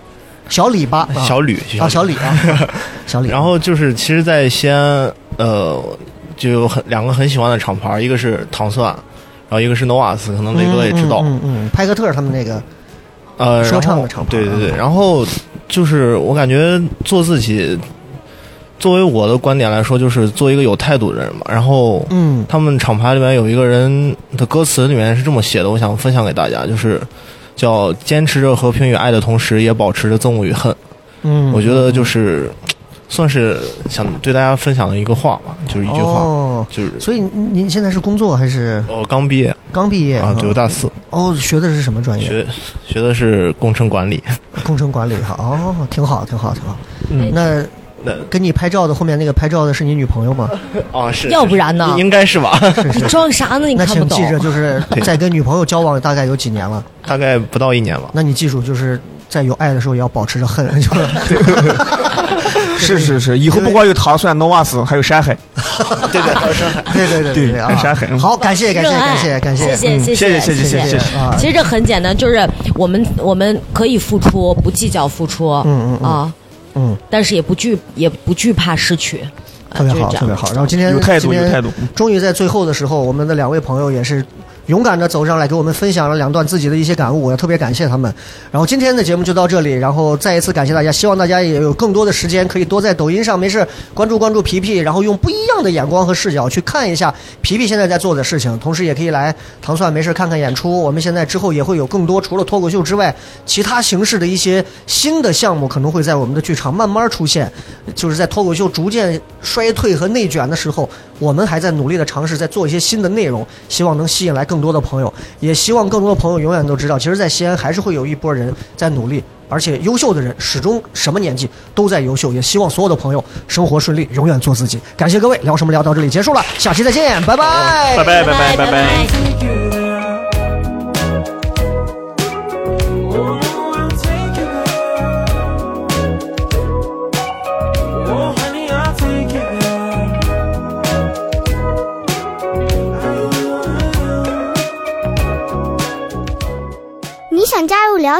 小李吧，啊小吕啊小李啊，小李，然后就是，其实，在西安，呃，就有很两个很喜欢的厂牌，一个是糖蒜，然后一个是 Novas，可能雷哥也知道。嗯嗯，嗯拍个特儿他们那个呃，说唱的然后厂牌对对对，啊然后就是我感觉做自己，作为我的观点来说，就是做一个有态度的人嘛。然后嗯他们厂牌里面有一个人的歌词里面是这么写的，我想分享给大家，就是叫坚持着和平与爱的同时，也保持着憎恶与恨。嗯，我觉得就是算是想对大家分享的一个话吧，就是一句话，哦，就是所以您您现在是工作还是我刚毕业刚毕业啊，对我大四，哦，学的是什么专业？学学的是工程管理。工程管理哈，哦，挺好，挺好，挺好。嗯，那那跟你拍照的后面那个拍照的是你女朋友吗？啊是，要不然呢是应该是吧， 你装啥呢？你那看不请懂记。着，就是对在跟女朋友交往大概有几年了？大概不到一年吧。那你记住，就是在有爱的时候也要保持着恨，就是 是是是，以后不光有糖蒜、Novas，还有山海。对对，对对对对对啊！啥狠好，感谢感谢热爱感谢感谢谢嗯谢谢谢谢谢谢谢谢啊！其实这很简单，就是我们我们可以付出，不计较付出，嗯嗯嗯啊，嗯，但是也不惧也不惧怕失去，啊特别就是好，这特别样。好。然后今天有态度今天有态度终于在最后的时候，我们的两位朋友也是勇敢的走上来，给我们分享了两段自己的一些感悟，我也特别感谢他们。然后今天的节目就到这里，然后再一次感谢大家，希望大家也有更多的时间可以多在抖音上没事关注关注皮皮，然后用不一样的眼光和视角去看一下皮皮现在在做的事情，同时也可以来糖蒜没事看看演出。我们现在之后也会有更多除了脱口秀之外，其他形式的一些新的项目可能会在我们的剧场慢慢出现，就是在脱口秀逐渐衰退和内卷的时候，我们还在努力的尝试，在做一些新的内容，希望能吸引来更多的朋友，也希望更多的朋友永远都知道，其实，在西安还是会有一波人在努力，而且优秀的人始终什么年纪都在优秀。也希望所有的朋友生活顺利，永远做自己。感谢各位，聊什么聊到这里结束了，下期再见，拜拜，拜拜拜拜拜拜拜。 Oh, I'll take you there. Oh, honey, I'll take you there. I will. 你想加入“聊